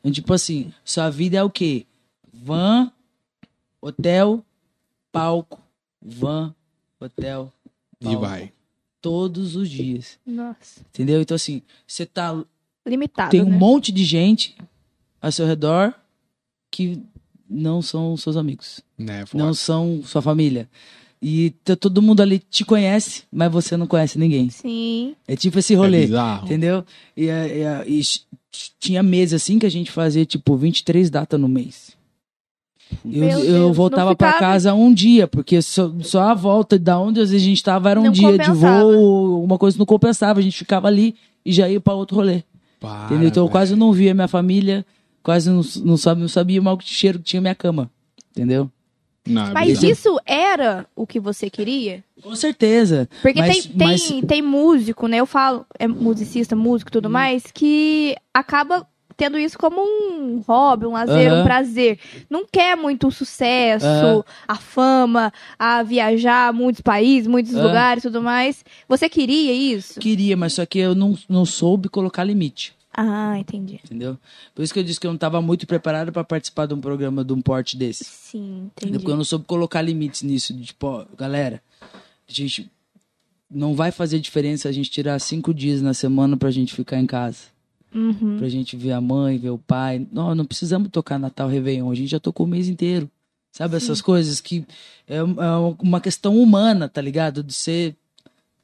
Speaker 3: Então, tipo assim, sua vida é o quê? Van, hotel, palco, van, hotel,
Speaker 1: E
Speaker 3: palco.
Speaker 1: vai.
Speaker 3: Todos os dias.
Speaker 2: Nossa,
Speaker 3: Entendeu? Então, assim, você tá
Speaker 2: limitado,
Speaker 3: tem um
Speaker 2: né?
Speaker 3: monte de gente ao seu redor que não são seus amigos,
Speaker 1: Né,
Speaker 3: não são sua família. E tá todo mundo ali te conhece, mas você não conhece ninguém.
Speaker 2: Sim.
Speaker 3: É tipo esse
Speaker 1: é
Speaker 3: rolê,
Speaker 1: bizarro.
Speaker 3: entendeu? E, é, e é, e ch- tinha mês assim que a gente fazia tipo 23 datas no mês. Eu,
Speaker 2: Meu
Speaker 3: eu
Speaker 2: Deus, não
Speaker 3: voltava pra
Speaker 2: ficava-
Speaker 3: casa um dia, porque só, só a volta da onde às vezes a gente tava era um
Speaker 2: Não
Speaker 3: dia de
Speaker 2: compensava.
Speaker 3: voo, uma coisa não compensava, a gente ficava ali e já ia pra outro rolê.
Speaker 1: Para,
Speaker 3: Entendeu? Então eu
Speaker 1: velho.
Speaker 3: quase não via minha família, quase não, não, sabia, não sabia mal que cheiro que tinha minha cama. Entendeu?
Speaker 1: Não, é
Speaker 2: Mas
Speaker 1: bizarro.
Speaker 2: isso era o que você queria?
Speaker 3: Com certeza.
Speaker 2: Porque
Speaker 3: Mas-
Speaker 2: tem, tem,
Speaker 3: mas-
Speaker 2: tem músico, né? Eu falo, é musicista, músico e tudo
Speaker 3: Hum.
Speaker 2: mais, que acaba tendo isso como um hobby, um lazer,
Speaker 3: Aham.
Speaker 2: um prazer. Não quer muito o sucesso,
Speaker 3: Aham.
Speaker 2: a fama, a viajar a muitos países, muitos
Speaker 3: Aham.
Speaker 2: lugares e tudo mais. Você queria isso?
Speaker 3: Queria, mas só que eu não, não soube colocar limite.
Speaker 2: Ah, entendi.
Speaker 3: Entendeu? Por isso que eu disse que eu não estava muito preparado para participar de um programa de um porte desse.
Speaker 2: Sim,
Speaker 3: Entendeu?
Speaker 2: entendi.
Speaker 3: Porque eu não soube colocar limites nisso. de tipo, ó, galera, a gente. Não vai fazer diferença a gente tirar cinco dias na semana pra gente ficar em casa.
Speaker 2: Uhum.
Speaker 3: pra gente ver a mãe, ver o pai. Não, não precisamos tocar Natal Réveillon, a gente já tocou o mês inteiro. Sabe, essas coisas que é, é uma questão humana, tá ligado? De você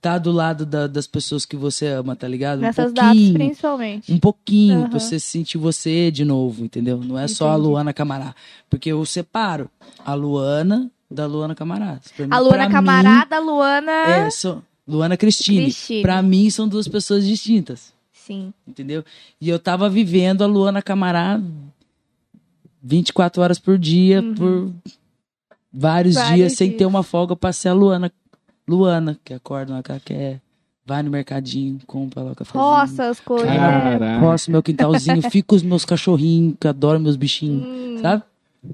Speaker 3: tá do lado da- das pessoas que você ama, tá ligado?
Speaker 2: Nessas
Speaker 3: um
Speaker 2: datas,
Speaker 3: pouquinho,
Speaker 2: principalmente.
Speaker 3: um pouquinho,
Speaker 2: Aham.
Speaker 3: pra você sentir você de novo, entendeu? Não é só a
Speaker 2: Entendi.
Speaker 3: Luana Camará, porque eu separo a Luana da Luana Camará. Pra mim-
Speaker 2: A
Speaker 3: pra
Speaker 2: Luana
Speaker 3: mim,
Speaker 2: Camarada, a Luana.
Speaker 3: é, são- Luana Cristine.
Speaker 2: Cristine.
Speaker 3: Pra mim são duas pessoas distintas
Speaker 2: Sim.
Speaker 3: entendeu? E eu tava vivendo a Luana Camará 24 horas por dia, por vários,
Speaker 2: Uhum. Vários
Speaker 3: dias, sem
Speaker 2: dias.
Speaker 3: ter uma folga pra ser a Luana. Luana, que acorda na quer vai no mercadinho, compra lá o cafezinho.
Speaker 2: Roça, as coisas. né?
Speaker 1: Caraca.
Speaker 3: roça
Speaker 2: (laughs)
Speaker 3: meu quintalzinho, fico com os meus cachorrinhos, que eu adoro meus bichinhos,
Speaker 2: Hum.
Speaker 3: sabe?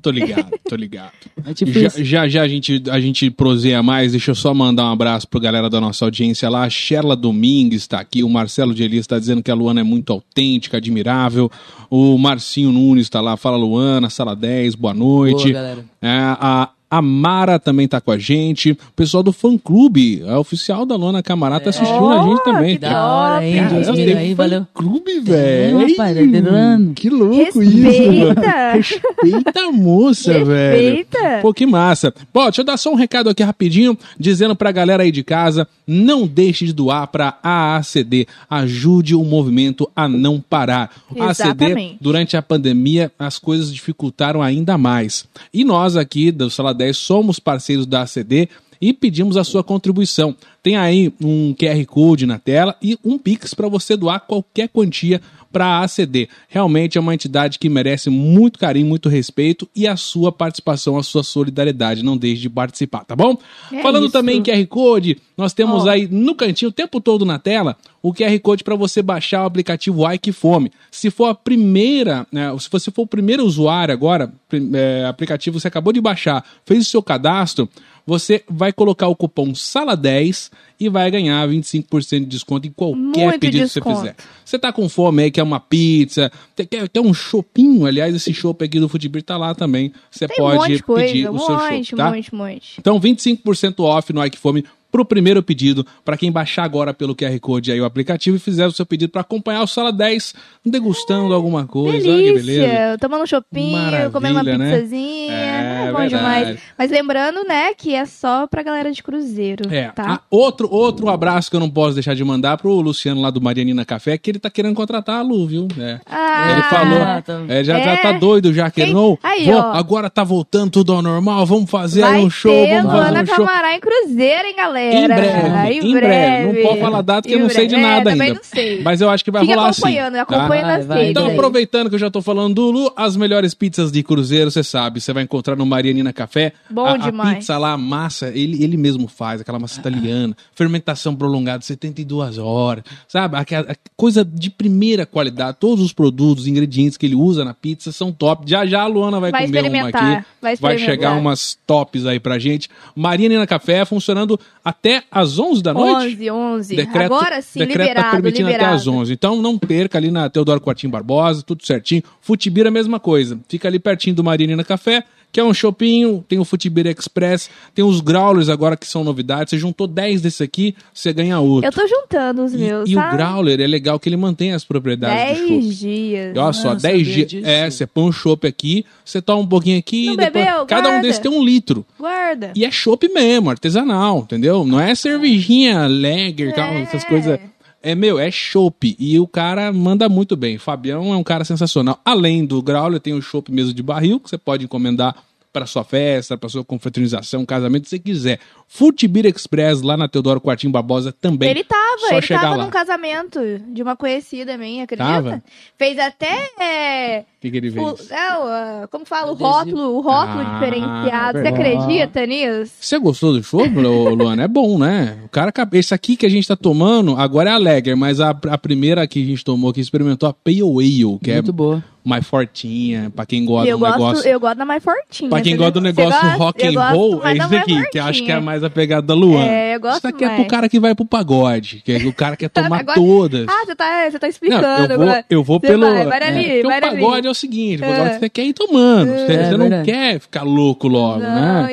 Speaker 1: Tô ligado, tô ligado.
Speaker 3: É tipo
Speaker 1: já,
Speaker 3: isso.
Speaker 1: já já a gente, a gente proseia mais. Deixa eu só mandar um abraço pro galera da nossa audiência lá. A Sherla Domingues tá aqui. O Marcelo de Elias tá dizendo que a Luana é muito autêntica, admirável. O Marcinho Nunes tá lá. Fala, Luana. Sala 10, boa
Speaker 3: Boa,
Speaker 1: noite.
Speaker 3: galera.
Speaker 1: É, a Amara também tá com a gente. O pessoal do fã-clube, a oficial da Luana Camará, tá assistindo a
Speaker 2: Oh,
Speaker 1: gente também.
Speaker 2: que
Speaker 1: cara.
Speaker 3: Da hora, hein?
Speaker 2: Caramba,
Speaker 3: Deus me
Speaker 1: tem
Speaker 3: livre aí,
Speaker 1: fã
Speaker 3: valeu.
Speaker 1: Clube, velho.
Speaker 3: É, rapaz, tá entendendo?
Speaker 1: Que louco isso, mano.
Speaker 2: Respeita!
Speaker 1: Respeita a moça, velho.
Speaker 2: Respeita!
Speaker 1: Pô, que massa. Bom, deixa eu dar só um recado aqui rapidinho, dizendo pra galera aí de casa, não deixe de doar pra AACD. Ajude o movimento a não parar. A AACD,
Speaker 2: Exatamente.
Speaker 1: durante a pandemia, as coisas dificultaram ainda mais. E nós aqui do Sala 10 somos parceiros da AACD e pedimos a sua contribuição. Tem aí um QR Code na tela e um Pix pra você doar qualquer quantia para a ACD. Realmente é uma entidade que merece muito carinho, muito respeito e a sua participação, a sua solidariedade. Não deixe de participar, tá bom?
Speaker 2: É
Speaker 1: Falando
Speaker 2: isso.
Speaker 1: também em QR Code, nós temos
Speaker 2: Ó.
Speaker 1: aí no cantinho, o tempo todo na tela, o QR Code para você baixar o aplicativo Ai Que Fome. Se for a primeira, né, se você for o primeiro usuário agora, prim- é, aplicativo que você acabou de baixar, fez o seu cadastro, Você vai colocar o cupom SALA10 e vai ganhar 25% de desconto em qualquer
Speaker 2: Muito
Speaker 1: pedido que
Speaker 2: desconto.
Speaker 1: você fizer. Você tá com fome aí, quer uma pizza, te- quer, quer um chopinho, aliás, esse chopp aqui do Futibir tá lá também. Você
Speaker 2: Tem
Speaker 1: pode
Speaker 2: um monte de coisa,
Speaker 1: pedir
Speaker 2: um
Speaker 1: o seu
Speaker 2: monte,
Speaker 1: chopp, tá?
Speaker 2: monte, monte.
Speaker 1: Então, 25% off no Ike Fome pro primeiro pedido, para quem baixar agora pelo QR Code aí o aplicativo e fizer o seu pedido para acompanhar o Sala 10 degustando alguma coisa. Olha que beleza.
Speaker 2: Delícia! Tomando um chopinho, comendo uma
Speaker 1: Maravilha, né?
Speaker 2: pizzazinha.
Speaker 1: É,
Speaker 2: É, bom
Speaker 1: verdade.
Speaker 2: demais. Mas lembrando, né, que é só pra galera de cruzeiro,
Speaker 1: É,
Speaker 2: tá?
Speaker 1: ah, outro, outro abraço que eu não posso deixar de mandar pro Luciano lá do Marianina Café, que ele tá querendo contratar a Lu, viu? É.
Speaker 2: Ah,
Speaker 1: Ele falou.
Speaker 3: Ah, tá.
Speaker 1: É, já, já
Speaker 2: É.
Speaker 1: tá doido já, que
Speaker 2: Quem-
Speaker 1: não.
Speaker 2: Aí,
Speaker 1: vamos-
Speaker 2: ó.
Speaker 1: agora tá voltando tudo ao normal, vamos fazer
Speaker 2: Vai
Speaker 1: aí um show,
Speaker 2: ter
Speaker 1: vamos fazer
Speaker 2: Luana
Speaker 1: um show.
Speaker 2: Camará em cruzeiro, hein, galera?
Speaker 1: Em breve,
Speaker 2: Em
Speaker 1: em breve. Não posso falar data que eu
Speaker 2: Em
Speaker 1: não sei de
Speaker 2: breve.
Speaker 1: nada
Speaker 2: é, Também
Speaker 1: ainda.
Speaker 2: não sei.
Speaker 1: Mas eu acho que vai
Speaker 2: Fica
Speaker 1: rolar
Speaker 2: acompanhando,
Speaker 1: assim.
Speaker 2: acompanha
Speaker 3: Vai,
Speaker 2: nas
Speaker 3: vai,
Speaker 2: redes.
Speaker 1: Então,
Speaker 3: Beleza.
Speaker 2: aí.
Speaker 3: aprove-
Speaker 1: aproveitando que eu já tô falando do Lu, as melhores pizzas de cruzeiro, você sabe, você vai encontrar no Marianina Café.
Speaker 2: Bom
Speaker 1: a, A
Speaker 2: demais.
Speaker 1: pizza lá, a massa, ele, ele mesmo faz, aquela massa italiana, fermentação prolongada, 72 horas, sabe? Aquela a coisa de primeira qualidade, todos os produtos, ingredientes que ele usa na pizza são top. Já já a Luana vai,
Speaker 2: Vai
Speaker 1: comer uma
Speaker 2: experimentar,
Speaker 1: aqui.
Speaker 2: vai experimentar.
Speaker 1: chegar umas tops aí pra gente. Marianina Café funcionando até às 11 da noite.
Speaker 2: 11, 11.
Speaker 1: Decreto,
Speaker 2: Agora sim,
Speaker 1: decreto tá
Speaker 2: liberado,
Speaker 1: permitindo até
Speaker 2: liberado.
Speaker 1: às 11. Então não perca ali na Teodoro Quartinho Barbosa, tudo certinho. Futibira, mesma coisa. Fica ali pertinho do Marinina Café, que é um shopping, tem o Futibira Express, tem os growlers agora que são novidades. Você juntou 10 desse aqui, você ganha outro.
Speaker 2: Eu tô juntando os meus, tá?
Speaker 1: e e o
Speaker 2: sabe?
Speaker 1: growler é legal que ele mantém as propriedades do chopp.
Speaker 2: 10 dias.
Speaker 1: E olha só,
Speaker 3: Não
Speaker 1: 10
Speaker 3: Ah, sabia
Speaker 1: dias.
Speaker 3: disso.
Speaker 1: É, você põe um chopp aqui, você toma um pouquinho aqui.
Speaker 2: Não
Speaker 1: e depois,
Speaker 2: bebeu?
Speaker 1: cada um
Speaker 2: Guarda.
Speaker 1: desses tem um litro.
Speaker 2: Guarda.
Speaker 1: E é chopp mesmo, artesanal, entendeu? Não é cervejinha, lager, tal, essas coisas. É, meu, é chopp. E o cara manda muito bem. Fabião é um cara sensacional. Além do Grauler, tem o chopp mesmo de barril, que você pode encomendar para sua festa, para sua confraternização, casamento, se você quiser. Futibira Express, lá na Teodoro Quartinho Barbosa, também.
Speaker 2: ele tava,
Speaker 1: só
Speaker 2: ele
Speaker 1: chegar
Speaker 2: tava
Speaker 1: lá.
Speaker 2: num casamento de uma conhecida minha, acredita?
Speaker 1: Tava?
Speaker 2: Fez até. é,
Speaker 1: O que, que ele
Speaker 2: o-
Speaker 1: fez?
Speaker 2: é, o, ah, como fala? O
Speaker 3: Adesivo.
Speaker 2: rótulo, o rótulo
Speaker 1: Ah,
Speaker 2: diferenciado. Você
Speaker 1: verdade.
Speaker 2: acredita nisso?
Speaker 1: Você gostou do chopp, Lu- Luana? É bom, né? O cara, acaba- esse aqui que a gente tá tomando, agora é a Lager, mas a, a primeira que a gente tomou, que experimentou, a Pale Ale, que é
Speaker 3: Muito boa.
Speaker 1: mais fortinha, pra quem gosta
Speaker 2: eu
Speaker 1: do
Speaker 2: gosto,
Speaker 1: negócio.
Speaker 2: eu gosto da mais fortinha.
Speaker 1: Pra quem
Speaker 2: Você
Speaker 1: gosta do
Speaker 2: gosta-
Speaker 1: negócio
Speaker 2: você gosta?
Speaker 1: rock
Speaker 2: Eu
Speaker 1: and
Speaker 2: gosto
Speaker 1: roll, é
Speaker 2: mais da
Speaker 1: isso aqui,
Speaker 2: mais
Speaker 1: que eu acho que é
Speaker 2: fortinha.
Speaker 1: mais a pegada da Luana.
Speaker 2: É, eu gosto
Speaker 1: isso daqui é pro
Speaker 2: mais.
Speaker 1: cara que vai pro pagode, que é o cara quer tomar
Speaker 2: (laughs) Agora-
Speaker 1: todas.
Speaker 2: Ah, você tá, você tá
Speaker 1: Não,
Speaker 2: explicando.
Speaker 1: eu vou,
Speaker 2: agora.
Speaker 1: eu vou
Speaker 2: Você
Speaker 1: pelo. é,
Speaker 2: Vai, vai ali,
Speaker 1: porque
Speaker 2: vai
Speaker 1: o pagode
Speaker 2: ali.
Speaker 1: é o seguinte, o
Speaker 2: É.
Speaker 1: pagode você quer ir tomando. Você,
Speaker 3: É,
Speaker 1: você não
Speaker 3: verdade.
Speaker 1: quer ficar louco logo, né?
Speaker 2: Não,
Speaker 1: E aí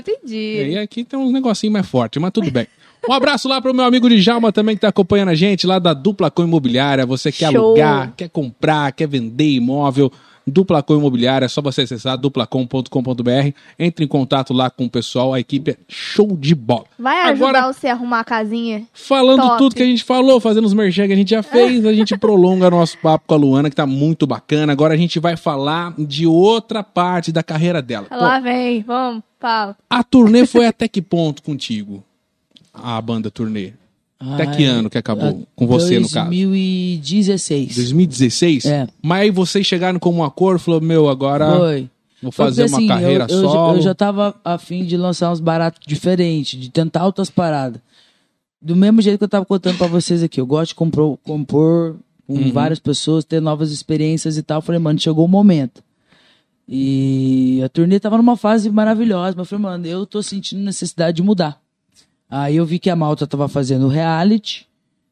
Speaker 2: entendi.
Speaker 1: aqui tem uns negocinhos mais fortes, mas tudo bem. Um abraço lá pro meu amigo Djalma também que tá acompanhando a gente lá da Dupla Com Imobiliária. Você quer
Speaker 2: Show.
Speaker 1: alugar, quer comprar, quer vender imóvel, Dupla Com Imobiliária, é só você acessar duplacom.com.br, entre em contato lá com o pessoal, a equipe é show de bola.
Speaker 2: Vai ajudar
Speaker 1: Agora,
Speaker 2: você a arrumar a casinha?
Speaker 1: falando
Speaker 2: top.
Speaker 1: tudo que a gente falou, fazendo os merchan que a gente já fez, a
Speaker 2: (laughs)
Speaker 1: gente prolonga nosso papo com a Luana, que tá muito bacana. Agora a gente vai falar de outra parte da carreira dela.
Speaker 2: Lá vem, vamos, fala.
Speaker 1: A turnê foi até que ponto contigo? A banda turnê. Até que
Speaker 3: Ai,
Speaker 1: ano que acabou? Com você, no caso.
Speaker 3: 2016.
Speaker 1: 2016?
Speaker 3: É.
Speaker 1: Mas aí vocês chegaram com um acordo, falou, meu, agora
Speaker 3: Foi.
Speaker 1: vou
Speaker 3: Foi
Speaker 1: fazer
Speaker 3: porque,
Speaker 1: uma
Speaker 3: assim,
Speaker 1: carreira
Speaker 3: eu, eu,
Speaker 1: solo.
Speaker 3: Eu já tava afim de lançar uns baratos diferentes, de tentar outras paradas. Do mesmo jeito que eu tava contando pra vocês aqui, eu gosto de compor, compor com
Speaker 1: Uhum.
Speaker 3: várias pessoas, ter novas experiências e tal. Eu falei, mano, chegou o momento. E a turnê tava numa fase maravilhosa, mas eu falei, mano, eu tô sentindo necessidade de mudar. Aí eu vi que a Malta tava fazendo reality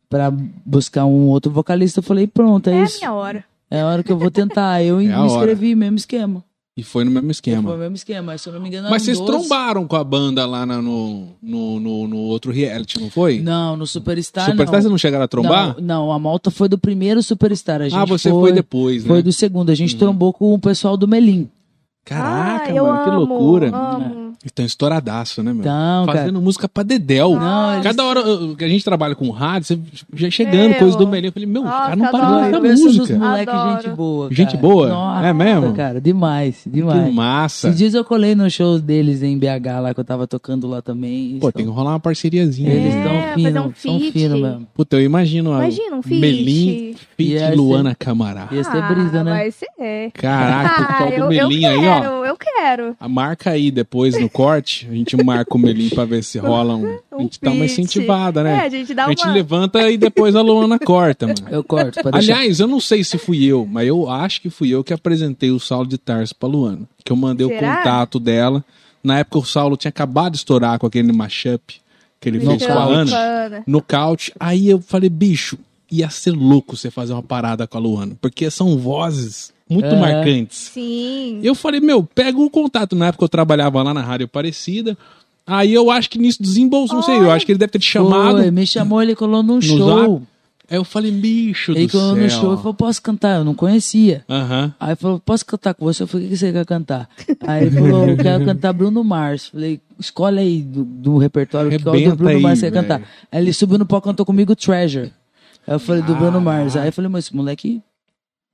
Speaker 3: pra buscar um outro vocalista. Eu falei, pronto, é,
Speaker 2: É a
Speaker 3: isso.
Speaker 2: minha hora.
Speaker 3: É a hora que eu vou tentar. Eu
Speaker 1: (laughs) É a
Speaker 3: me
Speaker 1: hora.
Speaker 3: inscrevi, mesmo esquema.
Speaker 1: E foi no mesmo
Speaker 3: Foi o
Speaker 1: esquema.
Speaker 3: mesmo esquema, se eu não me engano.
Speaker 1: Mas
Speaker 3: eram
Speaker 1: vocês
Speaker 3: 12.
Speaker 1: trombaram com a banda lá na- no, no, no, no outro reality, não foi?
Speaker 3: Não, no Superstar.
Speaker 1: Superstar
Speaker 3: não.
Speaker 1: vocês não chegaram a trombar?
Speaker 3: Não, não, a malta foi do primeiro Superstar. A gente
Speaker 1: ah, você foi, depois, né?
Speaker 3: Foi do segundo. A gente trombou com o pessoal do Melim.
Speaker 1: Caraca,
Speaker 2: ah, eu
Speaker 1: mano, que
Speaker 2: amo,
Speaker 1: loucura. né?
Speaker 2: Amo.
Speaker 1: Estão estouradaço, né, meu?
Speaker 3: Então, cara.
Speaker 1: Fazendo música pra Dedel.
Speaker 3: Não, eles-
Speaker 1: Cada hora eu- que a gente trabalha com rádio, você já chegando,
Speaker 2: Meu.
Speaker 1: coisa do Melinho. Eu falei, meu, o
Speaker 2: Nossa,
Speaker 1: cara não para
Speaker 2: adoro.
Speaker 1: de lançar
Speaker 3: Pensa nos
Speaker 1: música.
Speaker 3: moleque,
Speaker 2: Adoro.
Speaker 3: gente boa. cara.
Speaker 1: Gente boa?
Speaker 3: Nossa,
Speaker 1: É mesmo?
Speaker 3: Cara, demais,
Speaker 1: Que
Speaker 3: demais.
Speaker 1: massa.
Speaker 3: Esses dias eu colei no show deles em BH lá, que eu tava tocando lá também.
Speaker 1: Pô, tem um que rolar uma parceriazinha.
Speaker 3: Eles
Speaker 1: né?
Speaker 3: estão
Speaker 2: É, fazer
Speaker 3: fino,
Speaker 2: um
Speaker 3: são
Speaker 2: feat.
Speaker 3: fino mesmo.
Speaker 1: Puta, eu imagino. a
Speaker 2: Imagina um feat.
Speaker 1: Melim, Fit
Speaker 3: Ia ser-
Speaker 1: Luana Camará.
Speaker 3: Ia ser brisa,
Speaker 2: ah,
Speaker 3: né?
Speaker 2: Vai ser. Ah,
Speaker 1: Caraca, o pessoal do
Speaker 2: eu, eu
Speaker 1: Melim aí, ó.
Speaker 2: quero, eu quero.
Speaker 1: A Marca aí depois no corte, a gente marca o Melim pra ver se rola
Speaker 2: (laughs)
Speaker 1: um. A gente dá uma
Speaker 2: feat.
Speaker 1: incentivada,
Speaker 2: É,
Speaker 1: né?
Speaker 2: a gente dá
Speaker 1: A gente
Speaker 2: uma...
Speaker 1: levanta e depois a Luana corta, mano.
Speaker 2: (laughs)
Speaker 3: Eu corto pra deixar.
Speaker 1: Aliás, eu não sei se fui eu, mas eu acho que fui eu que apresentei o Saulo de Tarso pra Luana. Que eu mandei
Speaker 2: Será?
Speaker 1: o contato dela. Na época o Saulo tinha acabado de estourar com aquele mashup que ele fez com a
Speaker 2: Luciana.
Speaker 1: Ana. Nocaute. Aí eu falei, bicho, ia ser louco você fazer uma parada com a Luana. Porque são vozes muito
Speaker 3: É.
Speaker 1: marcantes.
Speaker 2: Sim.
Speaker 1: Eu falei, meu, pega o contato. Na época eu trabalhava lá na Rádio Parecida. Aí eu acho que nisso desembolsou, não sei, eu acho que ele deve ter te chamado.
Speaker 3: Foi, me chamou, ele colou num
Speaker 1: no
Speaker 3: show.
Speaker 1: zap. Aí eu falei, bicho
Speaker 3: Ele
Speaker 1: do céu.
Speaker 3: colou no show e falou, posso cantar? Eu não conhecia.
Speaker 1: Aham.
Speaker 3: Aí falou, posso cantar com você? Eu falei, o que você quer
Speaker 2: (laughs)
Speaker 3: cantar? Aí ele falou, eu quero cantar Bruno Mars. Falei, escolhe aí do, do repertório que qual do
Speaker 1: Arrebenta
Speaker 3: Bruno
Speaker 1: aí,
Speaker 3: Mars você quer
Speaker 1: velho.
Speaker 3: cantar. Aí ele subiu no palco e cantou comigo Treasure. Aí eu falei, do
Speaker 1: Ah.
Speaker 3: Bruno Mars. Aí eu falei, mas esse moleque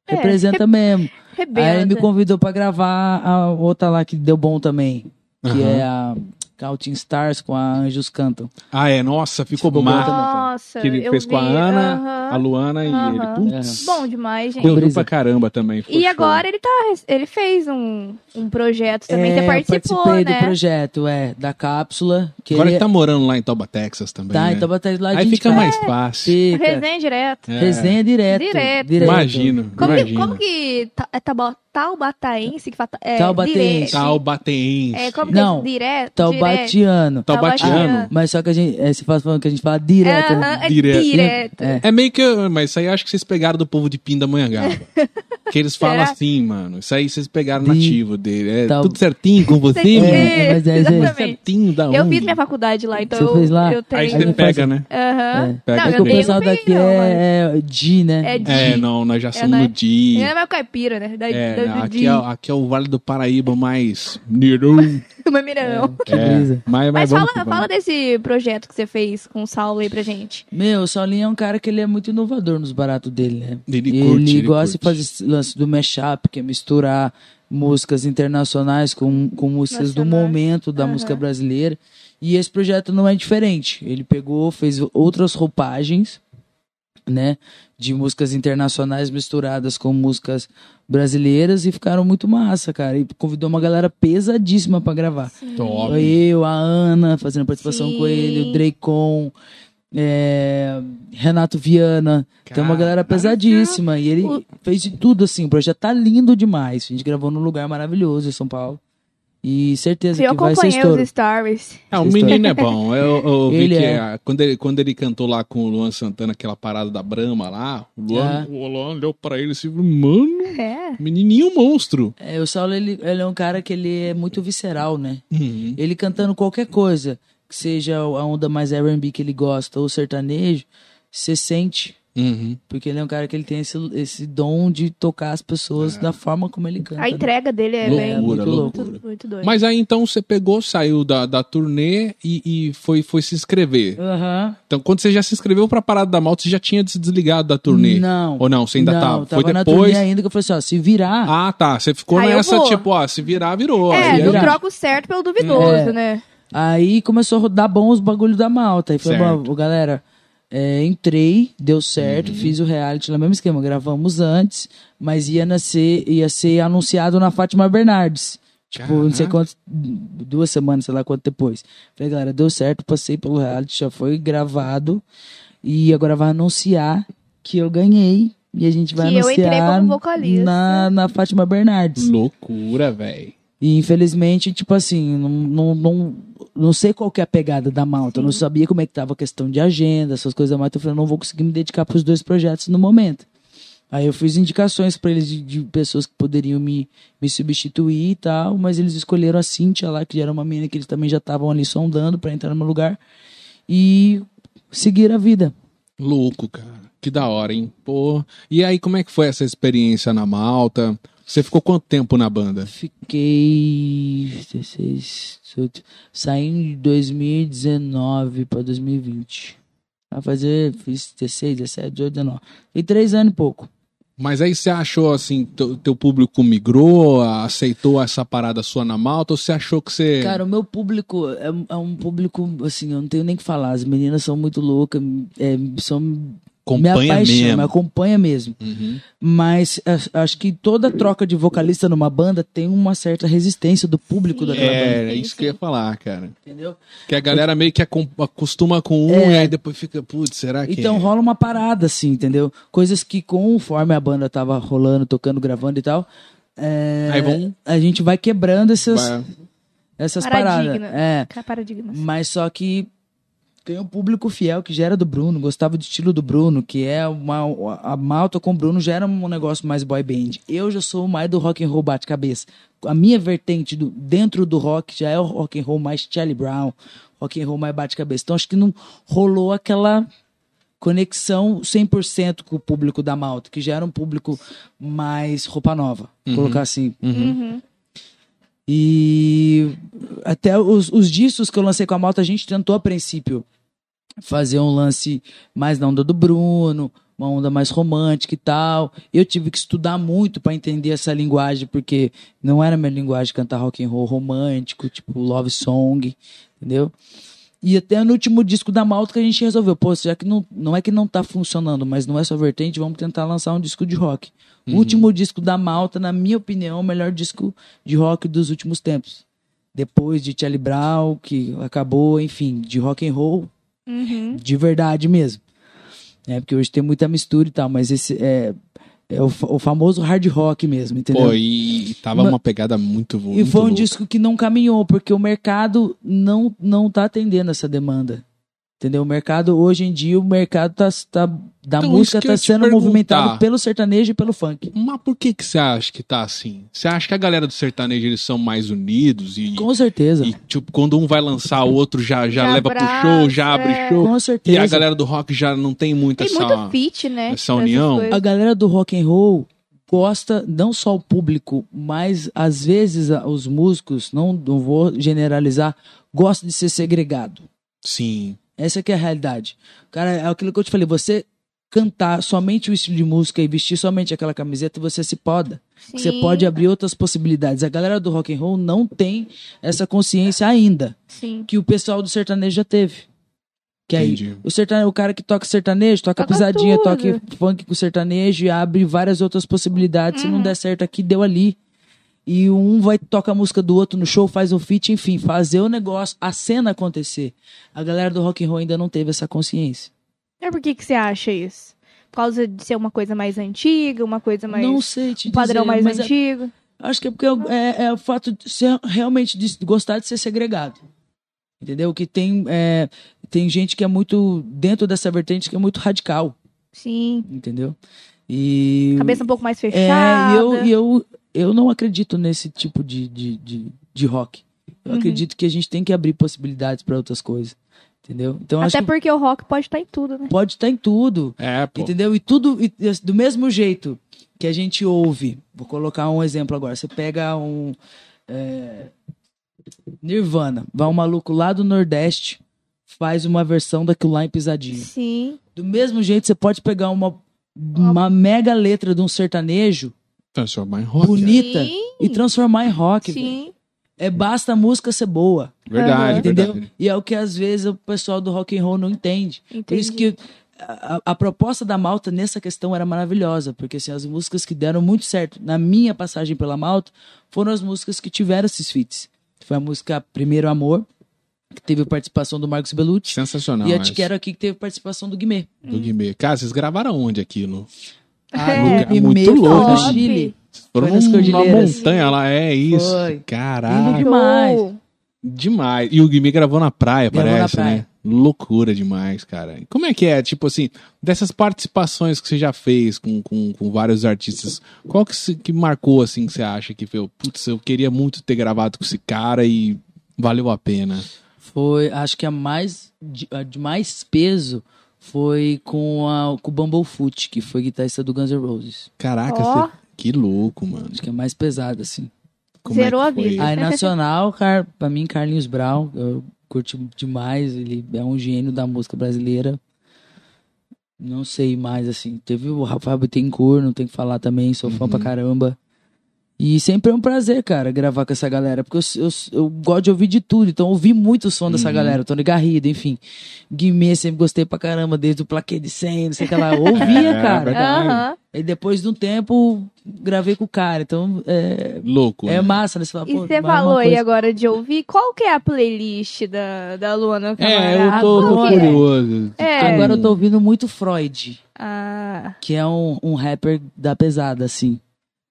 Speaker 2: É,
Speaker 3: representa mesmo. Aí ele me
Speaker 2: Rebelde.
Speaker 3: convidou pra gravar a outra lá que deu bom também. Que
Speaker 1: Aham.
Speaker 3: é a Counting Stars com a Anjos Cantam.
Speaker 1: Ah, é, nossa, ficou
Speaker 3: Ficou
Speaker 1: massa.
Speaker 3: bom
Speaker 2: Nossa,
Speaker 1: que ele
Speaker 2: eu
Speaker 1: fez com a
Speaker 2: vi,
Speaker 1: Ana,
Speaker 2: aham.
Speaker 1: a Luana e
Speaker 2: Aham.
Speaker 1: ele. Putz,
Speaker 2: Bom demais, gente.
Speaker 1: correu
Speaker 3: Brisa.
Speaker 1: pra caramba também. foi
Speaker 2: E
Speaker 1: show.
Speaker 2: agora ele tá. Ele fez um, um projeto também.
Speaker 3: é,
Speaker 2: você participou,
Speaker 3: participei
Speaker 2: né?
Speaker 3: do projeto, é, da cápsula. Que
Speaker 1: Agora ele
Speaker 3: ele
Speaker 1: tá morando lá em Tauba, Texas também.
Speaker 3: tá,
Speaker 1: né?
Speaker 3: então bota lá
Speaker 1: Aí
Speaker 3: gente,
Speaker 1: fica
Speaker 3: cara.
Speaker 1: mais fácil.
Speaker 3: Fica.
Speaker 2: Resenha direto.
Speaker 1: É.
Speaker 3: Resenha direto.
Speaker 2: Direto.
Speaker 1: Imagino,
Speaker 2: Como que,
Speaker 1: imagino.
Speaker 2: como que ta- é tauba- taubataense que fala. É,
Speaker 3: Taubatense.
Speaker 1: Tá
Speaker 2: dire-
Speaker 1: Taubatense.
Speaker 2: É, como
Speaker 3: Não,
Speaker 2: que é? Direto? direto.
Speaker 1: Taubatiano.
Speaker 3: Taubatiano.
Speaker 2: Taubatiano.
Speaker 3: Mas só que a gente. É, você fala falando que a gente fala direto. né?
Speaker 2: Aham, é
Speaker 1: Direto.
Speaker 2: direto.
Speaker 3: É.
Speaker 1: É meio que. Mas isso aí eu acho que vocês pegaram do povo de
Speaker 2: (laughs)
Speaker 1: Pindamonhangaba. que eles falam
Speaker 2: Será?
Speaker 1: assim, mano. Isso aí vocês pegaram
Speaker 3: De-
Speaker 1: nativo dele. É
Speaker 3: Tau-
Speaker 1: tudo certinho com você,
Speaker 2: Certinho.
Speaker 1: mano?
Speaker 3: É, mas é,
Speaker 1: Tudo
Speaker 2: exatamente.
Speaker 1: certinho da
Speaker 2: Eu
Speaker 1: onde?
Speaker 2: fiz minha faculdade lá, então
Speaker 3: Você fez lá?
Speaker 2: eu tenho.
Speaker 1: Aí
Speaker 3: Aí
Speaker 1: você
Speaker 3: ele
Speaker 1: pega,
Speaker 3: faz-
Speaker 1: né?
Speaker 2: Aham.
Speaker 3: É.
Speaker 1: Pega
Speaker 2: Não,
Speaker 1: o
Speaker 3: é que
Speaker 2: eu
Speaker 1: dele.
Speaker 3: o
Speaker 2: tenho
Speaker 3: pessoal
Speaker 2: Ah, não
Speaker 3: daqui
Speaker 2: não, mano.
Speaker 3: é, é G, né?
Speaker 2: É de.
Speaker 1: É, não, nós já somos
Speaker 2: né?
Speaker 1: no dia.
Speaker 2: É mais caipira, né? Da,
Speaker 1: É,
Speaker 2: da,
Speaker 1: não,
Speaker 2: do
Speaker 1: aqui,
Speaker 2: dia.
Speaker 1: é, aqui é o Vale do Paraíba mais. Niru.
Speaker 2: (laughs) Mas mirão.
Speaker 3: Que brisa.
Speaker 1: é Mas, mas
Speaker 2: Mas
Speaker 1: vamos
Speaker 2: fala,
Speaker 1: que vamos.
Speaker 2: fala desse projeto que você fez com o Saulo aí pra gente.
Speaker 3: Meu, o Saulinho é um cara que ele é muito inovador nos baratos dele, né?
Speaker 1: Ele curte, ele
Speaker 3: gosta de
Speaker 1: curte.
Speaker 3: fazer esse lance do mashup, que é misturar músicas internacionais com, com músicas do
Speaker 2: Nacionais.
Speaker 3: momento da
Speaker 2: Aham.
Speaker 3: música brasileira. E esse projeto não é diferente. Ele pegou, fez outras roupagens, né? De músicas internacionais misturadas com músicas brasileiras e ficaram muito massa, cara. E convidou uma galera pesadíssima pra gravar.
Speaker 1: Top.
Speaker 3: Eu, a Ana, fazendo participação
Speaker 2: Sim.
Speaker 3: com ele, o Dracon, é, Renato Viana. Tem uma
Speaker 1: Caraca.
Speaker 3: galera pesadíssima. E ele
Speaker 2: tá O-
Speaker 3: fez de tudo, assim. O projeto tá lindo demais. A gente gravou num lugar maravilhoso em São Paulo. E certeza
Speaker 2: Eu
Speaker 3: que vai ser
Speaker 2: acompanhei
Speaker 3: estouro.
Speaker 2: os stories.
Speaker 1: Ah, o
Speaker 3: Essa
Speaker 1: menino é bom. Eu, eu vi
Speaker 3: Ele
Speaker 1: que
Speaker 3: é.
Speaker 1: ah, quando, ele, quando ele cantou lá com o Luan Santana, aquela parada da Brahma lá, o Luan,
Speaker 3: É.
Speaker 1: o Luan olhou pra ele e disse: Mano,
Speaker 2: É.
Speaker 1: menininho monstro.
Speaker 3: É, o Saulo, ele, ele é um cara que ele é muito visceral, né?
Speaker 1: Uhum,
Speaker 3: Ele cantando qualquer coisa, que seja a onda mais R&B que ele gosta ou sertanejo, você sente
Speaker 1: Uhum.
Speaker 3: Porque ele é um cara que ele tem esse, esse dom de tocar as
Speaker 1: É.
Speaker 3: pessoas da forma como ele canta. né?
Speaker 2: A entrega dele é
Speaker 1: Loucura,
Speaker 2: bem.
Speaker 3: muito louco.
Speaker 1: loucura.
Speaker 2: Muito, muito doido.
Speaker 1: Mas aí então você pegou, saiu da, da turnê e, e foi, foi se inscrever.
Speaker 3: É. Aham.
Speaker 1: Então, quando você já se inscreveu pra parada da malta, você já tinha se desligado da turnê?
Speaker 3: Não.
Speaker 1: Ou não? Você ainda
Speaker 3: não,
Speaker 1: tava? Foi
Speaker 3: tava na
Speaker 1: depois?
Speaker 3: turnê ainda que eu falei assim, ó, se virar...
Speaker 1: Ah, tá. Você ficou
Speaker 2: Aí eu
Speaker 1: nessa,
Speaker 2: vou.
Speaker 1: tipo, ó, se virar, virou.
Speaker 2: é,
Speaker 1: Aí
Speaker 2: não
Speaker 1: eu-
Speaker 3: virar.
Speaker 2: troca o certo pelo duvidoso,
Speaker 3: É.
Speaker 2: né?
Speaker 3: Aí começou a rodar bom os bagulho da malta. Aí falei,
Speaker 1: Certo. Uhum.
Speaker 3: bom, galera, é, entrei, deu certo, fiz o reality lá, mesmo esquema. Gravamos antes, mas ia, nascer, ia ser anunciado na Fátima Bernardes. Tipo, não sei
Speaker 1: Caraca.
Speaker 3: quanto, duas semanas, sei lá quanto depois. Falei, galera, deu certo, passei pelo reality, já foi gravado. E agora vai anunciar que eu ganhei. E a gente vai
Speaker 2: Que eu
Speaker 3: anunciar
Speaker 2: entrei como vocalista.
Speaker 3: Na, na Fátima Bernardes.
Speaker 1: Loucura, velho.
Speaker 3: E infelizmente, tipo assim, não, não, não, não sei qual que é a pegada da malta. Eu não sabia como é que tava a questão de agenda, essas coisas da malta. Eu falei, não vou conseguir me dedicar pros dois projetos no momento. Aí eu fiz indicações pra eles de, de pessoas que poderiam me, me substituir e tal, mas eles escolheram a Cintia lá, que já era uma menina que eles também já estavam ali sondando pra entrar no meu lugar. E seguir a vida.
Speaker 1: Louco, cara. Que da hora, hein? Pô. E aí, como é que foi essa experiência na Malta? Você ficou quanto tempo na banda?
Speaker 3: Fiquei 16, 18. Saí em 2019 pra 2020. Vai fazer, fiz 16, 17, 18, 19. E três anos e pouco.
Speaker 1: Mas aí você achou assim, teu teu público migrou, a- aceitou essa parada sua na Malta, ou você achou que você.
Speaker 3: Cara, o meu público é, um- é um público, assim, eu não tenho nem o que falar. As meninas são muito loucas, é, são. me
Speaker 1: acompanha
Speaker 3: apaixona, me
Speaker 1: mesmo?
Speaker 3: acompanha mesmo.
Speaker 1: Uhum.
Speaker 3: Mas a- acho que toda troca de vocalista numa banda tem uma certa resistência do público
Speaker 2: Sim.
Speaker 3: daquela banda,
Speaker 1: É,
Speaker 2: Sim,
Speaker 1: é isso
Speaker 2: sim.
Speaker 1: que eu ia falar, cara.
Speaker 3: entendeu?
Speaker 1: Que a galera meio que acom- acostuma com um e aí depois fica, putz, será que.
Speaker 3: É. Então
Speaker 1: é?
Speaker 3: rola uma parada, assim, entendeu? Coisas que conforme a banda tava rolando, tocando, gravando e tal. é,
Speaker 1: Aí vão-
Speaker 3: A gente vai quebrando essas,
Speaker 1: Vai-
Speaker 3: essas paradas.
Speaker 2: Paradigma.
Speaker 3: É.
Speaker 2: Ca- Paradigmas.
Speaker 3: Mas só que tem um público fiel que já era do Bruno, gostava do estilo do Bruno, que é uma, a malta com o Bruno já era um negócio mais boy band. Eu já sou mais do rock and roll bate cabeça. A minha vertente do, dentro do rock já é o rock and roll mais Charlie Brown, rock and roll mais bate cabeça. Então acho que não rolou aquela conexão 100% com o público da malta, que já era um público mais roupa nova, colocar assim,
Speaker 2: Uhum.
Speaker 3: e até os, os discos que eu lancei com a Malta, a gente tentou a princípio fazer um lance mais na onda do Bruno, uma onda mais romântica e tal. Eu tive que estudar muito pra entender essa linguagem, porque não era minha linguagem cantar rock and roll romântico, tipo love song, entendeu? E até no último disco da Malta que a gente resolveu, pô, já que não, não é que não tá funcionando, mas não é só vertente, vamos tentar lançar um disco de rock. O último disco da Malta, na minha opinião, é o melhor disco de rock dos últimos tempos. Depois de Charlie Brown, que acabou, enfim, de rock and roll,
Speaker 2: Uhum.
Speaker 3: de verdade mesmo. É, porque hoje tem muita mistura e tal, mas esse é, é o, fa- o famoso hard rock mesmo, entendeu?
Speaker 1: Pô, e tava
Speaker 3: Ma-
Speaker 1: uma pegada muito boa.
Speaker 3: E foi um disco que não caminhou, porque o mercado não, não tá atendendo essa demanda. Entendeu? O mercado, hoje em dia, o mercado tá, tá, da
Speaker 1: Então, isso
Speaker 3: música
Speaker 1: que eu ia
Speaker 3: tá
Speaker 1: te
Speaker 3: sendo movimentado
Speaker 1: perguntar.
Speaker 3: pelo sertanejo e pelo funk.
Speaker 1: Mas por que que você acha que tá assim? Você acha que a galera do sertanejo eles são mais unidos e,
Speaker 3: Com certeza.
Speaker 1: e, tipo quando um vai lançar o outro já já,
Speaker 2: Já
Speaker 1: leva
Speaker 2: abraça,
Speaker 1: pro show, já abre
Speaker 2: é.
Speaker 1: show.
Speaker 3: Com
Speaker 1: E
Speaker 3: certeza.
Speaker 1: a galera do rock já não tem muito
Speaker 2: Tem
Speaker 1: essa é
Speaker 2: muito fit, né?
Speaker 1: essa
Speaker 2: nessas
Speaker 1: união.
Speaker 2: coisas.
Speaker 3: a galera do rock and roll gosta não só o público, mas às vezes a- os músicos, não, não vou generalizar, gosta de ser segregado.
Speaker 1: Sim.
Speaker 3: Essa que é a realidade. Cara, é aquilo que eu te falei, você cantar somente o estilo de música e vestir somente aquela camiseta, você se poda.
Speaker 2: Sim.
Speaker 3: Você pode abrir outras possibilidades. A galera do rock and roll não tem essa consciência ainda
Speaker 2: Sim.
Speaker 3: que o pessoal do sertanejo já teve. Que aí
Speaker 1: Entendi.
Speaker 3: o sertanejo, o cara que toca sertanejo, toca,
Speaker 2: Toca
Speaker 3: pisadinha,
Speaker 2: tudo.
Speaker 3: toca funk com sertanejo e abre várias outras possibilidades.
Speaker 2: Uhum.
Speaker 3: Se não der certo aqui, deu ali. E um vai toca a música do outro no show, faz um feat, enfim, fazer o negócio, a cena acontecer. A galera do rock and roll ainda não teve essa consciência.
Speaker 2: É por que que você acha isso? Por causa de ser uma coisa mais antiga, uma coisa mais.
Speaker 3: não sei te
Speaker 2: um padrão
Speaker 3: dizer,
Speaker 2: mais
Speaker 3: mas é-
Speaker 2: antigo.
Speaker 3: acho que é porque eu- é, é o fato de ser realmente de gostar de ser segregado. Entendeu? Que tem, é, tem gente que é muito, dentro dessa vertente, que é muito radical.
Speaker 2: Sim.
Speaker 3: entendeu? E
Speaker 2: Cabeça um pouco mais
Speaker 3: é,
Speaker 2: fechada.
Speaker 3: e eu, e eu, eu não acredito nesse tipo de, de, de, de rock. Eu
Speaker 2: Uhum.
Speaker 3: acredito que a gente tem que abrir possibilidades para outras coisas, entendeu? Então acho
Speaker 2: Até
Speaker 3: que
Speaker 2: porque o rock pode estar em tudo, né?
Speaker 3: pode estar em tudo,
Speaker 1: É, pô.
Speaker 3: entendeu? E tudo e- e do mesmo jeito que a gente ouve. Vou colocar um exemplo agora. Você pega um é, Nirvana, vai um maluco lá do Nordeste, faz uma versão daquilo lá em Pisadinha.
Speaker 2: Sim.
Speaker 3: Do mesmo jeito, você pode pegar uma, uma mega letra de um sertanejo
Speaker 1: Transformar em rock.
Speaker 3: Bonito. Anitta.
Speaker 2: Sim.
Speaker 3: e transformar em rock. velho.
Speaker 2: Sim.
Speaker 3: É basta a música ser boa,
Speaker 1: é. Verdade,
Speaker 2: Aham.
Speaker 3: entendeu?
Speaker 1: verdade.
Speaker 3: E é o que às vezes o pessoal do rock and roll não entende.
Speaker 2: Entendi.
Speaker 3: Por isso que a, a- a proposta da Malta nessa questão era maravilhosa, porque assim, as músicas que deram muito certo na minha passagem pela Malta foram as músicas que tiveram esses feats. Foi a música Primeiro Amor, que teve a participação do Marcos Bellucci,
Speaker 1: Sensacional.
Speaker 3: e a
Speaker 1: essa
Speaker 3: Te Quero Aqui, que teve a participação do Guimê.
Speaker 1: Do Guimê. Cara, vocês gravaram onde aquilo?
Speaker 3: Ah,
Speaker 2: É.
Speaker 3: no Guimê
Speaker 1: Muito
Speaker 3: foi no
Speaker 2: louco.
Speaker 3: Chile.
Speaker 1: Foram
Speaker 3: nas
Speaker 1: numa
Speaker 3: cordilheiras.
Speaker 1: montanha lá, é isso.
Speaker 3: Foi. Uhum.
Speaker 1: Caraca,
Speaker 3: Lindo demais.
Speaker 2: Show.
Speaker 1: demais. E o Guimê gravou na praia,
Speaker 3: Gravou na
Speaker 1: parece,
Speaker 3: praia.
Speaker 1: né? Loucura demais, cara. E Como é que é, tipo assim, dessas participações que você já fez com, com, com vários artistas, qual que, se- que marcou, assim, que você acha que foi, putz, eu queria muito ter gravado com esse cara e valeu a pena?
Speaker 3: Foi, acho que a mais de, a de mais peso foi com, a, com o Bumblefoot, que foi guitarrista do Guns N' Roses.
Speaker 1: Caraca,
Speaker 2: Ó.
Speaker 1: você- que louco, mano.
Speaker 3: Acho que é mais pesado, assim.
Speaker 1: Como é
Speaker 2: Zerou
Speaker 1: que
Speaker 2: a
Speaker 1: foi? (laughs)
Speaker 2: vida.
Speaker 3: Aí, nacional, car, pra mim, Carlinhos Brown, eu curti demais, ele é um gênio da música brasileira. Não sei mais, assim. Teve o Rafael Bittencourt, não tem que falar também, sou fã
Speaker 1: Uhum.
Speaker 3: pra caramba. E sempre é um prazer, cara, gravar com essa galera, porque eu, eu, eu gosto de ouvir de tudo, então eu ouvi muito o som dessa
Speaker 1: Uhum.
Speaker 3: galera, Tony Garrido, enfim. Guimê, sempre gostei pra caramba, desde o Plaquê de 100, não sei o que lá, eu ouvia,
Speaker 1: (laughs) É,
Speaker 3: cara.
Speaker 1: verdade.
Speaker 2: Aham.
Speaker 3: E depois de um tempo, gravei com o cara, então é,
Speaker 1: Louco.
Speaker 3: é
Speaker 1: né?
Speaker 3: massa, né? Você fala,
Speaker 2: E
Speaker 3: pô,
Speaker 2: você
Speaker 3: mais uma
Speaker 2: falou aí
Speaker 3: coisa.
Speaker 2: agora de ouvir, qual que é a playlist da, da Luana
Speaker 1: É,
Speaker 2: Camarada?
Speaker 1: eu tô, tô
Speaker 2: Qual que é?
Speaker 1: curioso. Tá
Speaker 2: É.
Speaker 1: Tem-
Speaker 3: Agora eu tô ouvindo muito Freud,
Speaker 2: Ah,
Speaker 3: que é um, um rapper da pesada, assim.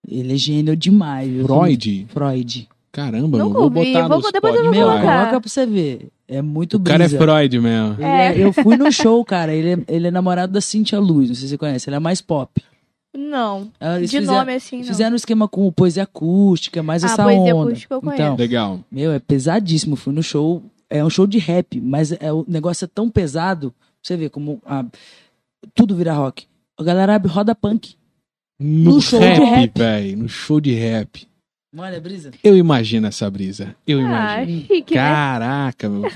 Speaker 3: Ele é gênio demais. viu?
Speaker 1: Freud?
Speaker 3: Freud.
Speaker 1: Caramba,
Speaker 2: Nunca
Speaker 1: meu, vou
Speaker 2: ouvi,
Speaker 1: botar
Speaker 2: vou-
Speaker 1: nos
Speaker 2: depois eu vou
Speaker 3: Meu,
Speaker 1: Spotify.
Speaker 2: colocar.
Speaker 3: coloca pra você ver. É muito
Speaker 1: O cara é
Speaker 3: brisa.
Speaker 1: Freud mesmo.
Speaker 3: Ele é- eu fui no show, cara. Ele é, ele é namorado da Cintia Luz, não sei se você conhece. Ele é mais pop.
Speaker 2: Não.
Speaker 3: Ah, eles
Speaker 2: de
Speaker 3: fizeram-
Speaker 2: nome assim, não.
Speaker 3: Fizeram um esquema com o poesia acústica, mais
Speaker 2: Ah,
Speaker 3: essa
Speaker 2: poesia
Speaker 3: onda.
Speaker 2: acústica eu conheço.
Speaker 3: Então,
Speaker 1: Legal.
Speaker 3: meu, é pesadíssimo. Fui no show. É um show de rap, mas é, o negócio é tão pesado. pra Você vê como a- tudo vira rock. A galera abre roda punk.
Speaker 1: No,
Speaker 3: show de
Speaker 1: rap,
Speaker 3: rap.
Speaker 1: velho. No show de rap.
Speaker 3: Olha, brisa.
Speaker 1: Eu imagino essa brisa. Eu imagino.
Speaker 2: Ah, chique, né?
Speaker 1: Caraca, meu.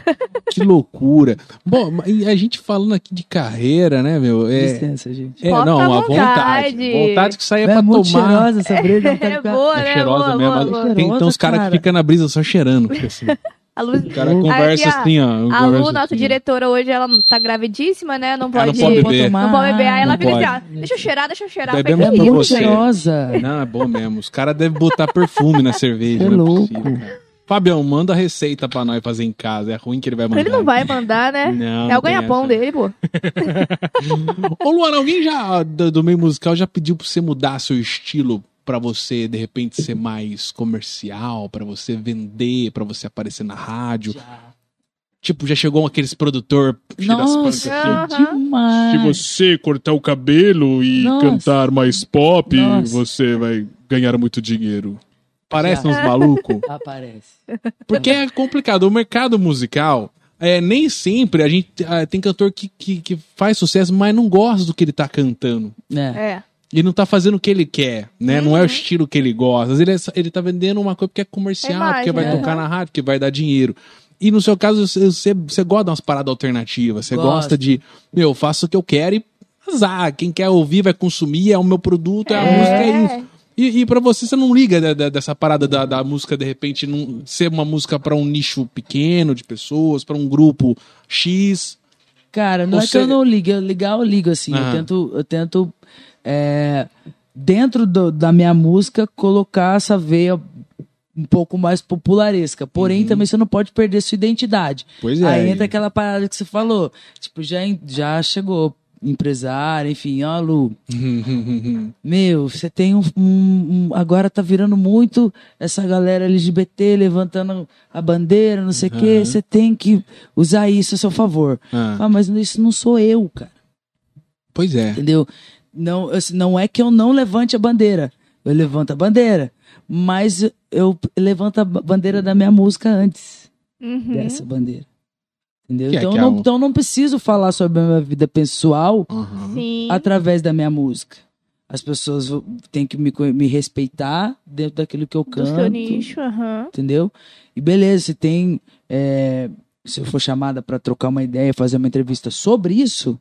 Speaker 1: Que loucura. Bom, ma- e a gente falando aqui de carreira, né, meu? É,
Speaker 3: Licença, gente.
Speaker 1: é
Speaker 2: Foca
Speaker 1: não,
Speaker 2: à
Speaker 1: a vontade.
Speaker 2: vontade.
Speaker 1: Vontade que saia
Speaker 3: é
Speaker 1: pra
Speaker 3: muito
Speaker 1: tomar.
Speaker 3: cheirosa essa brisa. não tá
Speaker 2: É
Speaker 3: ligado?
Speaker 2: boa,
Speaker 1: É
Speaker 2: né?
Speaker 1: cheirosa
Speaker 2: boa,
Speaker 1: mesmo.
Speaker 2: boa,
Speaker 1: mas
Speaker 2: boa.
Speaker 1: Tem, então os
Speaker 3: Cheirosa,
Speaker 1: caras que
Speaker 3: cara.
Speaker 1: ficam na brisa só cheirando. porque assim, o
Speaker 2: A Luz...
Speaker 1: cara
Speaker 3: Aqui,
Speaker 1: conversa
Speaker 2: ó.
Speaker 1: assim, ó.
Speaker 2: A
Speaker 1: conversa
Speaker 2: Lu, nossa
Speaker 1: assim.
Speaker 2: diretora hoje, ela tá gravidíssima, né? Não
Speaker 1: Ah,
Speaker 2: pode,
Speaker 1: não pode beber.
Speaker 2: não pode beber. Aí ela
Speaker 1: Não
Speaker 2: fica tipo,
Speaker 1: pode.
Speaker 2: assim, ó, deixa eu cheirar, deixa eu cheirar. assim.
Speaker 1: Bebemos
Speaker 2: Falei,
Speaker 3: É
Speaker 2: "Que
Speaker 1: pra
Speaker 3: muito
Speaker 1: você.
Speaker 3: cheirosa.
Speaker 1: Não, é bom mesmo. Os caras devem botar perfume na cerveja.
Speaker 3: É
Speaker 1: não
Speaker 3: louco.
Speaker 1: possível, cara. Fabião, manda a receita pra nós fazer em casa. É ruim que ele vai
Speaker 2: isso?"
Speaker 1: mandar.
Speaker 2: Ele não vai mandar, né?
Speaker 1: Não,
Speaker 2: é
Speaker 1: não
Speaker 2: o
Speaker 1: tem
Speaker 2: ganha-pão
Speaker 1: essa.
Speaker 2: dele, pô.
Speaker 1: Ô Luana, alguém já do, do meio musical já pediu pra você mudar seu estilo pra você de repente ser mais comercial, pra você vender, pra você aparecer na rádio? Tipo, já chegou aqueles produtor cheio das pancas
Speaker 3: Nossa,
Speaker 1: assim,
Speaker 2: aqui.
Speaker 3: que demais.
Speaker 1: Se você cortar o cabelo e
Speaker 3: Nossa.
Speaker 1: cantar mais pop,
Speaker 3: Nossa.
Speaker 1: você vai ganhar muito dinheiro. Parece uns
Speaker 3: (laughs)
Speaker 1: malucos.
Speaker 3: Aparece.
Speaker 1: Porque é complicado. O mercado musical, é, nem sempre a gente ah, tem cantor que, que, que faz sucesso, mas não gosta do que ele tá cantando.
Speaker 3: É.
Speaker 2: É.
Speaker 1: Ele não tá fazendo o que ele quer, né?
Speaker 3: Uhum.
Speaker 1: Não é o estilo que ele gosta. Às vezes ele, é só- ele tá vendendo uma coisa porque é comercial,
Speaker 2: É imagem,
Speaker 1: porque vai
Speaker 3: né?
Speaker 1: tocar na rádio, porque vai dar dinheiro. E no seu caso, você, você- você gosta de umas paradas alternativas. Você
Speaker 3: Gosto.
Speaker 1: gosta de, meu, eu faço o que eu quero e azar. Quem quer ouvir vai consumir, é o meu produto, é, a música, é isso. E, e para você, você não liga da- da- dessa parada da, da música, de repente, não ser uma música pra um nicho pequeno de pessoas, pra um grupo X.
Speaker 3: Cara, não
Speaker 1: Ou
Speaker 3: é
Speaker 1: seja-
Speaker 3: que eu não ligo. Eu ligar, eu ligo, assim.
Speaker 1: Aham.
Speaker 3: Eu tento, eu tento é, dentro do- da minha música, colocar essa veia um pouco mais popularesca. Porém, também você não pode perder sua identidade.
Speaker 1: Uhum. Pois é.
Speaker 3: Aí entra aquela parada que você falou. Tipo, já, en- já chegou empresário, enfim, ó, Lu, Meu, você tem um, um- um- Agora tá virando muito essa galera LGBT levantando a bandeira, não sei o quê.
Speaker 1: Aham.
Speaker 3: Você tem que usar isso a seu favor.
Speaker 1: (laughs) Ah,
Speaker 3: Ah, mas isso não sou eu, cara.
Speaker 1: pois é.
Speaker 3: Entendeu? Não, assim, não é que eu não levante a bandeira. Eu levanto a bandeira. Mas eu levanto a ba- bandeira da minha música antes
Speaker 2: Uhum.
Speaker 3: dessa bandeira. Entendeu?
Speaker 1: Que é
Speaker 3: então,
Speaker 1: que
Speaker 3: eu
Speaker 1: é
Speaker 3: não,
Speaker 1: um-
Speaker 3: então eu não preciso falar sobre a minha vida pessoal
Speaker 1: Aham.
Speaker 2: Sim.
Speaker 3: através da minha música. As pessoas vo- têm que me, co- me respeitar dentro daquilo que eu
Speaker 2: Do seu
Speaker 3: canto,
Speaker 2: nicho, aham.
Speaker 3: entendeu? E beleza, se tem. é, se eu for chamada para trocar uma ideia, fazer uma entrevista sobre isso,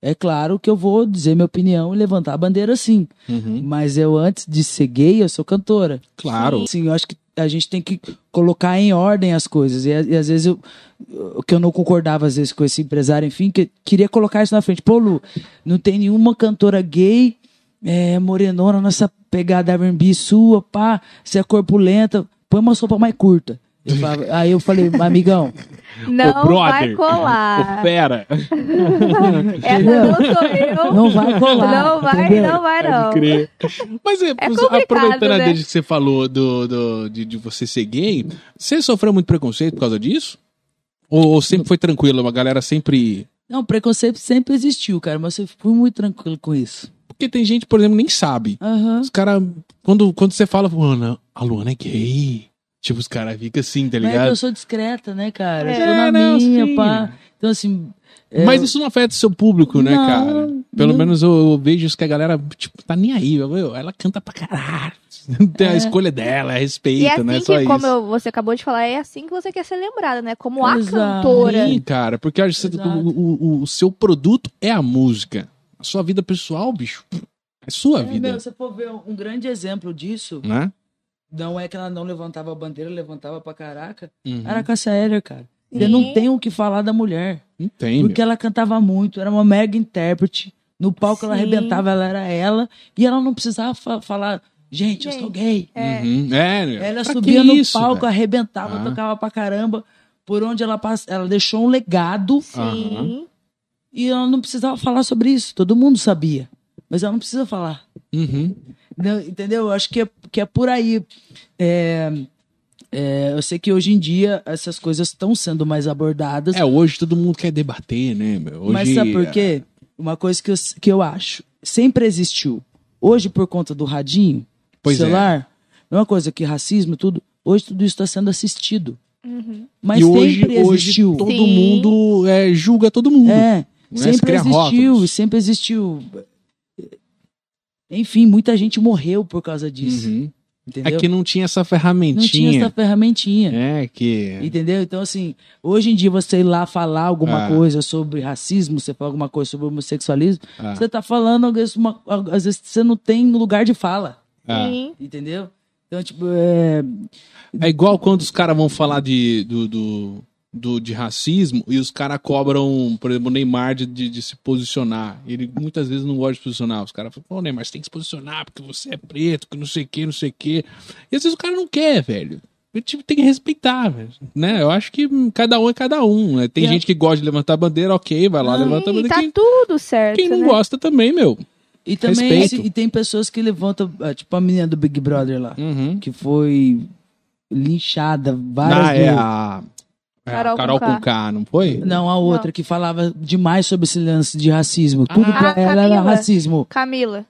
Speaker 3: é claro que eu vou dizer minha opinião e levantar a bandeira sim.
Speaker 1: Uhum.
Speaker 3: Mas eu, antes de ser gay, eu sou cantora.
Speaker 1: Claro.
Speaker 3: Sim, eu acho que a gente tem que colocar em ordem as coisas. E, a- e às vezes eu, o que eu não concordava às vezes com esse empresário, enfim, que queria colocar isso na frente. Pô, Lu, não tem nenhuma cantora gay, é, morenona, nessa pegada R&B sua, pá, você é corpulenta, põe uma sopa mais curta.
Speaker 1: (laughs)
Speaker 3: Eu falava- aí eu falei, amigão,
Speaker 2: Não
Speaker 1: Ô, brother.
Speaker 2: vai colar.
Speaker 1: Ô, fera. (laughs)
Speaker 2: Essa não sou eu.
Speaker 3: não vai colar.
Speaker 2: Não vai,
Speaker 3: entendeu?
Speaker 2: não vai, não.
Speaker 1: Pode crer. Mas é,
Speaker 2: complicado,
Speaker 1: aproveitando a
Speaker 2: né?
Speaker 1: deixa que você falou do, do- de, de você ser gay, você sofreu muito preconceito por causa disso? Ou, ou sempre foi tranquilo? A galera sempre.
Speaker 3: Não, preconceito sempre existiu, cara, mas eu fui muito tranquilo com isso.
Speaker 1: Porque tem gente, por exemplo, nem sabe.
Speaker 3: Aham.
Speaker 1: Os caras. Quando, quando você fala, Luana, a Luana é gay. Tipo, os caras ficam assim, tá
Speaker 3: Mas é que
Speaker 1: ligado?
Speaker 3: eu sou discreta, né, cara?
Speaker 2: É,
Speaker 3: Eu sou na
Speaker 1: não,
Speaker 3: minha,
Speaker 1: sim.
Speaker 3: pá. Então, assim. é,
Speaker 1: Mas isso não afeta o seu público, né,
Speaker 3: Não,
Speaker 1: cara? Pelo
Speaker 3: não.
Speaker 1: menos eu, eu vejo isso que a galera, tipo, tá nem aí. meu, ela canta pra caralho. (laughs) Tem a
Speaker 3: É.
Speaker 1: escolha dela, é respeito,
Speaker 2: E é assim
Speaker 1: né? Só
Speaker 2: que, como
Speaker 1: isso.
Speaker 2: eu- você acabou de falar, é assim que você quer ser lembrada, né? Como a
Speaker 3: Exato.
Speaker 2: cantora.
Speaker 1: Sim, cara, porque eu acho que
Speaker 3: É.
Speaker 1: tá
Speaker 3: Exato.
Speaker 1: o, o- o seu produto é a música. A sua vida pessoal, bicho, é sua
Speaker 3: É,
Speaker 1: vida.
Speaker 3: meu, se for ver um grande exemplo disso,
Speaker 1: Né?
Speaker 3: não é que ela não levantava a bandeira, levantava pra caraca.
Speaker 1: Uhum.
Speaker 3: Era a Cássia Eller, cara. Eu não
Speaker 2: Sim.
Speaker 3: tenho o que falar da mulher.
Speaker 1: Não tem, meu.
Speaker 3: porque ela cantava muito, era uma mega intérprete. No palco ela
Speaker 2: Sim.
Speaker 3: arrebentava, ela era ela. E ela não precisava fa- falar, gente, eu
Speaker 2: Gente,
Speaker 3: sou gay.
Speaker 2: É.
Speaker 1: Uhum. É, meu.
Speaker 3: Ela
Speaker 1: Pra
Speaker 3: subia
Speaker 1: que
Speaker 3: no
Speaker 1: isso,
Speaker 3: palco,
Speaker 1: velho?
Speaker 3: arrebentava,
Speaker 1: Ah.
Speaker 3: tocava pra caramba. Por onde ela passa, ela deixou um legado
Speaker 2: Sim.
Speaker 3: e ela não precisava falar sobre isso. Todo mundo sabia. Mas ela não precisa falar.
Speaker 1: Uhum.
Speaker 3: Não, entendeu? Eu acho que é, que é por aí. É, É, eu sei que hoje em dia essas coisas estão sendo mais abordadas.
Speaker 1: É, hoje todo mundo quer debater, né, meu? Hoje,
Speaker 3: Mas sabe por quê? Uma coisa que eu, que eu acho, sempre existiu. Hoje, por conta do radinho,
Speaker 1: Pois é.
Speaker 3: celular, é uma coisa que racismo e tudo, hoje tudo isso está sendo assistido.
Speaker 2: Uhum.
Speaker 3: Mas
Speaker 1: e
Speaker 3: sempre
Speaker 1: hoje,
Speaker 3: existiu.
Speaker 1: hoje todo
Speaker 2: Sim.
Speaker 1: mundo é, julga todo mundo.
Speaker 3: É,
Speaker 1: Né? Se
Speaker 3: sempre
Speaker 1: cria
Speaker 3: existiu,
Speaker 1: rótulos.
Speaker 3: sempre existiu. Enfim, muita gente morreu por causa disso,
Speaker 1: Uhum.
Speaker 3: entendeu?
Speaker 1: É que não tinha essa
Speaker 3: não tinha essa
Speaker 1: ferramentinha.
Speaker 3: ferramentinha.
Speaker 1: É, que.
Speaker 3: Entendeu? Então, assim, hoje em dia você ir lá falar alguma
Speaker 1: Ah.
Speaker 3: coisa sobre racismo, você falar alguma coisa sobre homossexualismo,
Speaker 1: Ah,
Speaker 3: você tá falando, às vezes, uma- às vezes você não tem lugar de fala,
Speaker 1: ah.
Speaker 2: Sim.
Speaker 3: entendeu? Então, tipo, é,
Speaker 1: É igual quando os caras vão falar de, do, do, do- de racismo e os caras cobram, por exemplo, o Neymar de, de, de se posicionar. Ele muitas vezes não gosta de se posicionar. Os caras falam, pô, Neymar, você tem que se posicionar porque você é preto, que não sei o que, não sei o que. E às vezes o cara não quer, velho. Eu, tipo, tem que respeitar, velho. Né? Eu acho que hum, cada um é cada um. Né? Tem
Speaker 3: É.
Speaker 1: gente que gosta de levantar a bandeira, ok, vai lá,
Speaker 3: Ah,
Speaker 1: levanta a
Speaker 2: Sim,
Speaker 1: bandeira.
Speaker 2: tá
Speaker 1: Quem,
Speaker 2: tudo certo.
Speaker 1: quem não
Speaker 2: né?
Speaker 1: gosta também, meu.
Speaker 3: e também
Speaker 1: Respeito.
Speaker 3: e tem pessoas que levantam, ah, tipo, a menina do Big Brother lá,
Speaker 1: Uhum.
Speaker 3: que foi linchada várias
Speaker 1: Ah, é
Speaker 3: vezes.
Speaker 1: a, é a
Speaker 2: Carol
Speaker 1: Carol
Speaker 2: Conká.
Speaker 1: com K, não foi?
Speaker 3: Não, a outra que falava demais sobre esse lance de racismo. Tudo
Speaker 1: Ah,
Speaker 3: pra
Speaker 2: a
Speaker 3: ela era
Speaker 2: Camila.
Speaker 3: racismo.
Speaker 2: Camila.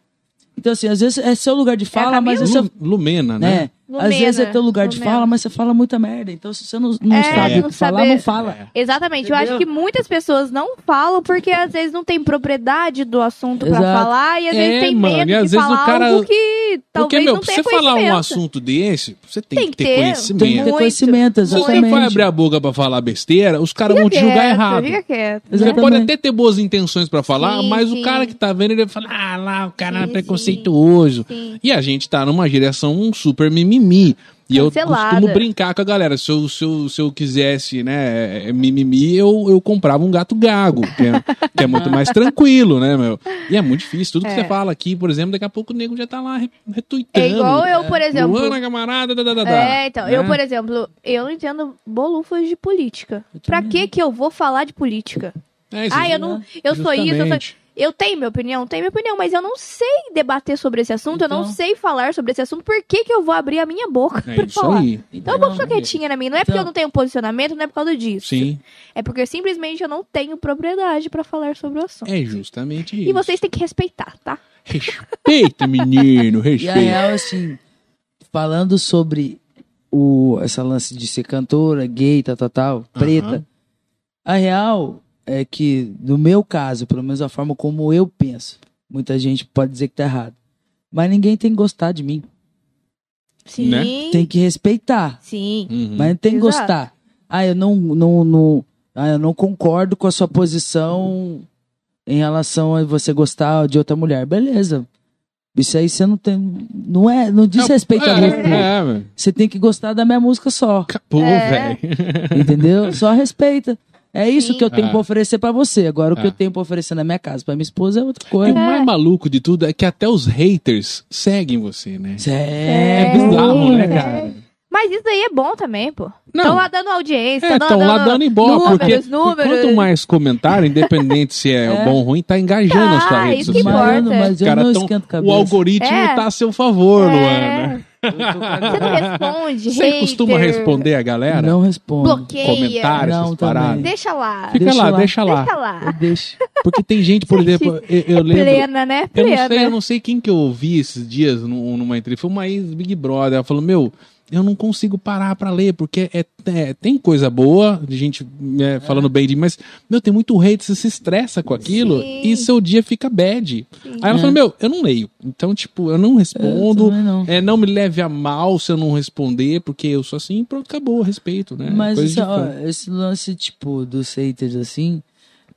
Speaker 3: Então, assim, às vezes é seu lugar de fala, mas
Speaker 2: Camila?
Speaker 3: você.
Speaker 1: Lu- Lumena, né?
Speaker 3: Né?
Speaker 2: Lumena,
Speaker 3: Às vezes é teu lugar de
Speaker 2: Lumena.
Speaker 3: fala, mas você fala muita merda. Então, se você não, não
Speaker 2: É,
Speaker 3: sabe o
Speaker 2: não
Speaker 3: que falar,
Speaker 2: saber.
Speaker 3: não fala.
Speaker 1: É.
Speaker 2: Exatamente. Eu
Speaker 3: Entendeu?
Speaker 2: acho que muitas pessoas não falam porque às vezes não tem propriedade do assunto pra
Speaker 3: Exato.
Speaker 2: falar e às
Speaker 1: É,
Speaker 2: vezes tem
Speaker 1: mano,
Speaker 2: medo
Speaker 1: e às
Speaker 2: de
Speaker 1: vezes o
Speaker 2: falar
Speaker 1: cara-
Speaker 2: algo que
Speaker 1: Porque,
Speaker 2: talvez
Speaker 1: meu,
Speaker 2: não
Speaker 1: pra
Speaker 2: tenha
Speaker 1: você falar um
Speaker 2: conhecimento.
Speaker 1: assunto desse, você tem,
Speaker 2: Tem
Speaker 1: que
Speaker 2: que
Speaker 1: ter
Speaker 2: ter.
Speaker 3: Tem que
Speaker 1: conhecimento.
Speaker 3: ter
Speaker 2: Muito.
Speaker 3: conhecimento,
Speaker 1: Se você
Speaker 3: exatamente.
Speaker 1: for abrir a boca pra falar besteira, os caras vão te
Speaker 2: Fica
Speaker 1: julgar
Speaker 2: quieto,
Speaker 1: errado.
Speaker 2: Fica quieto.
Speaker 1: Você
Speaker 3: Exatamente.
Speaker 1: pode até ter boas intenções pra falar,
Speaker 2: Sim,
Speaker 1: mas o
Speaker 2: sim.
Speaker 1: cara que tá vendo, ele vai falar, ah lá, o cara
Speaker 2: Sim,
Speaker 1: é
Speaker 2: sim.
Speaker 1: preconceituoso.
Speaker 2: Sim.
Speaker 1: E a gente tá numa geração super mimimi. E eu
Speaker 2: Cancelada.
Speaker 1: costumo brincar com a galera. Se eu, se eu, se eu quisesse, né, é, mimimi, eu, eu comprava um gato gago, que é, que é muito mais tranquilo, né, meu? E é muito difícil. Tudo que
Speaker 2: É.
Speaker 1: você fala aqui, por exemplo, daqui a pouco o nego já tá lá re- retuitando.
Speaker 2: É igual eu, por exemplo.
Speaker 1: Luana, camarada, da, da, da, da.
Speaker 2: É, então, eu,
Speaker 1: Né?
Speaker 2: por exemplo, eu não entendo bolufas de política.
Speaker 3: Eu
Speaker 2: Pra
Speaker 3: também
Speaker 2: que que eu vou falar de política?
Speaker 1: É, isso
Speaker 2: Ah, eu não, eu sou isso, eu sou
Speaker 1: Justamente.
Speaker 2: eu tenho minha opinião, tenho minha opinião, mas eu não sei debater sobre esse assunto, eu não
Speaker 3: Então.
Speaker 2: sei falar sobre esse assunto, por que, que eu vou abrir a minha boca
Speaker 1: É
Speaker 2: (laughs) pra
Speaker 1: isso
Speaker 2: falar?
Speaker 1: aí.
Speaker 2: Então eu vou ficar quietinha na minha, não é porque
Speaker 3: Então.
Speaker 2: eu não tenho posicionamento, não é por causa disso.
Speaker 1: Sim,
Speaker 2: É porque simplesmente eu não tenho propriedade pra falar sobre o assunto.
Speaker 1: é justamente isso.
Speaker 2: E vocês têm que respeitar, tá?
Speaker 1: Respeita, menino,
Speaker 3: E a
Speaker 1: respeita.
Speaker 3: real, assim, falando sobre o, essa lance de ser cantora, gay, tal, tal, tal, preta, a real é que, no meu caso, pelo menos a forma como eu penso, muita gente pode dizer que tá errado. Mas ninguém tem que gostar de mim.
Speaker 2: Sim.
Speaker 1: Né?
Speaker 3: Tem que respeitar.
Speaker 2: Sim.
Speaker 1: Uhum.
Speaker 3: Mas tem que
Speaker 2: Exato.
Speaker 3: gostar. Ah, eu não, não, não, ah, eu não concordo com a sua posição em relação a você gostar de outra mulher. Beleza. Isso aí você não tem. Não é. Não diz respeito a
Speaker 1: é,
Speaker 3: gosto.
Speaker 1: é, é, velho.
Speaker 3: Você tem que gostar da minha
Speaker 1: (laughs)
Speaker 3: música só.
Speaker 1: Acabou,
Speaker 3: (laughs)
Speaker 2: É.
Speaker 1: velho.
Speaker 3: Entendeu? Só respeita. É isso
Speaker 2: Sim.
Speaker 3: que eu tenho
Speaker 1: Ah.
Speaker 3: pra oferecer pra você. Agora, o que
Speaker 1: Ah.
Speaker 3: eu tenho pra oferecer na minha casa pra minha esposa é outra
Speaker 1: E o
Speaker 3: coisa.
Speaker 1: mais maluco de tudo é que até os haters seguem você, né?
Speaker 3: Isso É,
Speaker 1: É bizarro, né,
Speaker 2: É.
Speaker 1: cara?
Speaker 2: Mas isso aí é bom também, pô.
Speaker 1: Não.
Speaker 2: Estão lá dando audiência,
Speaker 1: É,
Speaker 2: estão
Speaker 1: estão lá
Speaker 2: dando...
Speaker 1: dando ibope,
Speaker 2: tá números,
Speaker 1: porque
Speaker 2: números.
Speaker 1: quanto mais comentário, independente se é,
Speaker 3: (laughs) É.
Speaker 1: bom ou ruim, tá engajando
Speaker 2: Tá,
Speaker 1: a sua rede
Speaker 2: isso que
Speaker 1: social.
Speaker 2: importa.
Speaker 3: Mano, mas eu
Speaker 1: Cara,
Speaker 3: não
Speaker 1: tão-
Speaker 3: esquento
Speaker 1: O
Speaker 3: cabeça. (laughs)
Speaker 1: algoritmo
Speaker 2: É.
Speaker 1: tá a seu favor, Luana.
Speaker 2: É. (laughs)
Speaker 1: (laughs)
Speaker 2: Você não responde,
Speaker 1: Você costuma
Speaker 2: hater,
Speaker 1: responder a galera?
Speaker 3: Não respondo.
Speaker 2: Bloqueia.
Speaker 1: Comentários,
Speaker 3: Não,
Speaker 1: essas
Speaker 3: também.
Speaker 1: paradas.
Speaker 2: Deixa lá.
Speaker 1: Fica
Speaker 3: Deixa
Speaker 1: lá,
Speaker 3: lá.
Speaker 1: deixa lá.
Speaker 2: Deixa lá.
Speaker 3: Eu
Speaker 1: (laughs)
Speaker 3: deixo.
Speaker 1: Porque tem gente, por
Speaker 2: Gente,
Speaker 1: exemplo, eu, eu lembro.
Speaker 2: Plena, né?
Speaker 1: Eu
Speaker 2: Plena.
Speaker 1: não, sei, eu não sei quem que eu ouvi esses dias num- numa entrevista. Foi uma ex-Big Brother. Ela falou: Meu, eu não consigo parar pra ler, porque é, é- tem coisa boa de gente né, falando bem de mim, mas, meu, tem muito hate, você se estressa com aquilo
Speaker 2: Sim.
Speaker 1: e seu dia fica bad. Aí ela
Speaker 3: É.
Speaker 1: falou: Meu, eu não leio. Então, tipo, eu não
Speaker 3: Eu
Speaker 1: respondo.
Speaker 3: também não.
Speaker 1: É, não me leve a mal se eu não responder, porque eu sou assim, pronto, acabou, respeito, né?
Speaker 3: Mas
Speaker 1: Coisa
Speaker 3: isso, é
Speaker 1: de
Speaker 3: ó,
Speaker 1: fã.
Speaker 3: esse lance, tipo, dos haters assim,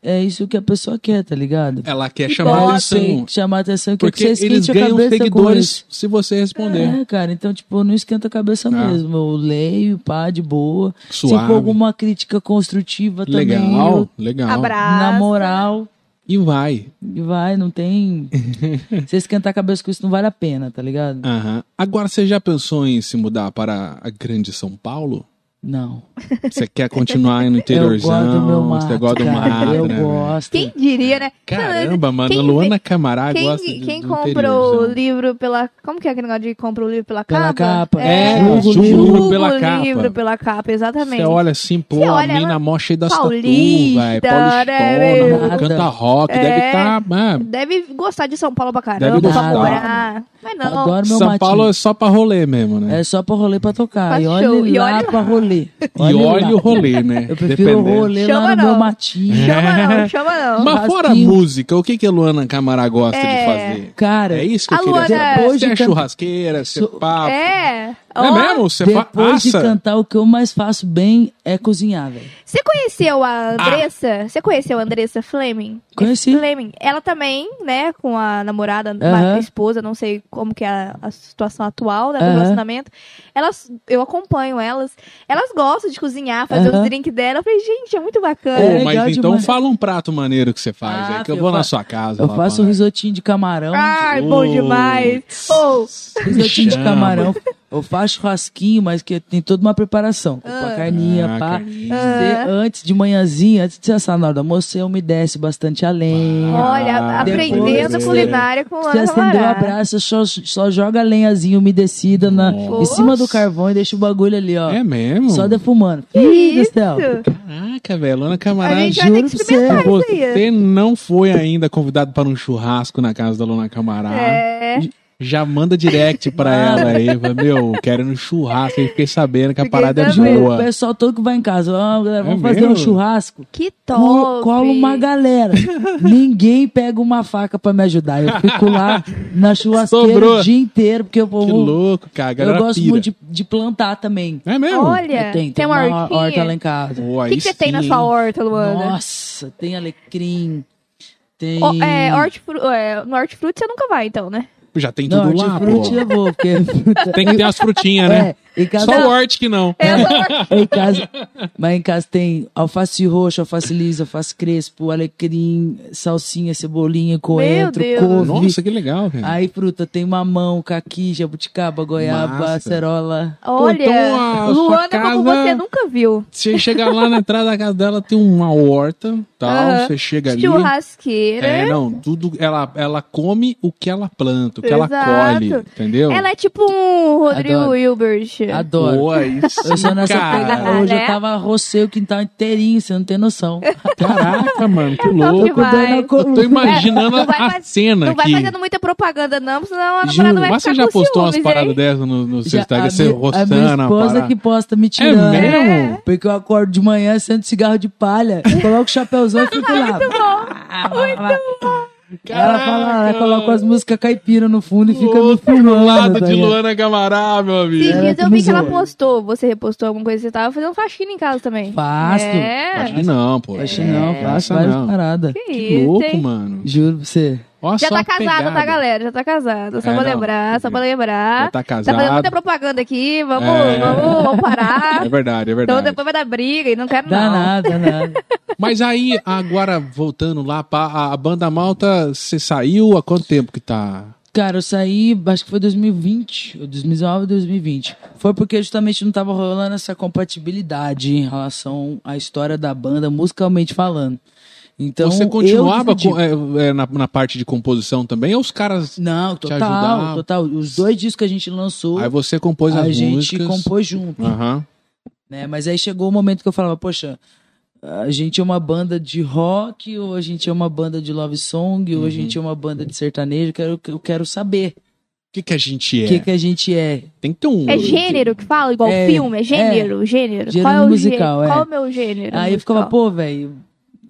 Speaker 3: é isso que a pessoa quer, tá ligado?
Speaker 1: ela quer
Speaker 2: Que
Speaker 1: chamar
Speaker 2: bom,
Speaker 1: atenção.
Speaker 3: Tem que chamar atenção, que, é que
Speaker 1: Porque
Speaker 3: você esquente
Speaker 1: eles
Speaker 3: a
Speaker 1: ganham
Speaker 3: cabeça
Speaker 1: seguidores se você
Speaker 3: com isso.
Speaker 1: responder.
Speaker 3: É, cara, então, tipo, não esquenta a cabeça
Speaker 1: Ah.
Speaker 3: mesmo. Eu leio, pá, de boa. Se
Speaker 1: Suave.
Speaker 3: for alguma crítica construtiva também,
Speaker 1: Legal,
Speaker 3: eu,
Speaker 1: legal.
Speaker 2: Abraço.
Speaker 3: na moral,
Speaker 1: E vai.
Speaker 3: e vai, não tem. (laughs) você esquentar a cabeça com isso não vale a pena, tá ligado?
Speaker 1: Aham. Agora, você já pensou em se mudar para a grande São Paulo?
Speaker 3: Não.
Speaker 1: Você quer continuar aí no
Speaker 3: (laughs) eu gosto do meu
Speaker 1: interiorzão?
Speaker 3: mato,
Speaker 1: Você gosta do
Speaker 3: cara.
Speaker 1: mato,
Speaker 3: Eu
Speaker 1: né? velho?
Speaker 3: gosto.
Speaker 2: Quem diria, né?
Speaker 1: Caramba, mano,
Speaker 2: Quem
Speaker 1: a
Speaker 2: vê-
Speaker 1: Luana Camará
Speaker 2: Quem,
Speaker 1: gosta de,
Speaker 2: quem
Speaker 1: do
Speaker 2: compra o
Speaker 1: interiorzão.
Speaker 2: livro pela. Como que é aquele negócio de compra o livro pela
Speaker 3: Pela
Speaker 2: capa?
Speaker 3: capa.
Speaker 1: É,
Speaker 3: Julgo
Speaker 1: julgo
Speaker 3: livro.
Speaker 1: o
Speaker 2: Julga
Speaker 1: livro pela capa.
Speaker 2: livro pela capa, exatamente.
Speaker 1: Você olha assim, pô,
Speaker 2: Você
Speaker 1: a
Speaker 2: olha,
Speaker 1: mina
Speaker 2: ela-
Speaker 1: mó cheia das tatu, velho.
Speaker 2: Paulista, né,
Speaker 1: Paulistona, mano,
Speaker 3: meu?
Speaker 1: canta rock,
Speaker 2: É.
Speaker 1: deve tá, estar...
Speaker 2: Deve gostar de São Paulo pra
Speaker 1: Deve
Speaker 2: caramba, pra
Speaker 1: gostar.
Speaker 2: morar. Mas não.
Speaker 3: Adoro meu
Speaker 1: São
Speaker 3: matinho.
Speaker 1: Paulo é só pra rolê mesmo, né?
Speaker 3: É só pra rolê pra tocar.
Speaker 2: Faz
Speaker 3: e olha
Speaker 2: show,
Speaker 3: lá
Speaker 2: e olha lá.
Speaker 3: pra rolê.
Speaker 1: E olha
Speaker 3: lá.
Speaker 1: o rolê, né?
Speaker 3: (laughs) Eu prefiro o rolê um lá
Speaker 2: Chama
Speaker 3: no meu
Speaker 2: não.
Speaker 3: matinho.
Speaker 2: Chama
Speaker 1: (laughs)
Speaker 2: não, chama não.
Speaker 1: Mas fora a
Speaker 3: Churrasquinho.
Speaker 1: música, o que que a Luana Camará gosta de
Speaker 2: É.
Speaker 1: fazer?
Speaker 3: Cara,
Speaker 1: É isso que eu
Speaker 2: A
Speaker 1: queria
Speaker 2: Luana-
Speaker 1: saber.
Speaker 3: Depois
Speaker 1: Você
Speaker 3: de
Speaker 1: é
Speaker 3: cantar-
Speaker 1: churrasqueira, você
Speaker 3: Sou-
Speaker 1: papo.
Speaker 2: É.
Speaker 1: É
Speaker 2: Ó,
Speaker 1: mesmo? Você fa-
Speaker 3: depois de
Speaker 1: assa?
Speaker 3: cantar, o que eu mais faço bem é cozinhar, velho.
Speaker 2: Você conheceu a Andressa?
Speaker 1: Ah.
Speaker 2: Você conheceu a Andressa Fleming?
Speaker 3: Conheci.
Speaker 2: Fleming. Ela também, né, com a namorada,
Speaker 3: Aham.
Speaker 2: a esposa, não sei como que é a, a situação atual né, do
Speaker 3: Aham.
Speaker 2: relacionamento. Elas, eu acompanho elas. Elas gostam de cozinhar, fazer
Speaker 3: Aham.
Speaker 2: os drinks dela. Eu falei, gente, é muito
Speaker 1: Pô,
Speaker 2: bacana.
Speaker 3: É
Speaker 1: mas
Speaker 3: legal
Speaker 1: então
Speaker 3: demais.
Speaker 1: fala um prato maneiro que você faz,
Speaker 3: Ah,
Speaker 1: aí, que eu
Speaker 3: filho,
Speaker 1: vou
Speaker 3: eu
Speaker 1: na
Speaker 3: fa-
Speaker 1: sua casa.
Speaker 3: Eu
Speaker 1: lá,
Speaker 3: faço um
Speaker 1: vai.
Speaker 3: risotinho de camarão.
Speaker 1: Ah!
Speaker 2: Ai, bom demais. Oh,
Speaker 3: Risotinho de
Speaker 1: Chama.
Speaker 3: camarão. Eu faço churrasquinho, mas que tem toda uma preparação. Com a carninha,
Speaker 1: Ah,
Speaker 3: pá.
Speaker 1: carninha.
Speaker 3: Você, antes de manhãzinha, antes de você assar na hora do almoço, você umedece bastante a lenha.
Speaker 2: olha,
Speaker 1: Ah,
Speaker 2: aprendendo
Speaker 1: depois, é.
Speaker 2: culinária com
Speaker 3: Você
Speaker 2: Ana
Speaker 3: acendeu a
Speaker 2: Camará.
Speaker 3: brasa, só, só joga a lenhazinha umedecida na, em
Speaker 1: Nossa.
Speaker 3: cima do carvão e deixa o bagulho ali, ó.
Speaker 1: É mesmo?
Speaker 3: Só defumando. Ih,
Speaker 2: Isso!
Speaker 3: Gustavo.
Speaker 1: Caraca, velho, Luana Camará,
Speaker 2: A gente vai
Speaker 1: juro
Speaker 2: ter que
Speaker 1: pra
Speaker 2: experimentar
Speaker 1: você,
Speaker 2: isso aí.
Speaker 1: Você não foi ainda convidado para um churrasco na casa da Luana Camará.
Speaker 2: É.
Speaker 1: Já manda direct
Speaker 2: (laughs)
Speaker 1: pra ela aí. Fala, meu, quero ir no churrasco. Aí fiquei sabendo que a
Speaker 2: Fiquei
Speaker 1: parada é
Speaker 2: sabendo. Tá
Speaker 3: O
Speaker 1: boa.
Speaker 3: pessoal todo que vai em casa, ó, galera, vamos
Speaker 1: É
Speaker 3: fazer um
Speaker 1: mesmo?
Speaker 3: churrasco.
Speaker 2: Que
Speaker 3: Colo,
Speaker 2: top!
Speaker 3: colo uma galera.
Speaker 1: (laughs)
Speaker 3: Ninguém pega uma faca pra me ajudar. Eu
Speaker 1: (laughs)
Speaker 3: fico lá na churrasqueira
Speaker 1: Sobrou.
Speaker 3: o dia inteiro, porque eu vou.
Speaker 1: Que louco, cara. A
Speaker 3: eu
Speaker 1: galera
Speaker 3: gosto
Speaker 1: pira.
Speaker 3: muito de, de plantar também.
Speaker 1: É mesmo?
Speaker 2: Olha,
Speaker 3: Eu tenho,
Speaker 2: tem uma hortinha.
Speaker 3: horta lá em casa.
Speaker 1: Pô,
Speaker 2: O
Speaker 1: aí
Speaker 2: que, que você tem na
Speaker 1: sim,
Speaker 2: sua
Speaker 1: hein?
Speaker 2: horta, Luana?
Speaker 3: Nossa, tem alecrim. Tem.
Speaker 2: O- é, hortifru- é, no hortifruti você nunca vai, então,
Speaker 3: (laughs)
Speaker 2: né?
Speaker 1: Já tem
Speaker 3: Não,
Speaker 1: tudo lá,
Speaker 3: hortifruti
Speaker 1: pô.
Speaker 3: eu vou,
Speaker 1: (laughs)
Speaker 3: porque.
Speaker 1: Tem que ter as frutinhas,
Speaker 2: (laughs)
Speaker 1: né?
Speaker 3: É, em casa
Speaker 1: Só o Hort que não.
Speaker 2: É, só-
Speaker 3: em casa, mas em casa tem alface roxa, alface lisa, alface crespo, alecrim, salsinha, cebolinha, coentro,
Speaker 2: Deus.
Speaker 3: couve.
Speaker 1: Nossa, que legal, cara.
Speaker 3: Aí fruta tem mamão, caqui, jabuticaba, goiaba,
Speaker 1: Massa.
Speaker 3: acerola.
Speaker 1: então
Speaker 2: Olha,
Speaker 1: a sua
Speaker 2: Luana,
Speaker 1: casa-
Speaker 2: como você nunca viu.
Speaker 1: Você chega lá na entrada da casa dela, tem uma horta, tal.
Speaker 2: Aham.
Speaker 1: Você chega ali.
Speaker 2: Churrasqueira.
Speaker 1: É, não, tudo. Ela, ela come o que ela planta, o que ela
Speaker 2: Exato.
Speaker 1: colhe, entendeu?
Speaker 2: Ela é tipo um Rodrigo
Speaker 3: Adoro.
Speaker 2: Hilbert.
Speaker 3: Adoro.
Speaker 1: Pô, aí sim,
Speaker 3: Eu sou nessa
Speaker 1: É. cara.
Speaker 3: pegada. Hoje eu
Speaker 2: Né?
Speaker 3: tava arrocei o quintal inteirinho, você não
Speaker 2: (laughs)
Speaker 3: tem noção.
Speaker 1: Caraca, mano, que
Speaker 2: top
Speaker 1: louco.
Speaker 2: demais. Vai.
Speaker 3: Dando a
Speaker 1: Eu tô imaginando
Speaker 2: É, não vai
Speaker 1: a
Speaker 2: faz-
Speaker 1: cena
Speaker 2: Não vai
Speaker 1: aqui.
Speaker 2: fazendo muita propaganda, não, porque senão a
Speaker 1: Ju,
Speaker 2: namorada vai
Speaker 1: mas
Speaker 2: ficar
Speaker 1: você já
Speaker 2: com
Speaker 1: postou umas
Speaker 2: ciúmes,
Speaker 1: paradas
Speaker 2: hein?
Speaker 1: dessas no, no seu
Speaker 3: Já-
Speaker 1: Instagram?
Speaker 3: a
Speaker 1: Você tá
Speaker 3: minha- a
Speaker 1: roçando
Speaker 3: minha
Speaker 1: a
Speaker 3: esposa
Speaker 1: parada.
Speaker 3: que posta me tirando.
Speaker 1: mesmo?
Speaker 3: Porque eu acordo de manhã, sento cigarro
Speaker 2: (laughs)
Speaker 3: de palha, coloco o chapéuzão e fico lá.
Speaker 2: Muito bom.
Speaker 3: Ela fala, ela coloca as músicas caipira no fundo e fica me
Speaker 1: Outro
Speaker 3: filmando.
Speaker 1: lado
Speaker 3: tá
Speaker 1: de
Speaker 3: ligado?
Speaker 1: Luana Camará, meu amigo.
Speaker 2: Esses
Speaker 3: Ela
Speaker 2: dias eu
Speaker 3: me
Speaker 2: vi que ela
Speaker 3: zoa.
Speaker 2: postou. Você repostou alguma coisa que você tava fazendo faxina em casa também.
Speaker 3: Faço.
Speaker 1: Acho
Speaker 2: É.
Speaker 1: que não, pô.
Speaker 3: Acho não,
Speaker 1: É,
Speaker 3: faço
Speaker 1: essa
Speaker 3: várias
Speaker 1: não.
Speaker 3: paradas.
Speaker 2: Que,
Speaker 1: Que
Speaker 2: isso,
Speaker 1: louco,
Speaker 2: hein?
Speaker 1: mano.
Speaker 3: Juro pra você.
Speaker 1: Olha
Speaker 2: Já
Speaker 1: só
Speaker 2: tá
Speaker 1: a
Speaker 2: casada,
Speaker 1: pegada.
Speaker 2: tá, galera? Já tá casada. Só
Speaker 1: É,
Speaker 2: pra
Speaker 1: não.
Speaker 2: lembrar, só pra
Speaker 1: Já
Speaker 2: lembrar.
Speaker 1: tá
Speaker 2: Tá
Speaker 1: casada.
Speaker 2: fazendo muita propaganda aqui, vamos,
Speaker 1: É.
Speaker 2: vamos, vamos
Speaker 3: (laughs)
Speaker 2: parar.
Speaker 1: É verdade, é
Speaker 2: então
Speaker 1: verdade.
Speaker 2: depois vai dar briga e não quero
Speaker 3: Dá
Speaker 2: não.
Speaker 3: nada,
Speaker 2: (laughs)
Speaker 3: dá nada.
Speaker 1: Mas aí, agora, voltando lá, pá, a, a banda malta, você saiu há quanto tempo que tá?
Speaker 3: Cara, eu saí, acho que foi 2020, ou 2019, 2020. Foi porque justamente não tava rolando essa compatibilidade em relação à história da banda, musicalmente falando. Então,
Speaker 1: Você
Speaker 3: eu
Speaker 1: continuava
Speaker 3: decidi-
Speaker 1: com- é, é, na, na parte de composição também? Ou os caras.
Speaker 3: Não,
Speaker 1: ajudava?
Speaker 3: total, total. Os dois discos que a gente lançou,
Speaker 1: Aí você compôs
Speaker 3: a
Speaker 1: as
Speaker 3: gente
Speaker 1: músicas. Ah.
Speaker 3: compôs junto.
Speaker 1: Aham.
Speaker 3: né? Mas aí chegou o momento que eu falava, poxa, a gente é uma banda de rock, ou a gente é uma banda de love song,
Speaker 1: Uhum.
Speaker 3: ou a gente é uma banda de sertanejo, eu quero, eu quero saber
Speaker 1: O que, que a gente
Speaker 3: o
Speaker 1: é?
Speaker 3: que, que a gente é.
Speaker 1: Tem que ter um.
Speaker 2: É gênero que fala, igual
Speaker 3: É,
Speaker 2: filme, é gênero, gênero.
Speaker 3: Gênero
Speaker 2: Qual é o
Speaker 3: musical,
Speaker 2: gênero?
Speaker 3: é.
Speaker 2: Qual é o meu gênero?
Speaker 3: Aí eu
Speaker 2: musical?
Speaker 3: ficava, pô, velho,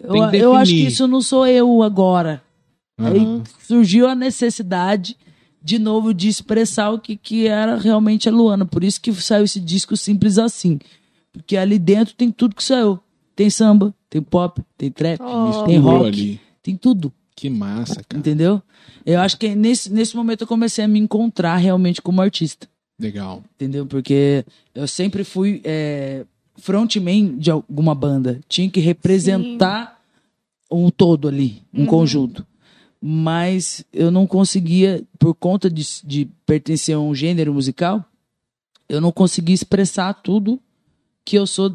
Speaker 3: eu,
Speaker 1: Tem que
Speaker 3: eu acho que
Speaker 1: definir.
Speaker 3: isso não sou eu agora.
Speaker 1: Aham.
Speaker 3: Aí surgiu a necessidade, de novo, de expressar o que, que era realmente a Luana. Por isso que saiu esse disco simples assim. Porque ali dentro tem tudo que sou eu. Tem samba, tem pop, tem trap,
Speaker 2: Oh.
Speaker 3: tem
Speaker 1: Misturou
Speaker 3: rock,
Speaker 1: ali.
Speaker 3: tem tudo.
Speaker 1: Que massa, cara.
Speaker 3: Entendeu? Eu acho que nesse, nesse momento eu comecei a me encontrar realmente como artista.
Speaker 1: Legal.
Speaker 3: Entendeu? Porque eu sempre fui é, frontman de alguma banda. Tinha que representar um todo ali, um conjunto. Mas eu não conseguia, por conta de, de pertencer a um gênero musical, eu não conseguia expressar tudo que eu sou,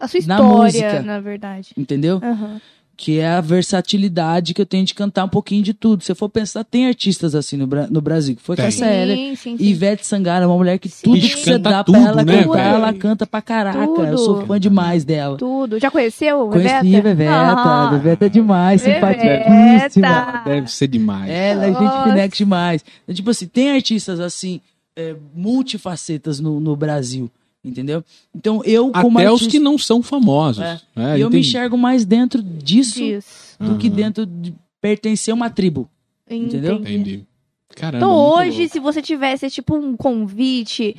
Speaker 2: A sua
Speaker 3: Na
Speaker 2: história,
Speaker 3: música.
Speaker 2: na, verdade.
Speaker 3: entendeu?
Speaker 2: Aham.
Speaker 3: Que é a versatilidade que eu tenho de cantar um pouquinho de tudo. Se eu for pensar, tem artistas assim no, Bra- no Brasil, que foi
Speaker 1: Tem.
Speaker 3: com essa é, né? era.
Speaker 2: Sim, sim, sim.
Speaker 3: Ivete Sangalo é uma mulher que
Speaker 2: Uhum. Sim.
Speaker 3: tudo
Speaker 2: Bicho,
Speaker 3: que você
Speaker 1: canta
Speaker 3: dá
Speaker 1: tudo,
Speaker 3: pra ela
Speaker 1: né,
Speaker 3: cantar,
Speaker 1: velho?
Speaker 3: ela canta pra caraca. Eu
Speaker 2: Tudo.
Speaker 3: sou fã demais dela.
Speaker 2: Tudo. Já conheceu o Iveta?
Speaker 3: Conheci a Beveta,
Speaker 2: Ah,
Speaker 3: Beveta é demais,
Speaker 2: Beveta.
Speaker 3: simpaticíssima.
Speaker 1: Deve ser demais.
Speaker 3: Ela Ah. é
Speaker 2: Nossa.
Speaker 3: gente finex demais. Então, Tipo assim, tem artistas assim, é, multifacetas no, no Brasil, entendeu? Então eu, como
Speaker 1: Até os
Speaker 3: artista,
Speaker 1: que não são famosos.
Speaker 3: É.
Speaker 1: É,
Speaker 3: eu me
Speaker 1: entendi.
Speaker 3: enxergo mais dentro disso
Speaker 2: Disso.
Speaker 3: do que
Speaker 1: Aham.
Speaker 3: dentro de pertencer a uma tribo. Entendeu?
Speaker 2: Entendi.
Speaker 1: Entendi. Caramba.
Speaker 2: Então
Speaker 1: É muito
Speaker 2: hoje, se você tivesse tipo um convite,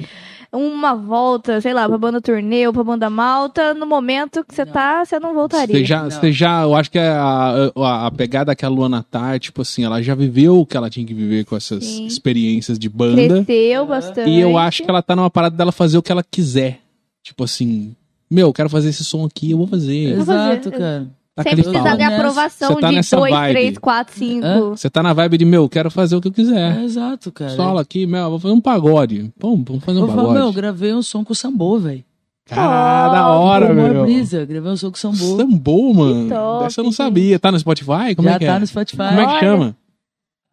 Speaker 2: uma volta, sei lá, pra banda turnê ou pra banda malta, no momento que você
Speaker 3: Não.
Speaker 2: tá, você não voltaria.
Speaker 1: Você já,
Speaker 3: Não.
Speaker 1: você já, eu acho que é a, a, a pegada que a Luana tá, é, tipo assim, ela já viveu o que ela tinha que viver com essas
Speaker 2: Sim.
Speaker 1: experiências de banda.
Speaker 2: Cresceu
Speaker 3: Ah.
Speaker 2: bastante.
Speaker 1: E eu acho que ela tá numa parada dela fazer o que ela quiser. Tipo assim, meu, eu quero fazer esse som aqui, eu vou fazer.
Speaker 2: Vou fazer.
Speaker 3: Exato, cara.
Speaker 1: Tá
Speaker 2: Sem precisar
Speaker 3: pau.
Speaker 2: de
Speaker 3: Nessa-
Speaker 2: aprovação
Speaker 1: Você tá
Speaker 2: de
Speaker 1: nessa
Speaker 2: 2,
Speaker 1: vibe.
Speaker 2: 3, 4, 5.
Speaker 3: Hã?
Speaker 1: Você tá na vibe de, meu, eu quero fazer o que eu quiser.
Speaker 3: É, exato, cara.
Speaker 1: Sola aqui, meu, eu vou fazer um pagode. Pô, vamos fazer um
Speaker 3: Eu falo, meu, eu
Speaker 1: pagode.
Speaker 3: gravei um som com o Sambô, velho.
Speaker 1: Caralho, da hora,
Speaker 3: Com uma
Speaker 1: meu.
Speaker 3: brisa, gravei um som com o Sambô.
Speaker 1: Sambô, mano.
Speaker 2: Que top,
Speaker 1: Essa eu não
Speaker 2: gente.
Speaker 1: sabia. Tá no Spotify? Como
Speaker 3: Já
Speaker 1: é que
Speaker 3: tá
Speaker 1: é?
Speaker 3: no Spotify.
Speaker 1: Como é que
Speaker 2: Olha.
Speaker 1: chama?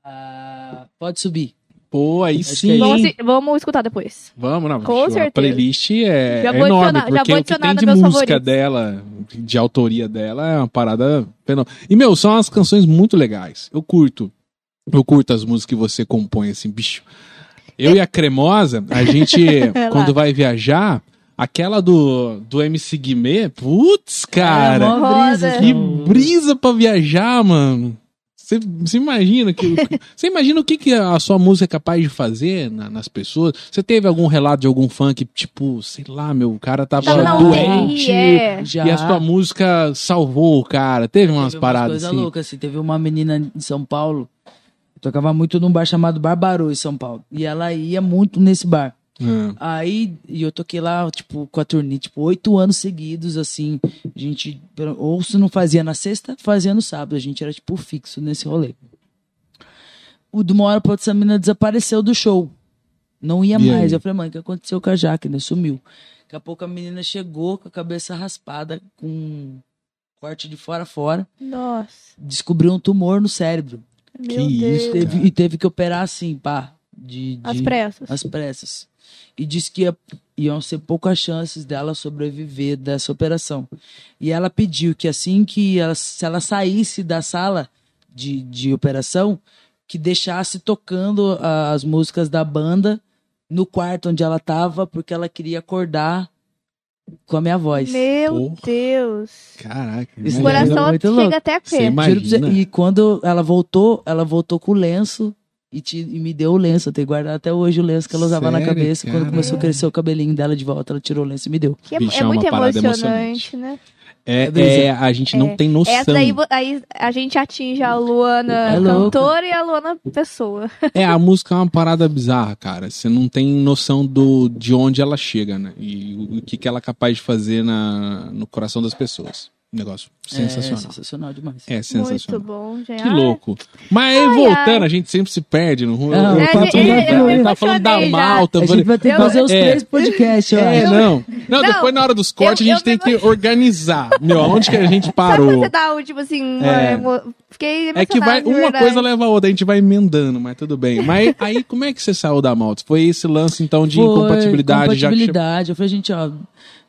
Speaker 3: Ah, pode subir.
Speaker 1: Pô, aí
Speaker 3: Acho que
Speaker 1: sim.
Speaker 3: é
Speaker 2: Vamos,
Speaker 1: hein?
Speaker 2: assi- vamos escutar depois.
Speaker 1: Vamos, não.
Speaker 2: Com
Speaker 1: bicho, A
Speaker 2: certeza.
Speaker 1: playlist é,
Speaker 2: Já
Speaker 1: é
Speaker 2: vou
Speaker 1: enorme,
Speaker 2: adicionar- já
Speaker 1: porque
Speaker 2: vou
Speaker 1: o que tem de
Speaker 2: adicionar nos meus
Speaker 1: música
Speaker 2: favoritos.
Speaker 1: dela, de autoria dela, é uma parada fenomenal. E, meu, são umas canções muito legais. Eu curto. Eu curto as músicas que você compõe, assim, bicho. Eu e a Cremosa, a
Speaker 2: (laughs)
Speaker 1: gente, quando vai viajar, aquela do, do MC Guimê, putz, cara.
Speaker 3: Era é mó brisa,
Speaker 2: Roda.
Speaker 1: Que
Speaker 3: Sambô.
Speaker 1: brisa pra viajar, mano. Você imagina que você imagina o que, que a sua música é capaz de fazer na- nas pessoas? Você teve algum relato de algum fã que tipo, sei lá, meu, o cara tava
Speaker 2: Tá na
Speaker 1: doente
Speaker 2: UTI, é.
Speaker 3: Já.
Speaker 1: e a sua música salvou o cara? Teve umas
Speaker 3: Teve umas
Speaker 1: paradas
Speaker 3: coisa
Speaker 1: assim.
Speaker 3: louca, assim. Teve uma menina de São Paulo, tocava muito num bar chamado Barbarô, em São Paulo. E ela ia muito nesse bar.
Speaker 1: Ah,
Speaker 3: Aí, e eu toquei lá, tipo, com a turnê, tipo, oito anos seguidos, assim. A gente, pelo- ou se não fazia na sexta, fazia no sábado. A gente era, tipo, fixo nesse rolê. O de uma hora pra outra, essa menina desapareceu do show. Não ia
Speaker 1: E aí?
Speaker 3: mais. Eu falei, mãe, o que aconteceu com a Jaque, né? Sumiu. Daqui a pouco a menina chegou com a cabeça raspada, com um corte de fora a fora
Speaker 2: Nossa.
Speaker 3: descobriu um tumor no cérebro.
Speaker 2: Meu
Speaker 1: Que
Speaker 2: Deus.
Speaker 1: isso,
Speaker 3: Teve-
Speaker 1: cara.
Speaker 3: e teve que operar assim, pá. De, de,
Speaker 2: As pressas.
Speaker 3: às pressas. E disse que ia- iam ser poucas chances dela sobreviver dessa operação. E ela pediu que assim que ela, se ela saísse da sala de, de operação, que deixasse tocando a- as músicas da banda no quarto onde ela estava, porque ela queria acordar com a minha voz.
Speaker 2: Meu
Speaker 1: Porra.
Speaker 2: Deus.
Speaker 1: Caraca.
Speaker 3: Isso
Speaker 2: O
Speaker 1: imagina.
Speaker 2: coração é.
Speaker 3: Muito
Speaker 2: chega
Speaker 3: louco.
Speaker 2: até a
Speaker 1: Você
Speaker 2: pé.
Speaker 3: Juro pra você,
Speaker 1: imagina. né?
Speaker 3: E quando ela voltou, ela voltou com o lenço e, te- e me deu o lenço. Eu tenho guardado até hoje o lenço que ela usava na
Speaker 1: Sério,
Speaker 3: cabeça.
Speaker 1: cara?
Speaker 3: Quando começou a crescer o cabelinho dela de volta, ela tirou o lenço e me deu.
Speaker 2: Que é,
Speaker 1: Bicho,
Speaker 2: é
Speaker 1: é uma
Speaker 2: muito
Speaker 1: parada
Speaker 2: emocionante, né?
Speaker 1: É,
Speaker 3: É brisa.
Speaker 1: é, a gente não tem noção.
Speaker 2: Essa daí vo- aí a gente atinge a Luana
Speaker 3: É louco.
Speaker 2: cantora e a Luana pessoa.
Speaker 1: É, a música é uma parada bizarra, cara. Você não tem noção do, de onde ela chega, né? E o, o que, que ela é capaz de fazer na, no coração das pessoas. Um negócio
Speaker 3: É,
Speaker 1: sensacional.
Speaker 3: sensacional demais.
Speaker 1: É,
Speaker 2: Muito
Speaker 1: sensacional.
Speaker 2: bom, gente.
Speaker 1: Que
Speaker 2: Ah,
Speaker 1: louco. Mas aí, voltando, a gente sempre se perde no rumo.
Speaker 3: Ah,
Speaker 1: Eu
Speaker 3: é,
Speaker 1: tava
Speaker 3: gente,
Speaker 1: falando-
Speaker 3: eu- eu me
Speaker 1: eu tava falando da
Speaker 2: apaixonei já.
Speaker 1: malta. eu
Speaker 3: A
Speaker 1: falei-
Speaker 3: gente vai ter que
Speaker 2: Eu-
Speaker 3: fazer os
Speaker 1: Então, é.
Speaker 3: três podcasts, eu
Speaker 1: É,
Speaker 3: acho.
Speaker 1: não. não.
Speaker 2: Não,
Speaker 1: depois na hora dos cortes
Speaker 2: eu-
Speaker 1: a gente tem
Speaker 2: eu-
Speaker 1: que organizar. Meu, onde que a gente
Speaker 2: Sabe quando
Speaker 1: parou?
Speaker 2: você dá, um, tipo assim, uma
Speaker 1: É.
Speaker 2: emo- fiquei
Speaker 1: É que vai,
Speaker 2: emocionada, né? de
Speaker 1: uma
Speaker 2: verdade.
Speaker 1: coisa leva a outra, a gente vai emendando, mas tudo bem. Mas aí, como é que você saiu da Malta? Foi esse lance, então, de
Speaker 3: Foi,
Speaker 1: incompatibilidade, já que chegou-
Speaker 3: compatibilidade. Eu falei, gente, ó,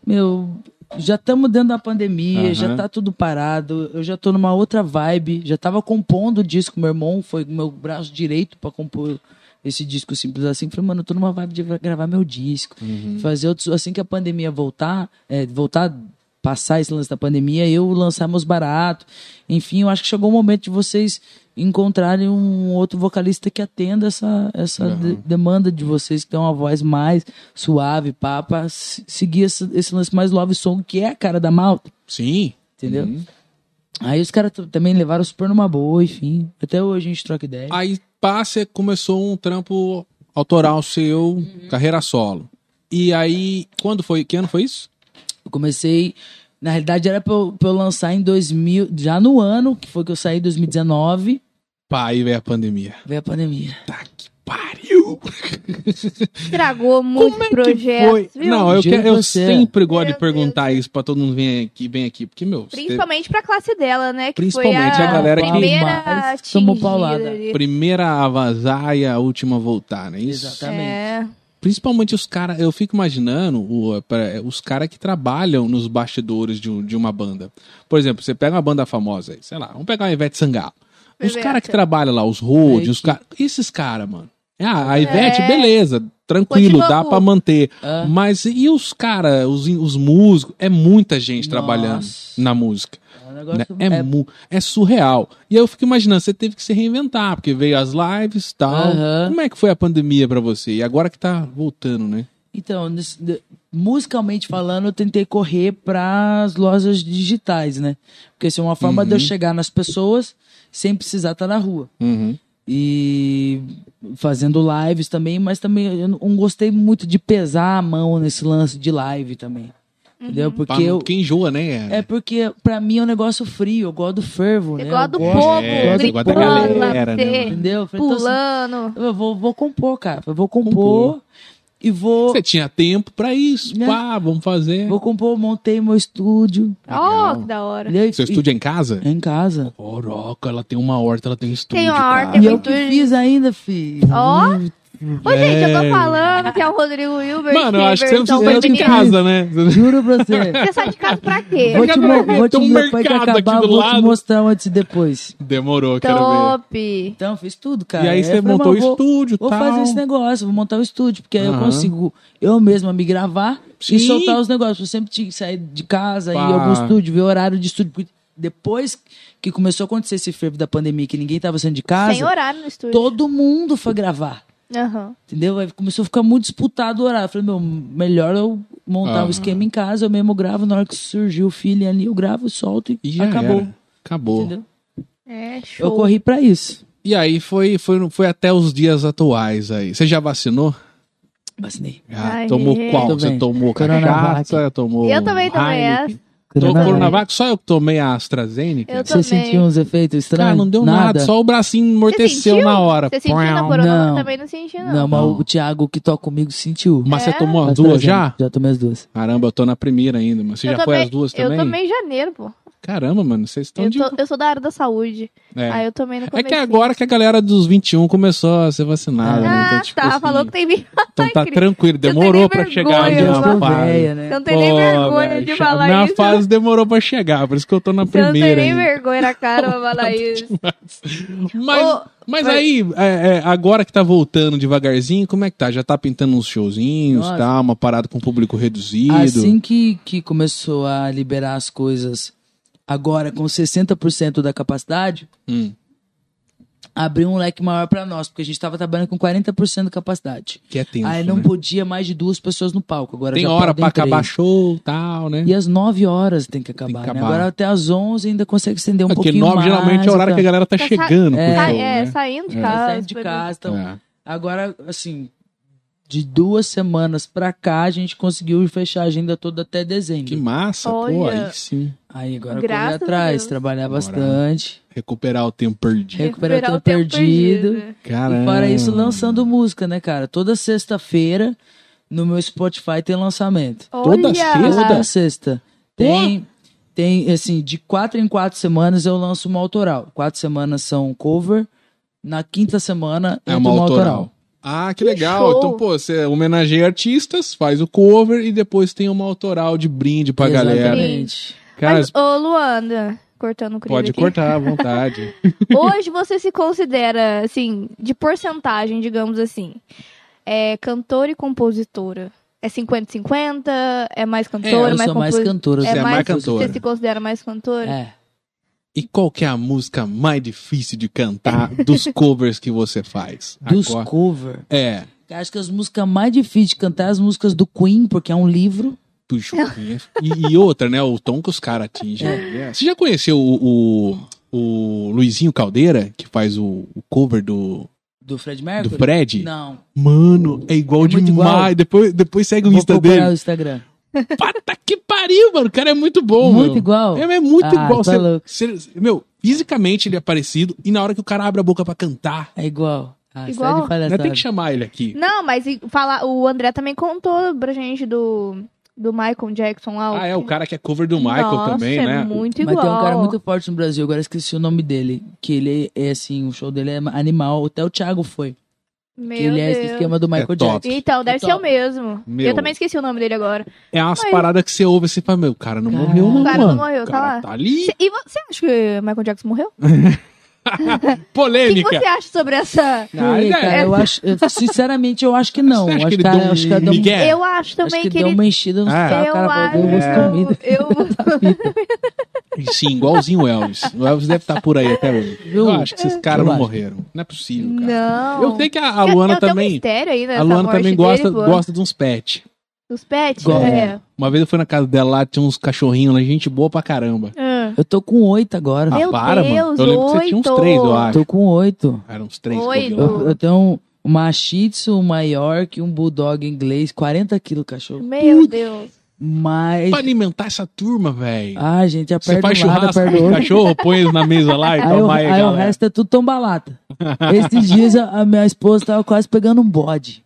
Speaker 3: meu, já estamos dentro da pandemia,
Speaker 1: Aham.
Speaker 3: já tá tudo parado, eu já tô numa outra vibe, já tava compondo o disco, meu irmão foi meu braço direito pra compor esse disco simples assim. Falei, mano, eu tô numa vibe de gra- gravar meu disco, fazer outros, assim que a pandemia voltar, é, voltar passar esse lance da pandemia, eu lançar meus baratos. Enfim, eu acho que chegou o momento de vocês encontrarem um outro vocalista que atenda essa, essa
Speaker 1: Aham.
Speaker 3: de- demanda de vocês, que tem uma voz mais suave, pá, pra se- seguir esse, esse lance mais love song, que é a cara da malta,
Speaker 1: Sim.
Speaker 3: entendeu? Aí os caras t- também levaram super numa boa, enfim. Até hoje a gente troca ideia.
Speaker 1: Aí, pá, você começou um trampo autoral seu, carreira solo. E aí, quando foi? Que ano foi isso?
Speaker 3: Eu comecei. Na realidade, era pra eu, pra eu lançar em 2000, já no ano, que foi que eu saí em 2019,
Speaker 1: Pá, aí veio a pandemia.
Speaker 3: veio a pandemia.
Speaker 1: Tá que pariu. you.
Speaker 2: Estragou muito
Speaker 1: é Foi.
Speaker 2: projeto, viu?
Speaker 1: Não, eu,
Speaker 3: Juro
Speaker 1: quero-
Speaker 3: pra
Speaker 1: eu
Speaker 3: você.
Speaker 1: sempre gosto de
Speaker 2: Meu
Speaker 1: perguntar isso pra todo mundo que vem aqui, vem aqui porque, meu, você é teve
Speaker 2: Principalmente pra classe dela, né? Que
Speaker 1: Principalmente
Speaker 2: foi a,
Speaker 1: a galera que-
Speaker 2: primeira
Speaker 3: Mas tomou
Speaker 2: atingida
Speaker 3: paulada.
Speaker 2: ali.
Speaker 1: a primeira a vazar e a última a voltar, né? Isso.
Speaker 3: Exatamente.
Speaker 2: É.
Speaker 1: Principalmente os caras, eu fico imaginando o- pra- os caras que trabalham nos bastidores de, um- de uma banda. Por exemplo, você pega uma banda famosa aí, sei lá, vamos pegar a Ivete Sangalo. Os
Speaker 2: Ivete.
Speaker 1: caras que trabalham lá, os road, os
Speaker 3: Fake.
Speaker 1: caras. Esses caras, mano. Ah, a Ivete,
Speaker 2: É.
Speaker 1: beleza, tranquilo,
Speaker 2: Continua
Speaker 1: dá
Speaker 2: com-
Speaker 1: pra manter.
Speaker 3: Ah.
Speaker 1: Mas e os caras, os, in- os músicos? É muita gente trabalhando
Speaker 3: Nossa.
Speaker 1: na música.
Speaker 3: É um
Speaker 1: né?
Speaker 3: negócio
Speaker 1: É, mu- é surreal. E aí eu fico imaginando, você teve que se reinventar, porque veio as lives e tal.
Speaker 3: Aham.
Speaker 1: Como é que foi a pandemia pra você? E agora que tá voltando, né?
Speaker 3: Então, nesse- de- musicalmente falando, eu tentei correr para as lojas digitais, né? Porque isso é uma forma de eu chegar nas pessoas sem precisar estar na rua.
Speaker 1: Uhum.
Speaker 3: E fazendo lives também, mas também eu não não gostei muito de pesar a mão nesse lance de live também. Entendeu?
Speaker 1: Uhum. Pra
Speaker 3: Porque
Speaker 1: não-
Speaker 3: eu.
Speaker 1: Porque enjoa, né?
Speaker 3: É porque pra mim é um negócio frio, eu gosto do fervo, né?
Speaker 2: Você gosta do
Speaker 3: gosto-
Speaker 2: povo,
Speaker 1: É, você gosta da
Speaker 2: gritando,
Speaker 1: galera, né,
Speaker 2: você
Speaker 3: Entendeu? Eu falei, então, assim,
Speaker 2: pulando.
Speaker 3: eu vou, vou compor, cara. Eu vou compor,
Speaker 1: Compor.
Speaker 3: e vou.
Speaker 1: Você tinha tempo pra isso.
Speaker 3: Né?
Speaker 1: Pá, vamos fazer.
Speaker 3: Vou compor, montei meu estúdio.
Speaker 2: Ó,
Speaker 1: Legal.
Speaker 2: que da hora.
Speaker 3: Entendeu? E-
Speaker 1: Seu estúdio é em casa?
Speaker 3: e- em casa.
Speaker 1: Coroca, ela tem uma horta, ela tem um estúdio.
Speaker 2: uma
Speaker 1: cara.
Speaker 2: horta, É
Speaker 3: e
Speaker 2: muito
Speaker 3: eu que
Speaker 2: lindo.
Speaker 3: fiz ainda, filho.
Speaker 2: Ó. Ô, gente, eu tô
Speaker 1: É.
Speaker 2: falando que é o Rodrigo Wilber.
Speaker 1: Mano, eu acho que você não
Speaker 2: versão
Speaker 1: precisa de
Speaker 2: feminina.
Speaker 1: casa, né? (laughs)
Speaker 3: Juro pra você.
Speaker 2: (laughs) Você sai de casa pra quê?
Speaker 3: vou te, mo-
Speaker 1: Tem
Speaker 3: vou te,
Speaker 1: um
Speaker 3: depois que
Speaker 1: mercado aqui
Speaker 3: acabar,
Speaker 1: do
Speaker 3: eu vou te
Speaker 1: lado.
Speaker 3: mostrar antes e depois.
Speaker 1: Demorou, quero ver.
Speaker 2: Top.
Speaker 3: Então, eu fiz tudo, cara.
Speaker 1: e aí você
Speaker 3: eu falei,
Speaker 1: montou o
Speaker 3: "Mas vou-
Speaker 1: estúdio
Speaker 3: Vou
Speaker 1: tal.
Speaker 3: fazer esse negócio, vou montar o estúdio, porque aí eu
Speaker 1: Aham.
Speaker 3: consigo eu mesma me gravar
Speaker 1: Sim.
Speaker 3: e soltar os negócios. Eu sempre tinha que sair de casa,
Speaker 1: Pá.
Speaker 3: ir em algum estúdio, ver horário de estúdio. porque Depois que começou a acontecer esse fervo da pandemia, que ninguém tava saindo de
Speaker 2: Sem
Speaker 3: casa,
Speaker 2: horário no estúdio.
Speaker 3: todo mundo foi gravar.
Speaker 2: Aham.
Speaker 3: Entendeu? Aí começou a ficar muito disputado o horário. Eu falei, meu, melhor eu montar o
Speaker 1: Aham.
Speaker 3: esquema em casa, eu mesmo gravo. Na hora que surgiu o filho ali, eu gravo, solto e,
Speaker 1: E já
Speaker 3: acabou.
Speaker 1: era. Acabou.
Speaker 3: Entendeu?
Speaker 2: É,
Speaker 3: Eu
Speaker 2: show.
Speaker 3: corri pra isso.
Speaker 1: E aí foi, foi, foi até os dias atuais aí. Você já vacinou?
Speaker 3: Vacinei.
Speaker 1: Ah,
Speaker 2: Ai,
Speaker 1: tomou
Speaker 2: é.
Speaker 1: qual?
Speaker 3: Tô
Speaker 1: Você
Speaker 3: bem.
Speaker 1: tomou
Speaker 3: Coronavac.
Speaker 1: cachaça, tomou
Speaker 2: Eu também tomei
Speaker 1: Heineken?
Speaker 2: essa.
Speaker 1: Tomou
Speaker 3: Coronavac.
Speaker 1: Coronavac? Só eu que tomei a AstraZeneca?
Speaker 2: Eu
Speaker 3: Você
Speaker 2: também.
Speaker 3: sentiu uns efeitos estranhos?
Speaker 1: Cara, não deu nada. só o bracinho amorteceu
Speaker 2: sentiu?
Speaker 1: na hora.
Speaker 2: Você sentiu na
Speaker 1: Pau.
Speaker 2: corona?
Speaker 3: Não.
Speaker 2: Eu também não senti, não.
Speaker 3: Não, mas
Speaker 1: um- Não.
Speaker 3: o Thiago que toca comigo sentiu.
Speaker 1: Mas
Speaker 2: É?
Speaker 1: você tomou as
Speaker 3: Mas,
Speaker 1: duas
Speaker 3: por exemplo,
Speaker 1: já?
Speaker 3: Já tomei as duas.
Speaker 1: Caramba, eu tô na primeira ainda, mas você
Speaker 2: Eu
Speaker 1: já foi
Speaker 2: tomei-
Speaker 1: as duas
Speaker 2: Eu
Speaker 1: também? Então
Speaker 2: tomei em janeiro, pô.
Speaker 1: Caramba, mano, vocês estão
Speaker 2: Eu,
Speaker 1: de.
Speaker 2: tô- eu sou da área da saúde.
Speaker 1: É.
Speaker 2: Aí eu tomei no
Speaker 1: É
Speaker 2: começo.
Speaker 1: que agora que a galera dos 21 começou a ser vacinada, né?
Speaker 2: Ah,
Speaker 1: Então, tipo
Speaker 2: tá.
Speaker 1: assim,
Speaker 2: Falou que tem vi-
Speaker 1: Então tá
Speaker 2: Cris,
Speaker 1: tranquilo,
Speaker 2: tenho
Speaker 1: demorou
Speaker 2: nem
Speaker 1: pra
Speaker 2: vergonha,
Speaker 1: chegar onde
Speaker 2: eu
Speaker 1: uma
Speaker 3: sou
Speaker 1: fase.
Speaker 3: velha, né?
Speaker 2: Você não tem nem
Speaker 1: é, Pô,
Speaker 2: vergonha
Speaker 1: velho,
Speaker 2: de
Speaker 1: cha-
Speaker 2: falar
Speaker 1: minha
Speaker 2: isso.
Speaker 1: fase demorou pra chegar, por isso que eu tô na
Speaker 2: Você não tem
Speaker 1: primeira.
Speaker 2: nem
Speaker 1: ainda.
Speaker 2: vergonha na cara
Speaker 1: (laughs)
Speaker 2: pra falar isso.
Speaker 1: Mas,
Speaker 2: Ô,
Speaker 1: mas
Speaker 2: mas-
Speaker 1: aí, é, é, agora que tá voltando devagarzinho, como é que tá? Já tá pintando uns showzinhos,
Speaker 3: Nossa.
Speaker 1: tá? Uma parada com público reduzido.
Speaker 3: Assim que, que começou a liberar as coisas, agora com 60% da capacidade,
Speaker 1: Hum,
Speaker 3: abriu um leque maior pra nós, porque a gente tava trabalhando com 40% da capacidade.
Speaker 1: que é tenso,
Speaker 3: Aí Ah, não
Speaker 1: né?
Speaker 3: podia mais de duas pessoas no palco. Agora
Speaker 1: Tem
Speaker 3: já
Speaker 1: hora
Speaker 3: podem
Speaker 1: pra acabar
Speaker 3: três.
Speaker 1: show e tal, né?
Speaker 3: E é às 9 horas tem que
Speaker 1: Tem
Speaker 3: acabar,
Speaker 1: que
Speaker 3: né?
Speaker 1: acabar.
Speaker 3: Agora até às 11 ainda consegue estender um
Speaker 1: Porque
Speaker 3: pouquinho
Speaker 1: nove
Speaker 3: mais. então.
Speaker 1: geralmente é o horário que a galera tá
Speaker 2: Tá sa-
Speaker 1: chegando pro
Speaker 2: Sai-
Speaker 1: show,
Speaker 2: é,
Speaker 1: né?
Speaker 2: saindo de
Speaker 1: É.
Speaker 2: casa.
Speaker 3: Sai de
Speaker 2: foi-
Speaker 3: casa, então...
Speaker 1: É.
Speaker 3: Agora, assim, de duas semanas pra cá, a gente conseguiu fechar a agenda toda até dezembro.
Speaker 1: Que massa, pô,
Speaker 2: Olha.
Speaker 1: aí sim.
Speaker 3: Aí agora
Speaker 2: Graças
Speaker 3: correr
Speaker 2: a
Speaker 3: atrás,
Speaker 2: Deus.
Speaker 3: trabalhar
Speaker 1: Bora.
Speaker 3: bastante.
Speaker 1: Recuperar o tempo perdido.
Speaker 3: Recuperar o tempo perdido.
Speaker 1: Caramba.
Speaker 3: E fora isso, lançando música, né, cara? Toda sexta-feira no meu Spotify tem lançamento.
Speaker 1: Toda
Speaker 2: Olha!
Speaker 1: sexta?
Speaker 3: Toda sexta. Tem, tem, assim, de quatro em quatro semanas eu lanço uma autoral. Quatro semanas são cover. Na quinta semana
Speaker 1: É
Speaker 3: entra
Speaker 1: uma autoral. Ah, que legal.
Speaker 2: show.
Speaker 1: Então, pô, você homenageia artistas, faz o cover e depois tem uma autoral de brinde pra galera.
Speaker 3: Exatamente.
Speaker 1: Cara,
Speaker 2: Mas, ô, Luanda, cortando o Cris
Speaker 1: pode
Speaker 2: aqui.
Speaker 1: cortar (laughs) à vontade.
Speaker 2: Hoje você se considera, assim, de porcentagem, digamos assim, é cantora e compositora? É 50-50? É mais cantora, mais
Speaker 3: eu sou mais
Speaker 2: compositora?
Speaker 3: cantora.
Speaker 1: Você é mais cantora.
Speaker 2: Você se considera mais cantora?
Speaker 3: É.
Speaker 1: e qual que é a música mais difícil de cantar dos covers que você faz?
Speaker 3: Dos
Speaker 1: Agora-
Speaker 3: cover.
Speaker 1: É.
Speaker 3: Acho que as músicas mais difíceis de cantar é as músicas do Queen, porque é um livro.
Speaker 1: Puxa, e, e outra, né? O tom que os caras atingem. É. Você já conheceu o, o, o Luizinho Caldeira, que faz o, o cover do,
Speaker 3: É, Do Fred
Speaker 1: do
Speaker 3: Mercury?
Speaker 1: Fred?
Speaker 3: Não.
Speaker 1: Mano, é igual
Speaker 3: É muito
Speaker 1: demais.
Speaker 3: igual.
Speaker 1: Depois, depois segue o
Speaker 3: Vou
Speaker 1: Insta
Speaker 3: procurar
Speaker 1: dele.
Speaker 3: o Instagram.
Speaker 1: Pata que pariu, mano. O cara é muito bom,
Speaker 3: Muito
Speaker 1: mano.
Speaker 3: igual.
Speaker 1: É, é muito
Speaker 3: Ah,
Speaker 1: igual.
Speaker 3: tá
Speaker 1: Cê-
Speaker 3: louco.
Speaker 1: cê- meu, fisicamente ele é parecido e na hora que o cara abre a boca pra cantar,
Speaker 3: É igual. Ah, isso
Speaker 2: Igual?
Speaker 3: é de
Speaker 1: Nós
Speaker 3: palhaçada.
Speaker 1: tem que chamar ele aqui.
Speaker 2: Não, mas e fala, o André também contou pra gente do, do Michael Jackson lá.
Speaker 1: Ah, é, o cara que é cover do Michael
Speaker 2: Nossa,
Speaker 1: também,
Speaker 2: é
Speaker 1: né?
Speaker 2: muito
Speaker 3: Mas
Speaker 2: igual.
Speaker 3: tem um cara muito forte no Brasil, agora esqueci o nome dele. Que ele é assim, o show dele é animal. Até o Thiago foi.
Speaker 2: Meu
Speaker 3: Que ele é esse
Speaker 2: Deus.
Speaker 3: esquema do Michael
Speaker 1: top.
Speaker 3: Jackson.
Speaker 2: Então, deve
Speaker 3: Top.
Speaker 2: ser o mesmo.
Speaker 1: Meu.
Speaker 2: Eu também esqueci o nome dele agora.
Speaker 1: É umas
Speaker 2: Mas-
Speaker 1: paradas que você ouve assim pra meu, cara, não
Speaker 3: Cara,
Speaker 1: morreu não,
Speaker 2: o cara não
Speaker 1: mano.
Speaker 2: morreu, tá
Speaker 1: Cara,
Speaker 2: lá.
Speaker 1: Tá ali.
Speaker 2: Cê- e você acha que o Michael Jackson morreu? O que
Speaker 1: Polêmica.
Speaker 2: você acha sobre essa?
Speaker 1: Ah,
Speaker 3: Ei,
Speaker 1: ele
Speaker 3: cara,
Speaker 1: é-
Speaker 3: eu acho, eu- sinceramente, eu acho que não.
Speaker 1: (laughs) Você acha
Speaker 3: Acho
Speaker 1: que
Speaker 3: que,
Speaker 1: ele
Speaker 3: cara,
Speaker 1: deu um
Speaker 3: acho que ela deu,
Speaker 1: migué? É.
Speaker 2: Eu acho
Speaker 3: acho
Speaker 2: também
Speaker 3: que
Speaker 2: que
Speaker 3: deu
Speaker 2: ele. É.
Speaker 3: uma enchida no
Speaker 1: Ah.
Speaker 3: saco,
Speaker 2: Eu
Speaker 3: cara,
Speaker 2: acho.
Speaker 3: falou, "Gosto de comida".
Speaker 2: (laughs) Eu.
Speaker 1: Sim, igualzinho o Elvis. O Elvis deve estar por aí até hoje.
Speaker 3: Viu?
Speaker 1: Eu acho que esses caras
Speaker 3: Eu
Speaker 1: não
Speaker 3: acho.
Speaker 1: morreram. Não é possível, cara.
Speaker 2: Não.
Speaker 1: Eu sei que a, a
Speaker 2: Tem-
Speaker 1: Luana
Speaker 2: tem até Um
Speaker 1: também.
Speaker 2: mistério aí
Speaker 1: A
Speaker 2: nessa
Speaker 1: Luana
Speaker 2: morte
Speaker 1: também gosta,
Speaker 2: dele, pô.
Speaker 1: gosta de uns pets.
Speaker 2: Dos pets?
Speaker 3: Gosta.
Speaker 2: É.
Speaker 1: Uma vez eu fui na casa dela lá, tinha uns cachorrinhos lá, gente boa pra caramba.
Speaker 2: Ah.
Speaker 3: Eu tô com oito agora.
Speaker 1: Ah,
Speaker 2: Meu
Speaker 1: para, mano.
Speaker 2: Deus,
Speaker 1: Eu lembro que você tinha uns
Speaker 2: oito.
Speaker 1: três, eu
Speaker 3: Eu
Speaker 1: acho.
Speaker 3: tô com oito.
Speaker 1: Eram uns três.
Speaker 2: Oito.
Speaker 1: que eu vi lá.
Speaker 3: Eu, eu tenho uma Shih Tzu, uma York, um Bulldog inglês, 40 quilos cachorro.
Speaker 2: Meu Deus.
Speaker 3: Mas.
Speaker 1: Pra alimentar essa turma, velho.
Speaker 3: Ah, gente,
Speaker 1: Você
Speaker 3: aperta
Speaker 1: faz
Speaker 3: um lado,
Speaker 1: churrasco
Speaker 3: aperta
Speaker 1: com
Speaker 3: o
Speaker 1: os (laughs)
Speaker 3: outro.
Speaker 1: cachorro, põe eles na mesa lá e
Speaker 3: Aí, o,
Speaker 1: toma aí,
Speaker 3: aí o
Speaker 1: galera.
Speaker 3: resto é tudo
Speaker 1: (laughs)
Speaker 3: tão balata. Esses dias a, a minha esposa tava quase pegando um bode.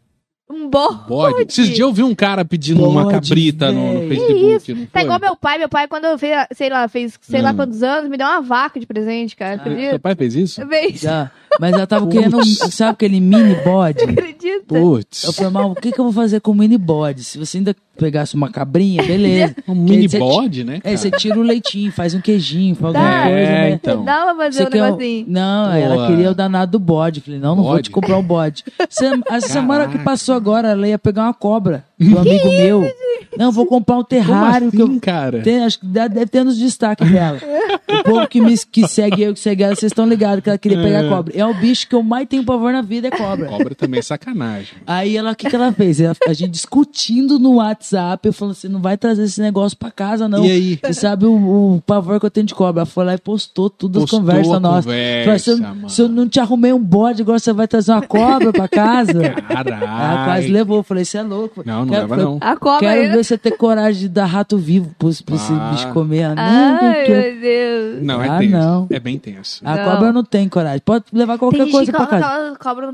Speaker 2: Um bode.
Speaker 1: Bode. Esses dias eu vi um cara pedindo uma
Speaker 3: Bode,
Speaker 1: cabrita no, no
Speaker 3: velho.
Speaker 1: Facebook. tipo, não
Speaker 2: Tá
Speaker 1: foi? Hum.
Speaker 2: igual meu pai. Meu pai, quando eu fez, sei lá, fez sei lá quantos anos, me deu uma vaca de presente, cara.
Speaker 1: é, Seu
Speaker 2: Acredita?
Speaker 1: pai fez isso?
Speaker 2: Fez.
Speaker 3: Já. Mas
Speaker 1: (laughs)
Speaker 3: ela tava
Speaker 1: Putz.
Speaker 3: querendo, um- sabe aquele mini bode?
Speaker 2: Acredita?
Speaker 3: Eu
Speaker 1: Putz.
Speaker 3: falei, mas o que, que eu vou fazer com o mini bode? Se você ainda pegasse uma cabrinha, beleza.
Speaker 1: (laughs) Um mini
Speaker 3: Você-
Speaker 1: bode, né?
Speaker 3: É,
Speaker 1: cara?
Speaker 3: você tira o leitinho, faz um queijinho, faz
Speaker 2: Dá.
Speaker 3: alguma coisa,
Speaker 1: É,
Speaker 3: né?
Speaker 1: então.
Speaker 2: Dá pra fazer
Speaker 3: Você
Speaker 2: um
Speaker 3: quer um-
Speaker 2: negocinho.
Speaker 3: Não,
Speaker 1: Boa.
Speaker 3: ela queria o danado do bode. Falei, não, não vou
Speaker 1: Bode?
Speaker 3: te comprar o bode. Se- a semana que
Speaker 1: (laughs) Caraca.
Speaker 3: passou agora, ela ia pegar
Speaker 1: (laughs)
Speaker 3: uma cobra do amigo meu. Não, vou comprar um
Speaker 1: Como
Speaker 3: terrário. que
Speaker 1: assim,
Speaker 3: eu-
Speaker 1: cara?
Speaker 3: Tem- acho que dá- deve ter nos destaques dela. O povo que, me, que segue eu, que segue ela, vocês estão ligados que ela queria pegar cobra. É o bicho que eu mais tenho pavor na vida, é cobra.
Speaker 1: Cobra (laughs) também é sacanagem.
Speaker 3: Aí ela, o que, que ela fez? Ela- a gente discutindo no WhatsApp, eu falando assim, não vai trazer esse negócio pra casa, não. é
Speaker 1: E aí?
Speaker 3: Você sabe o, o pavor que eu tenho de cobra. Ela foi lá e postou tudo as
Speaker 1: Postou a
Speaker 3: conversas nossas.
Speaker 1: conversa,
Speaker 3: Falou, se,
Speaker 1: É mano.
Speaker 3: eu, se eu não te arrumei um bode, agora você vai trazer uma cobra
Speaker 1: (laughs)
Speaker 3: pra casa? Ela quase
Speaker 1: (laughs) Caralho.
Speaker 3: levou. Eu falei, você é louco.
Speaker 1: Não, não
Speaker 3: Quero-
Speaker 1: leva
Speaker 3: falei,
Speaker 1: não.
Speaker 2: A cobra
Speaker 3: Quero
Speaker 2: ainda.
Speaker 3: ver você ter coragem de dar rato vivo pra, esse- pra esse
Speaker 1: Ah.
Speaker 3: bicho comer. Ela, não, não
Speaker 2: Ai,
Speaker 3: quero.
Speaker 2: meu Deus.
Speaker 1: Não, é
Speaker 3: Ah,
Speaker 1: tenso.
Speaker 3: não. Ah,
Speaker 1: É bem tenso.
Speaker 3: A
Speaker 2: Não.
Speaker 3: cobra não tem coragem. Pode levar
Speaker 2: Tem
Speaker 3: qualquer
Speaker 2: gente
Speaker 3: coisa
Speaker 2: que
Speaker 3: pra
Speaker 2: coloca
Speaker 3: casa.
Speaker 2: aquela cobra no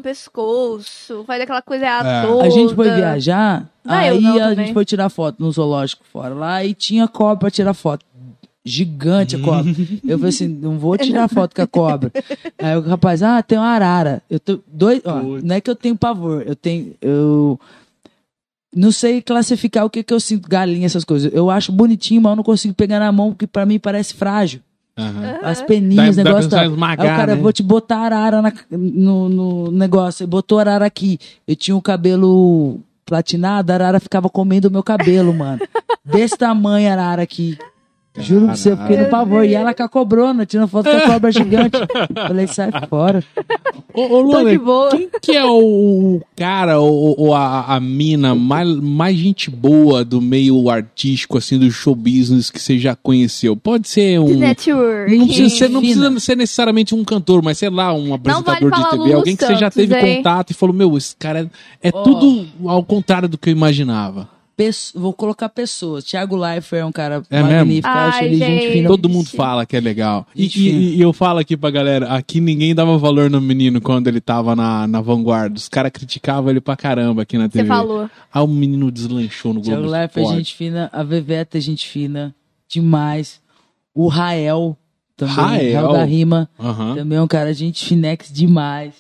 Speaker 2: pescoço, faz aquela coisa
Speaker 1: É.
Speaker 2: à
Speaker 1: A
Speaker 2: toda.
Speaker 3: A gente foi viajar,
Speaker 2: Ah, eu
Speaker 3: aí
Speaker 2: não
Speaker 3: a
Speaker 2: também.
Speaker 3: gente foi tirar foto no zoológico fora lá e tinha cobra pra tirar foto. Gigante a
Speaker 2: (laughs)
Speaker 3: cobra. Eu falei assim: não vou tirar foto com a cobra. Aí o rapaz, ah, tem uma arara. Eu tô dois. Ó,
Speaker 1: Putz.
Speaker 3: não é que eu tenho pavor, eu tenho. Eu não sei classificar o que, que eu sinto, galinha, essas coisas. Eu acho bonitinho, mas eu não consigo pegar na mão, porque pra mim parece frágil.
Speaker 1: Aham.
Speaker 2: É.
Speaker 3: As peninhas,
Speaker 1: Dá- dá
Speaker 3: negócio.
Speaker 1: pra
Speaker 3: Tá.
Speaker 1: esmagar,
Speaker 3: Aí o cara,
Speaker 1: né?
Speaker 3: vou te botar arara na- no, no negócio. Ele botou arara aqui. Eu tinha o cabelo platinado, a arara ficava comendo o meu cabelo, mano. Desse tamanho a arara aqui. Juro pra você, eu fiquei no
Speaker 1: Caralho.
Speaker 3: pavor. E ela com a cobrona, tirando foto com a cobra gigante. Falei, sai fora.
Speaker 1: Ô, ô
Speaker 3: Então,
Speaker 2: Tô de
Speaker 1: Luana,
Speaker 2: boa.
Speaker 1: que é o, o cara ou, ou a, a mina mais, mais gente boa do meio artístico, assim, do show business que você já conheceu? Pode ser um.
Speaker 2: Network.
Speaker 1: Não precisa, ser, não
Speaker 3: Fina.
Speaker 1: precisa ser necessariamente um cantor, mas sei lá, um apresentador
Speaker 2: vale falar
Speaker 1: de TV,
Speaker 2: Lulu
Speaker 1: alguém que você já
Speaker 2: Santos,
Speaker 1: teve
Speaker 2: hein?
Speaker 1: contato e falou: Meu, esse cara é, é
Speaker 3: Ó.
Speaker 1: tudo ao contrário do que eu imaginava.
Speaker 3: Pesso- Vou colocar pessoas. Thiago Leifert é um cara
Speaker 1: É mesmo?
Speaker 3: magnífico. eu acho
Speaker 2: Ai,
Speaker 3: ele
Speaker 2: gente.
Speaker 3: gente fina.
Speaker 1: Todo mundo fala que é legal. E,
Speaker 3: Gente
Speaker 1: e-
Speaker 3: fina.
Speaker 1: e eu falo aqui pra galera: aqui ninguém dava valor no menino quando ele tava na, na vanguarda. Os caras criticavam ele pra caramba aqui na
Speaker 2: Você
Speaker 1: TV.
Speaker 2: falou.
Speaker 1: Ah, o menino deslanchou no Globo
Speaker 3: Thiago Leifert é
Speaker 1: Esporte.
Speaker 3: gente fina. A Veveta é gente fina. Demais. O Rael também.
Speaker 1: Rael.
Speaker 3: Rael da Rima.
Speaker 1: Aham.
Speaker 3: Também é um cara, gente finex demais.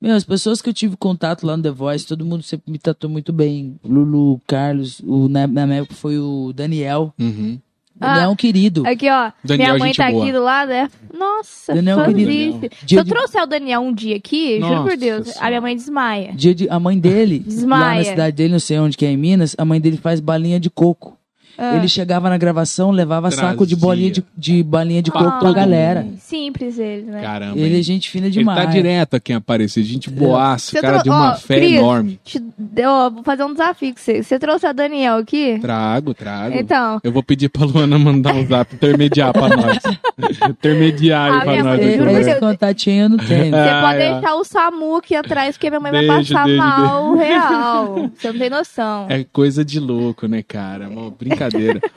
Speaker 3: Meu, as pessoas que eu tive contato lá no The Voice, todo mundo sempre me tratou muito bem. Lulu, Carlos, o, na, na minha época foi o Daniel.
Speaker 1: Uhum.
Speaker 2: Ah,
Speaker 3: Daniel é um querido.
Speaker 2: Aqui, ó.
Speaker 1: Daniel,
Speaker 2: minha mãe
Speaker 1: gente
Speaker 2: tá
Speaker 1: boa.
Speaker 2: aqui do lado, é. Nossa,
Speaker 3: Daniel,
Speaker 1: querido.
Speaker 2: fãzíssimo. Se
Speaker 3: Dia
Speaker 2: eu
Speaker 3: de-
Speaker 2: trouxer o Daniel um dia aqui, juro
Speaker 1: Nossa
Speaker 2: por Deus, a minha mãe desmaia.
Speaker 3: Dia de, a mãe dele,
Speaker 2: (laughs)
Speaker 3: lá
Speaker 2: Desmaia.
Speaker 3: na cidade dele, não sei onde que é, em Minas, a mãe dele faz balinha de coco.
Speaker 2: Ah.
Speaker 3: Ele chegava na gravação, levava saco de
Speaker 1: Trazia.
Speaker 3: bolinha de, de balinha de
Speaker 2: Ah,
Speaker 3: coco pra galera.
Speaker 2: Simples ele, né?
Speaker 1: Caramba.
Speaker 3: Ele é
Speaker 1: hein?
Speaker 3: gente fina
Speaker 1: Ele
Speaker 3: demais.
Speaker 1: tá direto aqui em Aparecer. Gente boaça,
Speaker 2: Você
Speaker 1: cara
Speaker 2: trou-
Speaker 1: de uma
Speaker 2: ó,
Speaker 1: fé
Speaker 2: Cris.
Speaker 1: enorme.
Speaker 2: Te- ó, vou fazer um desafio com você. Você trouxe a Daniel aqui?
Speaker 1: Trago, trago.
Speaker 2: Então.
Speaker 1: Eu vou pedir pra Luana mandar um zap intermediar pra
Speaker 2: (laughs)
Speaker 1: nós. intermediário
Speaker 2: Ah,
Speaker 1: pra
Speaker 2: minha
Speaker 1: nós.
Speaker 2: mãe,
Speaker 1: aqui,
Speaker 2: juro
Speaker 3: Esse
Speaker 2: por
Speaker 1: né?
Speaker 2: Deus.
Speaker 3: esse contatinho eu
Speaker 1: (laughs)
Speaker 3: não tenho.
Speaker 2: Você
Speaker 1: Ah,
Speaker 2: pode
Speaker 1: é.
Speaker 2: deixar o Samu aqui atrás, porque minha mãe vai
Speaker 1: Deixa,
Speaker 2: passar
Speaker 1: deixa,
Speaker 2: mal real. Você não tem noção.
Speaker 1: É coisa de louco, né, cara? Uma
Speaker 3: (laughs)
Speaker 1: brincadeira. Ô,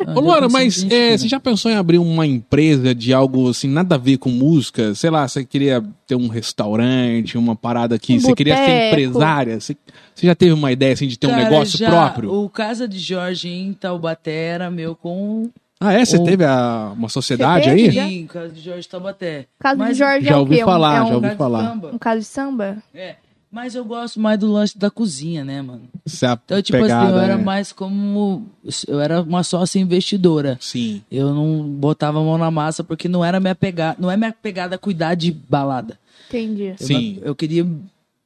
Speaker 3: eu
Speaker 1: Luana,
Speaker 3: consigo
Speaker 1: mas
Speaker 3: identificar.
Speaker 1: é, você já pensou em abrir uma empresa de algo assim, nada a ver com música? Sei lá, você queria ter um restaurante, uma parada aqui,
Speaker 2: Um
Speaker 1: você queria ser
Speaker 2: boteco.
Speaker 1: empresária? Você, você já teve uma ideia assim de ter um
Speaker 3: Cara,
Speaker 1: negócio
Speaker 3: já
Speaker 1: próprio?
Speaker 3: O Casa de Jorge em Taubaté era meu com
Speaker 1: Ah, é? Você
Speaker 3: o-
Speaker 1: teve a- uma sociedade
Speaker 2: teve?
Speaker 1: aí?
Speaker 2: Já-
Speaker 3: Sim, Casa de Jorge Taubaté.
Speaker 2: Caso
Speaker 3: Mas-
Speaker 2: de Jorge
Speaker 1: já
Speaker 2: é o
Speaker 1: ouvi
Speaker 2: quê? Um-
Speaker 1: falar,
Speaker 2: é um,
Speaker 1: já ouvi
Speaker 3: Casa de
Speaker 1: falar.
Speaker 3: samba.
Speaker 2: um caso de samba?
Speaker 3: É. Mas eu gosto mais do lanche da cozinha, né, mano?
Speaker 1: Você a
Speaker 3: Então, tipo
Speaker 1: pegada,
Speaker 3: assim, eu era
Speaker 1: né?
Speaker 3: mais como. Eu era uma sócia investidora.
Speaker 1: Sim.
Speaker 3: Eu não botava a mão na massa porque não era minha pegada. Não é minha pegada cuidar de balada.
Speaker 2: Entendi.
Speaker 3: Eu-
Speaker 1: Sim.
Speaker 3: Eu, queria.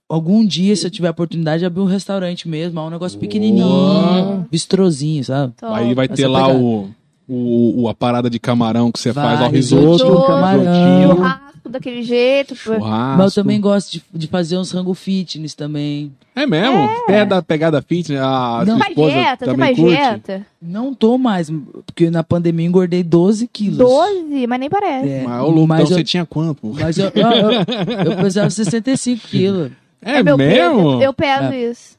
Speaker 3: Algum dia, se eu tiver a oportunidade, abrir um restaurante mesmo, um negócio
Speaker 1: Uou.
Speaker 3: pequenininho, bistrozinho, sabe?
Speaker 2: Tô-
Speaker 1: Aí vai ter
Speaker 3: Essa
Speaker 1: lá
Speaker 3: pegada.
Speaker 1: o, o, o- a parada de camarão que você
Speaker 3: Vai,
Speaker 1: faz ao
Speaker 3: risotinho,
Speaker 1: risoto,
Speaker 3: camarão.
Speaker 1: risotinho,
Speaker 2: Churrasco Um daquele jeito.
Speaker 1: churrasco.
Speaker 3: Mas eu também gosto de, de fazer uns rango fitness também.
Speaker 1: É mesmo? É, da pegada fitness, a
Speaker 3: Não.
Speaker 1: sua
Speaker 2: Faz
Speaker 1: esposa
Speaker 2: dieta? Você
Speaker 1: também
Speaker 2: faz
Speaker 1: curte?
Speaker 2: dieta?
Speaker 3: Não tô mais, porque na pandemia eu engordei 12 quilos.
Speaker 2: 12, mas nem parece.
Speaker 3: É,
Speaker 1: Mas, ô, louco,
Speaker 3: mas
Speaker 1: então
Speaker 3: eu-
Speaker 1: você tinha quanto?
Speaker 3: Mas eu, não, eu, eu pesava 65 quilos.
Speaker 1: É,
Speaker 2: meu
Speaker 1: mesmo?
Speaker 2: peso. Eu peso
Speaker 3: É.
Speaker 2: isso.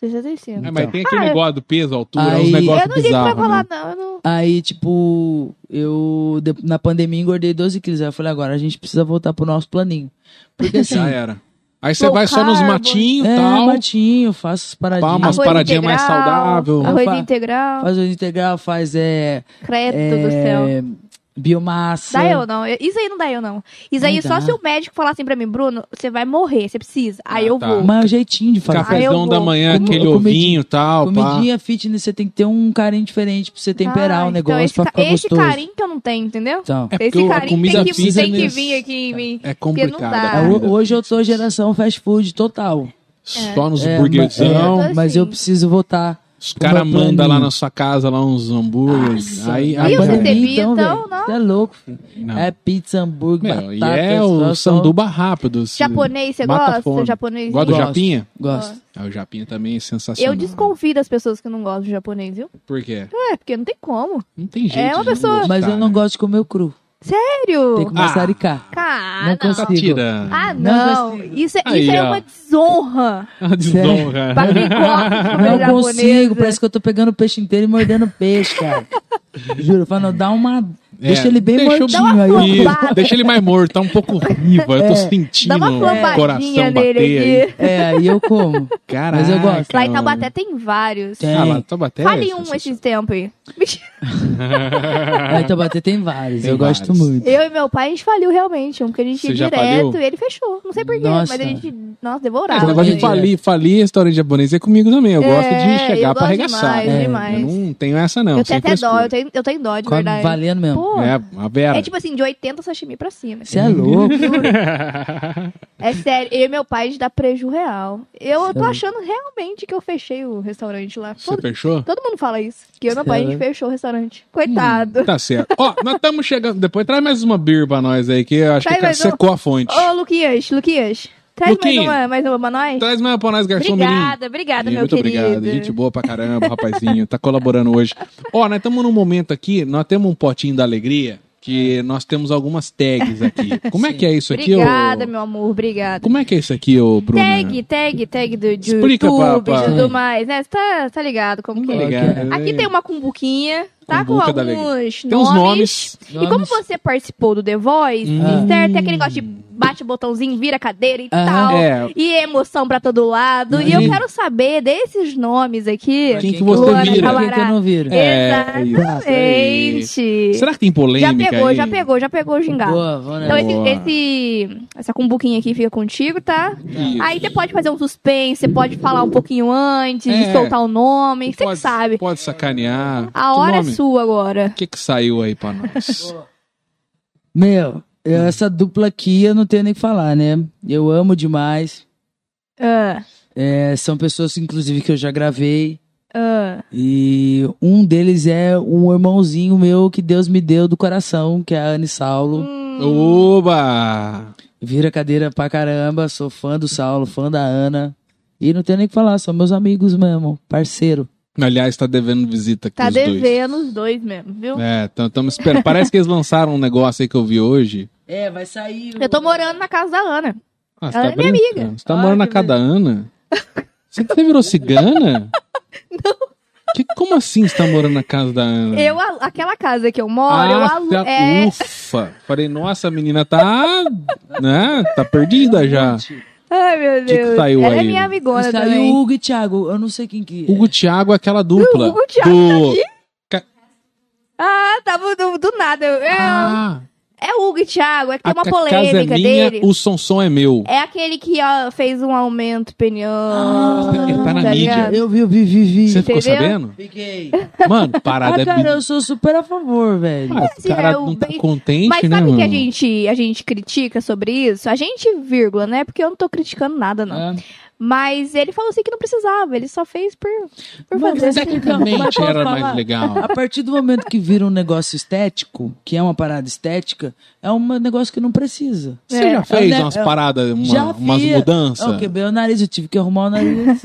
Speaker 2: 65.
Speaker 1: É, mas tem aquele
Speaker 2: Ah,
Speaker 1: negócio do peso, altura,
Speaker 3: aí-
Speaker 1: uns
Speaker 2: Eu
Speaker 1: negócios
Speaker 2: não ligo pra
Speaker 1: bizarros.
Speaker 2: falar,
Speaker 1: Né?
Speaker 2: não. Eu não...
Speaker 3: Aí, tipo, eu de- na pandemia engordei 12 quilos. Aí eu falei, agora a gente precisa voltar pro nosso planinho. Porque assim,
Speaker 1: Já era. Aí você
Speaker 2: Low
Speaker 1: vai só nos
Speaker 2: carb,
Speaker 1: matinhos e
Speaker 3: é,
Speaker 1: tal,
Speaker 3: matinho, faço as
Speaker 1: Pá,
Speaker 3: paradinhas.
Speaker 1: umas
Speaker 2: Arroz
Speaker 1: paradinhas mais
Speaker 2: integral,
Speaker 1: saudável.
Speaker 2: Arroz
Speaker 3: Opa.
Speaker 2: integral.
Speaker 3: Faz o integral, faz é,
Speaker 2: Credo do céu.
Speaker 3: é, biomassa.
Speaker 2: Dá é eu não. Eu- Isso aí não dá eu não. Isso
Speaker 3: Não
Speaker 2: aí é só
Speaker 3: dá.
Speaker 2: se o médico falar assim pra mim, Bruno, você vai morrer, você precisa. Aí
Speaker 1: Ah,
Speaker 2: eu
Speaker 1: tá.
Speaker 2: vou.
Speaker 3: Mas é um jeitinho de fazer.
Speaker 2: Café-
Speaker 1: cafezão
Speaker 2: eu
Speaker 1: da
Speaker 2: vou.
Speaker 1: manhã,
Speaker 3: Comi-
Speaker 1: aquele
Speaker 3: comidinha-
Speaker 1: ovinho e tal, pá.
Speaker 3: Comidinha fitness, você tem que ter um carinho diferente pra você temperar
Speaker 2: Ah, então
Speaker 3: o negócio
Speaker 2: esse,
Speaker 3: pra
Speaker 2: ca-
Speaker 3: ficar
Speaker 2: esse
Speaker 3: gostoso.
Speaker 2: carinho que eu não tenho, entendeu?
Speaker 3: Então,
Speaker 1: É porque
Speaker 2: Esse
Speaker 1: o- a
Speaker 2: carinho
Speaker 1: comida
Speaker 2: tem que,
Speaker 1: fitness
Speaker 2: tem que vir aqui em mim.
Speaker 1: é
Speaker 2: dá.
Speaker 1: complicada.
Speaker 2: Ah,
Speaker 3: é, ho-
Speaker 1: cara.
Speaker 3: hoje eu tô geração fast food total.
Speaker 1: Só nos
Speaker 3: É,
Speaker 1: burguerzão.
Speaker 2: Então,
Speaker 3: ma- é, mas
Speaker 2: assim.
Speaker 3: eu preciso voltar.
Speaker 1: Os caras
Speaker 3: Uma planinha.
Speaker 1: mandam lá na sua casa lá uns hambúrgueres.
Speaker 3: Nossa,
Speaker 1: aí,
Speaker 3: na
Speaker 1: aí
Speaker 2: Ah, E os
Speaker 1: já
Speaker 2: teve-
Speaker 1: é.
Speaker 2: bebia, então,
Speaker 3: velho?
Speaker 2: não?
Speaker 3: Você é louco, filho.
Speaker 1: Não.
Speaker 3: É pizza, hambúrguer,
Speaker 1: Meu, e
Speaker 3: batata.
Speaker 1: é o
Speaker 3: troço,
Speaker 1: sanduba rápido. se-
Speaker 2: Japonês, você
Speaker 1: mata
Speaker 2: gosta?
Speaker 1: fome.
Speaker 2: Japonês.
Speaker 1: Gosta do
Speaker 3: Gosto.
Speaker 1: japinha?
Speaker 3: Gosto.
Speaker 1: Ah, o japinha também é sensacional.
Speaker 2: Eu desconfio das pessoas que não gostam de japonês, viu?
Speaker 1: Por quê?
Speaker 2: É, porque não tem como.
Speaker 1: Não tem jeito.
Speaker 2: É uma
Speaker 1: de
Speaker 2: pessoa-
Speaker 1: gostar,
Speaker 3: Mas eu não
Speaker 1: né?
Speaker 3: gosto de comer o cru. Tem que
Speaker 2: Sério?
Speaker 1: Ah.
Speaker 3: maçaricar.
Speaker 2: Cara,
Speaker 3: não
Speaker 2: não.
Speaker 1: Tá
Speaker 3: consigo.
Speaker 1: tirando.
Speaker 2: Ah,
Speaker 3: Não
Speaker 2: não.
Speaker 3: consigo.
Speaker 2: Isso é, isso
Speaker 1: Aí,
Speaker 2: é
Speaker 1: ó.
Speaker 2: uma desonra
Speaker 1: A desonra.
Speaker 2: pra quem
Speaker 1: (laughs)
Speaker 2: gosta de é. comida
Speaker 3: Não consigo,
Speaker 2: Ah. japonesa.
Speaker 3: parece que eu tô pegando o peixe inteiro e mordendo o peixe, cara. Juro, falando, dá uma.
Speaker 1: É,
Speaker 3: Deixa ele bem
Speaker 1: deixa eu-
Speaker 3: mortinho aí. É.
Speaker 2: Dá uma
Speaker 3: eu-
Speaker 1: Isso,
Speaker 2: Roubado.
Speaker 1: Deixa ele mais morto, tá um pouco vivo. Eu tô sentindo
Speaker 2: Dá uma
Speaker 1: o
Speaker 2: flambadinha
Speaker 1: coração
Speaker 2: nele
Speaker 1: bater. aí.
Speaker 2: aqui.
Speaker 3: É, aí eu como.
Speaker 1: Caraca.
Speaker 3: Mas eu gosto.
Speaker 2: Lá em
Speaker 1: né?
Speaker 2: Taubaté tem vários.
Speaker 3: Tem.
Speaker 1: Ah, lá, em Taubaté
Speaker 2: Fale
Speaker 1: é
Speaker 2: um
Speaker 1: sensacional.
Speaker 2: esses tempos aí. Mentira.
Speaker 3: Aí Taubaté tem vários,
Speaker 1: Tem
Speaker 3: eu gosto
Speaker 1: vários.
Speaker 3: muito.
Speaker 2: Eu e meu pai, a gente faliu realmente. Um que a gente
Speaker 1: Você
Speaker 2: ia
Speaker 1: já
Speaker 2: direto
Speaker 1: faliu?
Speaker 2: e ele fechou. Não sei porquê,
Speaker 3: Nossa.
Speaker 2: mas a gente, nossa,
Speaker 1: Esse
Speaker 2: devorava.
Speaker 1: negócio de
Speaker 3: É.
Speaker 1: falir, falir restaurante japonês é comigo também. Eu gosto de
Speaker 2: É,
Speaker 1: chegar pra
Speaker 2: eu gosto
Speaker 1: arregaçar.
Speaker 2: demais,
Speaker 1: É,
Speaker 2: demais.
Speaker 1: Eu não tenho essa, não.
Speaker 2: eu tenho
Speaker 1: sem
Speaker 2: até dó,
Speaker 1: frescura.
Speaker 2: eu tenho, eu tenho dó, de
Speaker 3: Come
Speaker 2: verdade.
Speaker 3: valendo mesmo.
Speaker 2: Pô,
Speaker 1: É,
Speaker 2: é,
Speaker 1: a Vera.
Speaker 2: tipo assim, de 80 sashimi pra cima. assim.
Speaker 3: Você é louco.
Speaker 2: É sério, eu e meu pai a gente dá preju real. Eu tô
Speaker 3: Sério?
Speaker 2: achando realmente que eu fechei o restaurante lá.
Speaker 1: (laughs) Você
Speaker 2: Todo,
Speaker 1: fechou?
Speaker 2: todo mundo fala isso. Que eu e meu pai, a gente
Speaker 3: Sério?
Speaker 2: fechou o restaurante. Coitado.
Speaker 1: Tá certo. Ó, nós estamos chegando. Depois traz mais uma beer pra nós aí, que eu acho
Speaker 2: Traz
Speaker 1: que
Speaker 2: mais um.
Speaker 1: secou a fonte.
Speaker 2: Ô, Luquinhas, Luquinhas, traz
Speaker 1: Hum. Luquinha.
Speaker 2: mais uma, mais uma pra nós.
Speaker 1: Traz mais pra nós, garçom Mirim.
Speaker 2: Obrigada, obrigada,
Speaker 1: Ih,
Speaker 2: meu
Speaker 1: Muito
Speaker 2: querido.
Speaker 1: obrigado. Gente boa pra caramba, rapazinho. Tá colaborando hoje. Ó, nós estamos num momento aqui, nós temos um potinho da alegria, que nós temos algumas tags aqui. Como é que é isso aqui, ô?
Speaker 2: Obrigada, meu amor, obrigada.
Speaker 1: Como é que é isso aqui, ô, Bruno?
Speaker 2: Tag, tag, tag do, do
Speaker 1: Explica,
Speaker 2: YouTube
Speaker 1: papai.
Speaker 2: e tudo mais, né? Você tá, tá ligado como que
Speaker 1: Tá
Speaker 2: é.
Speaker 1: ligado?
Speaker 2: Aqui tem uma cumbuquinha, tá
Speaker 1: Cumbuca
Speaker 2: com
Speaker 1: da
Speaker 2: alguns
Speaker 1: Tem uns nomes.
Speaker 2: E como você participou do The Voice,
Speaker 1: Hum.
Speaker 2: certo? Tem aquele negócio de bate o botãozinho, vira a cadeira e
Speaker 3: Aham.
Speaker 2: tal.
Speaker 1: É.
Speaker 2: E emoção pra todo lado. E eu
Speaker 1: Hum.
Speaker 2: quero saber desses nomes aqui.
Speaker 1: Quem que você
Speaker 2: Luana
Speaker 1: vira?
Speaker 2: Calará.
Speaker 3: Quem que eu não viro?
Speaker 1: É, isso aí.
Speaker 2: Exatamente.
Speaker 1: Será que tem
Speaker 2: já
Speaker 1: polêmica
Speaker 2: pegou,
Speaker 1: aí? né?
Speaker 2: já pegou, já pegou o gingado.
Speaker 3: Boa, vamos
Speaker 2: Então
Speaker 3: nessa.
Speaker 2: esse,
Speaker 1: Boa.
Speaker 2: esse- essa cumbuquinha aqui fica contigo, tá?
Speaker 1: Isso.
Speaker 2: Aí você pode fazer um suspense, você pode falar um pouquinho antes,
Speaker 1: É.
Speaker 2: de soltar o nome, você que
Speaker 1: Pode-
Speaker 2: sabe.
Speaker 1: Pode sacanear.
Speaker 2: A
Speaker 1: Que
Speaker 2: hora é
Speaker 1: nome?
Speaker 2: sua agora.
Speaker 1: O que que saiu aí pra
Speaker 2: (laughs)
Speaker 1: nós?
Speaker 3: Meu, eu- essa dupla aqui eu não tenho nem o que falar, né? Eu amo demais.
Speaker 2: Ah,
Speaker 3: É, são pessoas, inclusive, que eu já gravei.
Speaker 2: ah.
Speaker 3: E um deles é um irmãozinho meu que Deus me deu do coração, que é a Anne Saulo.
Speaker 1: Oba!
Speaker 3: Vira cadeira pra caramba, sou fã do Saulo, fã da Ana. E não tenho nem o que falar, são meus amigos mesmo, parceiro.
Speaker 1: Aliás, tá devendo visita aqui
Speaker 2: Tá
Speaker 1: os dois.
Speaker 2: devendo os dois mesmo, viu?
Speaker 1: É, estamos esperando. Parece que eles lançaram um negócio aí que eu vi hoje.
Speaker 3: É, vai sair.
Speaker 2: Eu tô morando na casa da Ana.
Speaker 1: Ah,
Speaker 2: Ela
Speaker 1: tá
Speaker 2: é minha
Speaker 1: brincando. Você tá
Speaker 3: Ai,
Speaker 1: morando na
Speaker 3: que
Speaker 1: casa da Ana? Você que você virou cigana? Que, como assim você tá morando na casa da Ana?
Speaker 2: Eu, a- aquela casa que eu moro, eu
Speaker 1: ah,
Speaker 2: alugo.
Speaker 1: tá-
Speaker 2: É,
Speaker 1: Ufa! Falei, nossa, a menina tá. né? Tá perdida já.
Speaker 2: ai, meu
Speaker 1: que que
Speaker 2: Deus.
Speaker 1: saiu
Speaker 2: Ela é
Speaker 1: aí?
Speaker 2: minha amigona
Speaker 3: Está aí
Speaker 2: também.
Speaker 3: o Hugo e Thiago. Eu não sei quem que é.
Speaker 1: Hugo Thiago é aquela dupla.
Speaker 2: O Hugo Thiago
Speaker 1: do...
Speaker 2: tá aqui?
Speaker 1: Ca-
Speaker 2: Ah, tava do, do nada. É,
Speaker 1: Ah,
Speaker 2: é o Hugo e Thiago, é que
Speaker 1: a
Speaker 2: tem uma
Speaker 1: ca- casa é
Speaker 2: polêmica
Speaker 1: minha,
Speaker 2: dele.
Speaker 1: o Sonson é meu.
Speaker 2: É aquele que ó, fez um aumento pneu.
Speaker 1: ele tá na mídia.
Speaker 2: Ah, ligado?
Speaker 3: Eu vi, eu vi, vi, vi.
Speaker 1: Você ficou
Speaker 2: entendeu?
Speaker 1: sabendo?
Speaker 3: Fiquei.
Speaker 1: Mano, parada
Speaker 3: Ah,
Speaker 1: é
Speaker 3: cara,
Speaker 1: bi-
Speaker 3: eu sou super a favor, velho.
Speaker 1: Ah, o
Speaker 2: Esse
Speaker 1: cara
Speaker 2: é o
Speaker 1: não tá
Speaker 2: bem-
Speaker 1: contente,
Speaker 2: Mas
Speaker 1: né,
Speaker 2: sabe o que a
Speaker 1: mano?
Speaker 2: gente, a gente critica sobre isso? A gente, vírgula, né? Porque eu não tô criticando nada, não.
Speaker 3: É.
Speaker 2: Mas ele falou assim que não precisava, ele só fez por, por
Speaker 3: Mano,
Speaker 1: é
Speaker 2: fazer.
Speaker 3: Mas
Speaker 1: Tecnicamente
Speaker 3: posso
Speaker 1: era
Speaker 3: falar?
Speaker 1: mais
Speaker 2: É,
Speaker 1: legal.
Speaker 3: A partir do momento que vira um negócio estético, que é uma parada estética, é um negócio que não precisa.
Speaker 1: Você
Speaker 2: é,
Speaker 1: já fez
Speaker 3: Eu, né,
Speaker 1: umas
Speaker 3: eu-
Speaker 1: paradas, uma-
Speaker 3: já
Speaker 1: umas
Speaker 3: vi-
Speaker 1: mudanças?
Speaker 3: Eu quebrei É o nariz, eu tive que arrumar o nariz.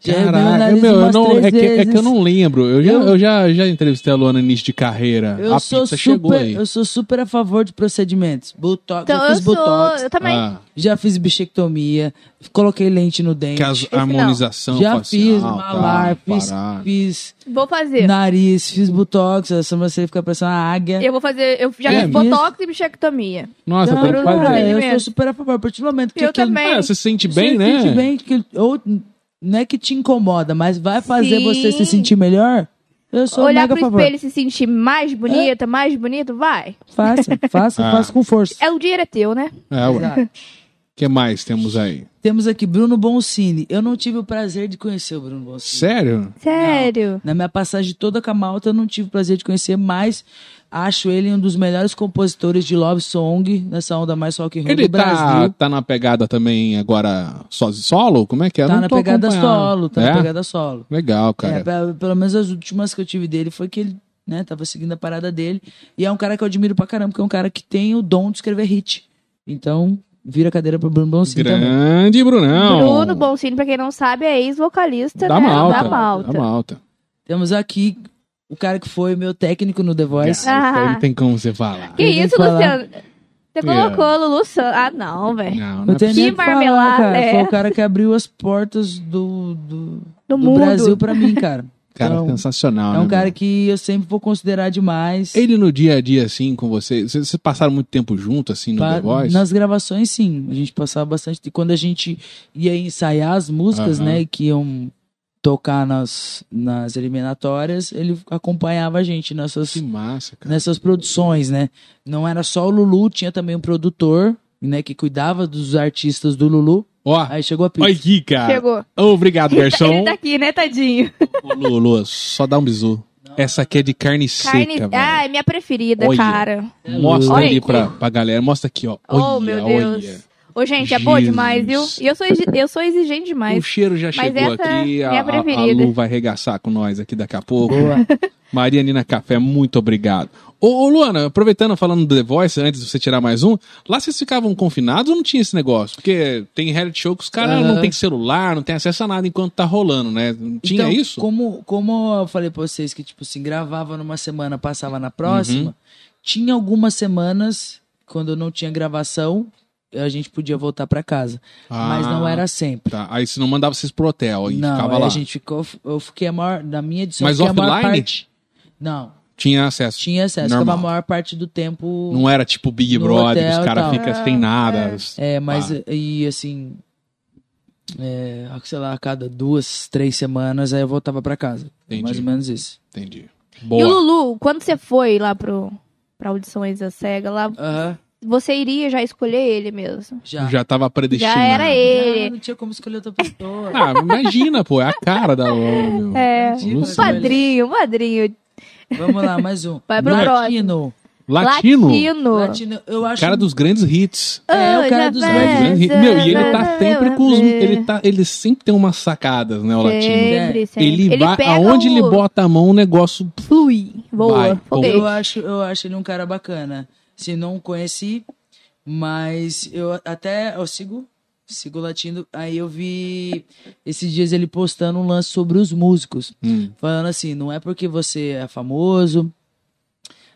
Speaker 3: Já arrumei o
Speaker 1: Caralho,
Speaker 3: nariz
Speaker 1: meu, eu
Speaker 3: umas
Speaker 1: não,
Speaker 3: três
Speaker 1: é, que, é que eu
Speaker 3: vezes.
Speaker 1: não lembro. Eu já,
Speaker 3: Eu-
Speaker 1: eu já, já entrevistei a Luana no início de carreira.
Speaker 3: Eu
Speaker 1: a
Speaker 3: sou
Speaker 1: pizza chegou
Speaker 3: super,
Speaker 1: aí.
Speaker 3: eu sou super a favor de procedimentos. Botox,
Speaker 2: Então
Speaker 3: já
Speaker 2: eu
Speaker 3: fiz
Speaker 2: sou.
Speaker 3: botox,
Speaker 2: Eu também.
Speaker 1: Ah,
Speaker 3: já fiz bichectomia, coloquei lente no dente.
Speaker 1: que as harmonização
Speaker 3: já
Speaker 1: facial.
Speaker 3: fiz
Speaker 1: tá,
Speaker 3: malar, fiz,
Speaker 1: parada.
Speaker 3: fiz
Speaker 2: Vou fazer.
Speaker 3: nariz, fiz botox, a sobrancelha fica parecendo uma águia.
Speaker 2: Eu vou fazer. Eu já
Speaker 1: É
Speaker 2: fiz
Speaker 3: mesmo?
Speaker 2: botox e bichectomia.
Speaker 1: Nossa,
Speaker 3: Não,
Speaker 1: tem que
Speaker 3: não,
Speaker 1: fazer.
Speaker 3: não, eu sou
Speaker 2: Procedimento.
Speaker 3: super a favor. A partir do momento que
Speaker 2: Eu
Speaker 3: aquilo-
Speaker 2: também.
Speaker 1: Ah, você se sente
Speaker 3: Você
Speaker 1: bem, né?
Speaker 3: sente bem, que, ou, não é que te incomoda, mas vai fazer
Speaker 2: Sim.
Speaker 3: você se sentir melhor. Eu sou
Speaker 2: Olhar
Speaker 3: mega
Speaker 2: pro
Speaker 3: a favor. É.
Speaker 2: espelho e se sentir mais bonita, mais bonito, vai.
Speaker 3: Faça,
Speaker 2: (laughs)
Speaker 3: faça,
Speaker 1: Ah.
Speaker 3: faça com força.
Speaker 2: É, o dinheiro é teu, né?
Speaker 1: É, ué.
Speaker 3: Exato.
Speaker 1: O que mais temos aí?
Speaker 3: Temos aqui Bruno Boncini. Eu não tive o prazer de conhecer o Bruno Boncini.
Speaker 1: Sério?
Speaker 2: Sério.
Speaker 3: Na minha passagem toda com a Malta, eu não tive o prazer de conhecer, mas acho ele um dos melhores compositores de love song, nessa onda mais rock and roll
Speaker 1: Ele
Speaker 3: do
Speaker 1: tá,
Speaker 3: Brasil.
Speaker 1: tá na pegada também agora só- solo? Como é que é? Eu
Speaker 3: Tá
Speaker 1: não
Speaker 3: na
Speaker 1: tô
Speaker 3: pegada
Speaker 1: acompanhando.
Speaker 3: solo, tá
Speaker 1: é?
Speaker 3: na pegada solo.
Speaker 1: Legal, cara.
Speaker 3: É, pe- pelo menos as últimas que eu tive dele foi que ele, né, tava seguindo a parada dele. E é um cara que eu admiro pra caramba, porque é um cara que tem o dom de escrever hit. Então, vira a cadeira pro Bruno Boncini também.
Speaker 1: Grande Brunão.
Speaker 2: Bruno Boncini, pra quem não sabe, é ex-vocalista
Speaker 1: da
Speaker 2: né,
Speaker 1: Malta.
Speaker 2: da Malta.
Speaker 1: Da Malta.
Speaker 3: Temos aqui o cara que foi meu técnico no The Voice.
Speaker 1: Ah, isso aí
Speaker 2: Ah.
Speaker 1: não tem como você falar.
Speaker 2: Que
Speaker 3: Eu tenho
Speaker 2: isso,
Speaker 3: que falar.
Speaker 2: Luciano? Você
Speaker 1: Yeah.
Speaker 2: colocou Lulu Santos. Ah, não, velho.
Speaker 1: Não, não
Speaker 3: Não
Speaker 1: é
Speaker 3: tem nem
Speaker 1: possível.
Speaker 3: o que falar,
Speaker 2: marmelada,
Speaker 3: cara.
Speaker 2: é.
Speaker 3: Foi o cara que abriu as portas do, do,
Speaker 2: Do
Speaker 3: do
Speaker 2: mundo.
Speaker 3: Brasil pra mim, cara.
Speaker 1: Cara,
Speaker 3: Então,
Speaker 1: sensacional.
Speaker 3: é
Speaker 1: né,
Speaker 3: um cara
Speaker 1: meu?
Speaker 3: que eu sempre vou considerar demais.
Speaker 1: Ele no dia a dia, assim, com você, vocês vocês passaram muito tempo junto, assim, no
Speaker 3: Pa-
Speaker 1: The Voice?
Speaker 3: Nas gravações, sim. A gente passava bastante. E quando a gente ia ensaiar as músicas,
Speaker 1: Aham.
Speaker 3: né? Que iam tocar nas, nas eliminatórias, ele acompanhava a gente nessas,
Speaker 1: Que massa, cara.
Speaker 3: nessas produções, né? Não era só o Lulu, tinha também um produtor, né? Que cuidava dos artistas do Lulu.
Speaker 1: Ó,
Speaker 3: Aí chegou a
Speaker 1: olha
Speaker 3: pizza.
Speaker 1: aqui, cara.
Speaker 2: Chegou.
Speaker 3: Ah,
Speaker 1: Obrigado, garçom.
Speaker 3: (laughs)
Speaker 2: Ele tá aqui, né, tadinho?
Speaker 1: Ô, Lu, Lu, só dá um bisu. Essa aqui é de carne,
Speaker 2: Carne.
Speaker 1: seca,
Speaker 2: ah,
Speaker 1: velho.
Speaker 2: é minha preferida,
Speaker 1: Olha.
Speaker 2: cara.
Speaker 1: Mostra
Speaker 2: Olha.
Speaker 1: ali pra, pra galera. Mostra aqui, ó.
Speaker 2: Oh,
Speaker 1: Olha,
Speaker 2: meu Deus.
Speaker 1: olha.
Speaker 2: Ô, gente, é boa
Speaker 1: Jesus.
Speaker 2: demais, viu? E eu sou, exi- eu sou exigente
Speaker 1: O
Speaker 2: demais.
Speaker 1: cheiro já chegou
Speaker 2: essa é
Speaker 1: aqui. A, a-
Speaker 2: minha
Speaker 1: a
Speaker 2: preferida.
Speaker 1: Lu vai arregaçar com nós aqui daqui a pouco.
Speaker 3: Boa.
Speaker 1: (laughs) Maria Nina Café, muito obrigado. Ô, ô, Luana, aproveitando, falando do The Voice, antes de você tirar mais um, lá vocês ficavam confinados ou não tinha esse negócio? Porque tem reality show que os caras
Speaker 3: Aham.
Speaker 1: não tem celular, não tem acesso a nada enquanto tá rolando, né? Não tinha
Speaker 3: Então,
Speaker 1: isso?
Speaker 3: Como, como eu falei pra vocês que, tipo assim, gravava numa semana, passava na
Speaker 1: Uhum.
Speaker 3: próxima, tinha algumas semanas, quando não tinha gravação, a gente podia voltar pra casa.
Speaker 1: Ah,
Speaker 3: Mas não era sempre.
Speaker 1: Tá. Aí se não mandava vocês pro hotel, aí
Speaker 3: não,
Speaker 1: ficava
Speaker 3: aí
Speaker 1: lá.
Speaker 3: a gente ficou. Eu fiquei a maior. Na minha edição,
Speaker 1: Mas
Speaker 3: eu fiquei a maior
Speaker 1: offline?
Speaker 3: parte. Não,
Speaker 1: Tinha acesso.
Speaker 3: tinha acesso.
Speaker 1: Normal.
Speaker 3: Ficava a maior parte do tempo.
Speaker 1: Não era tipo Big
Speaker 3: No
Speaker 1: Brother,
Speaker 3: hotel
Speaker 1: os
Speaker 3: e
Speaker 1: caras
Speaker 3: tal.
Speaker 1: ficam sem nada.
Speaker 3: É, mas
Speaker 1: Ah.
Speaker 3: e assim. É, sei lá, a cada duas, três semanas, aí eu voltava pra casa.
Speaker 1: Entendi.
Speaker 3: Mais ou menos isso.
Speaker 1: Entendi.
Speaker 2: E o
Speaker 1: Boa.
Speaker 2: Lulu, quando você foi lá pro, pra audições da SEGA, lá,
Speaker 3: Aham.
Speaker 2: você iria já escolher ele mesmo.
Speaker 3: Já.
Speaker 1: Já tava predestinado.
Speaker 2: Já era ele.
Speaker 3: Ah, não tinha como escolher outra pessoa.
Speaker 1: Ah, imagina, pô, é a cara da Luana, meu.
Speaker 2: (laughs) É.
Speaker 3: Ridículo,
Speaker 1: Nossa,
Speaker 2: Um
Speaker 3: velho.
Speaker 2: padrinho, um padrinho.
Speaker 3: Vamos lá, mais um.
Speaker 2: Vai pro
Speaker 3: Latino.
Speaker 1: Latino.
Speaker 3: Latino, eu acho.
Speaker 1: Cara dos grandes hits.
Speaker 3: É, o
Speaker 2: Oh,
Speaker 3: cara
Speaker 2: já
Speaker 3: dos
Speaker 2: vai,
Speaker 3: grandes
Speaker 2: já
Speaker 1: Grande- Meu, e ele tá
Speaker 2: vai,
Speaker 1: sempre com os.
Speaker 2: vai.
Speaker 1: Ele, tá, ele sempre tem umas sacadas, né, o latino?
Speaker 2: Sempre, sempre.
Speaker 1: Ele, vai.
Speaker 2: pega
Speaker 1: Aonde
Speaker 2: o-
Speaker 1: ele bota a mão, o negócio.
Speaker 2: Flui, voa.
Speaker 1: Vai,
Speaker 2: foguete.
Speaker 3: eu acho, eu acho ele um cara bacana. Se não conheci, mas eu até eu sigo, sigo o latino. Aí eu vi esses dias ele postando um lance sobre os músicos.
Speaker 1: Hum,
Speaker 3: falando assim, não é porque você é famoso,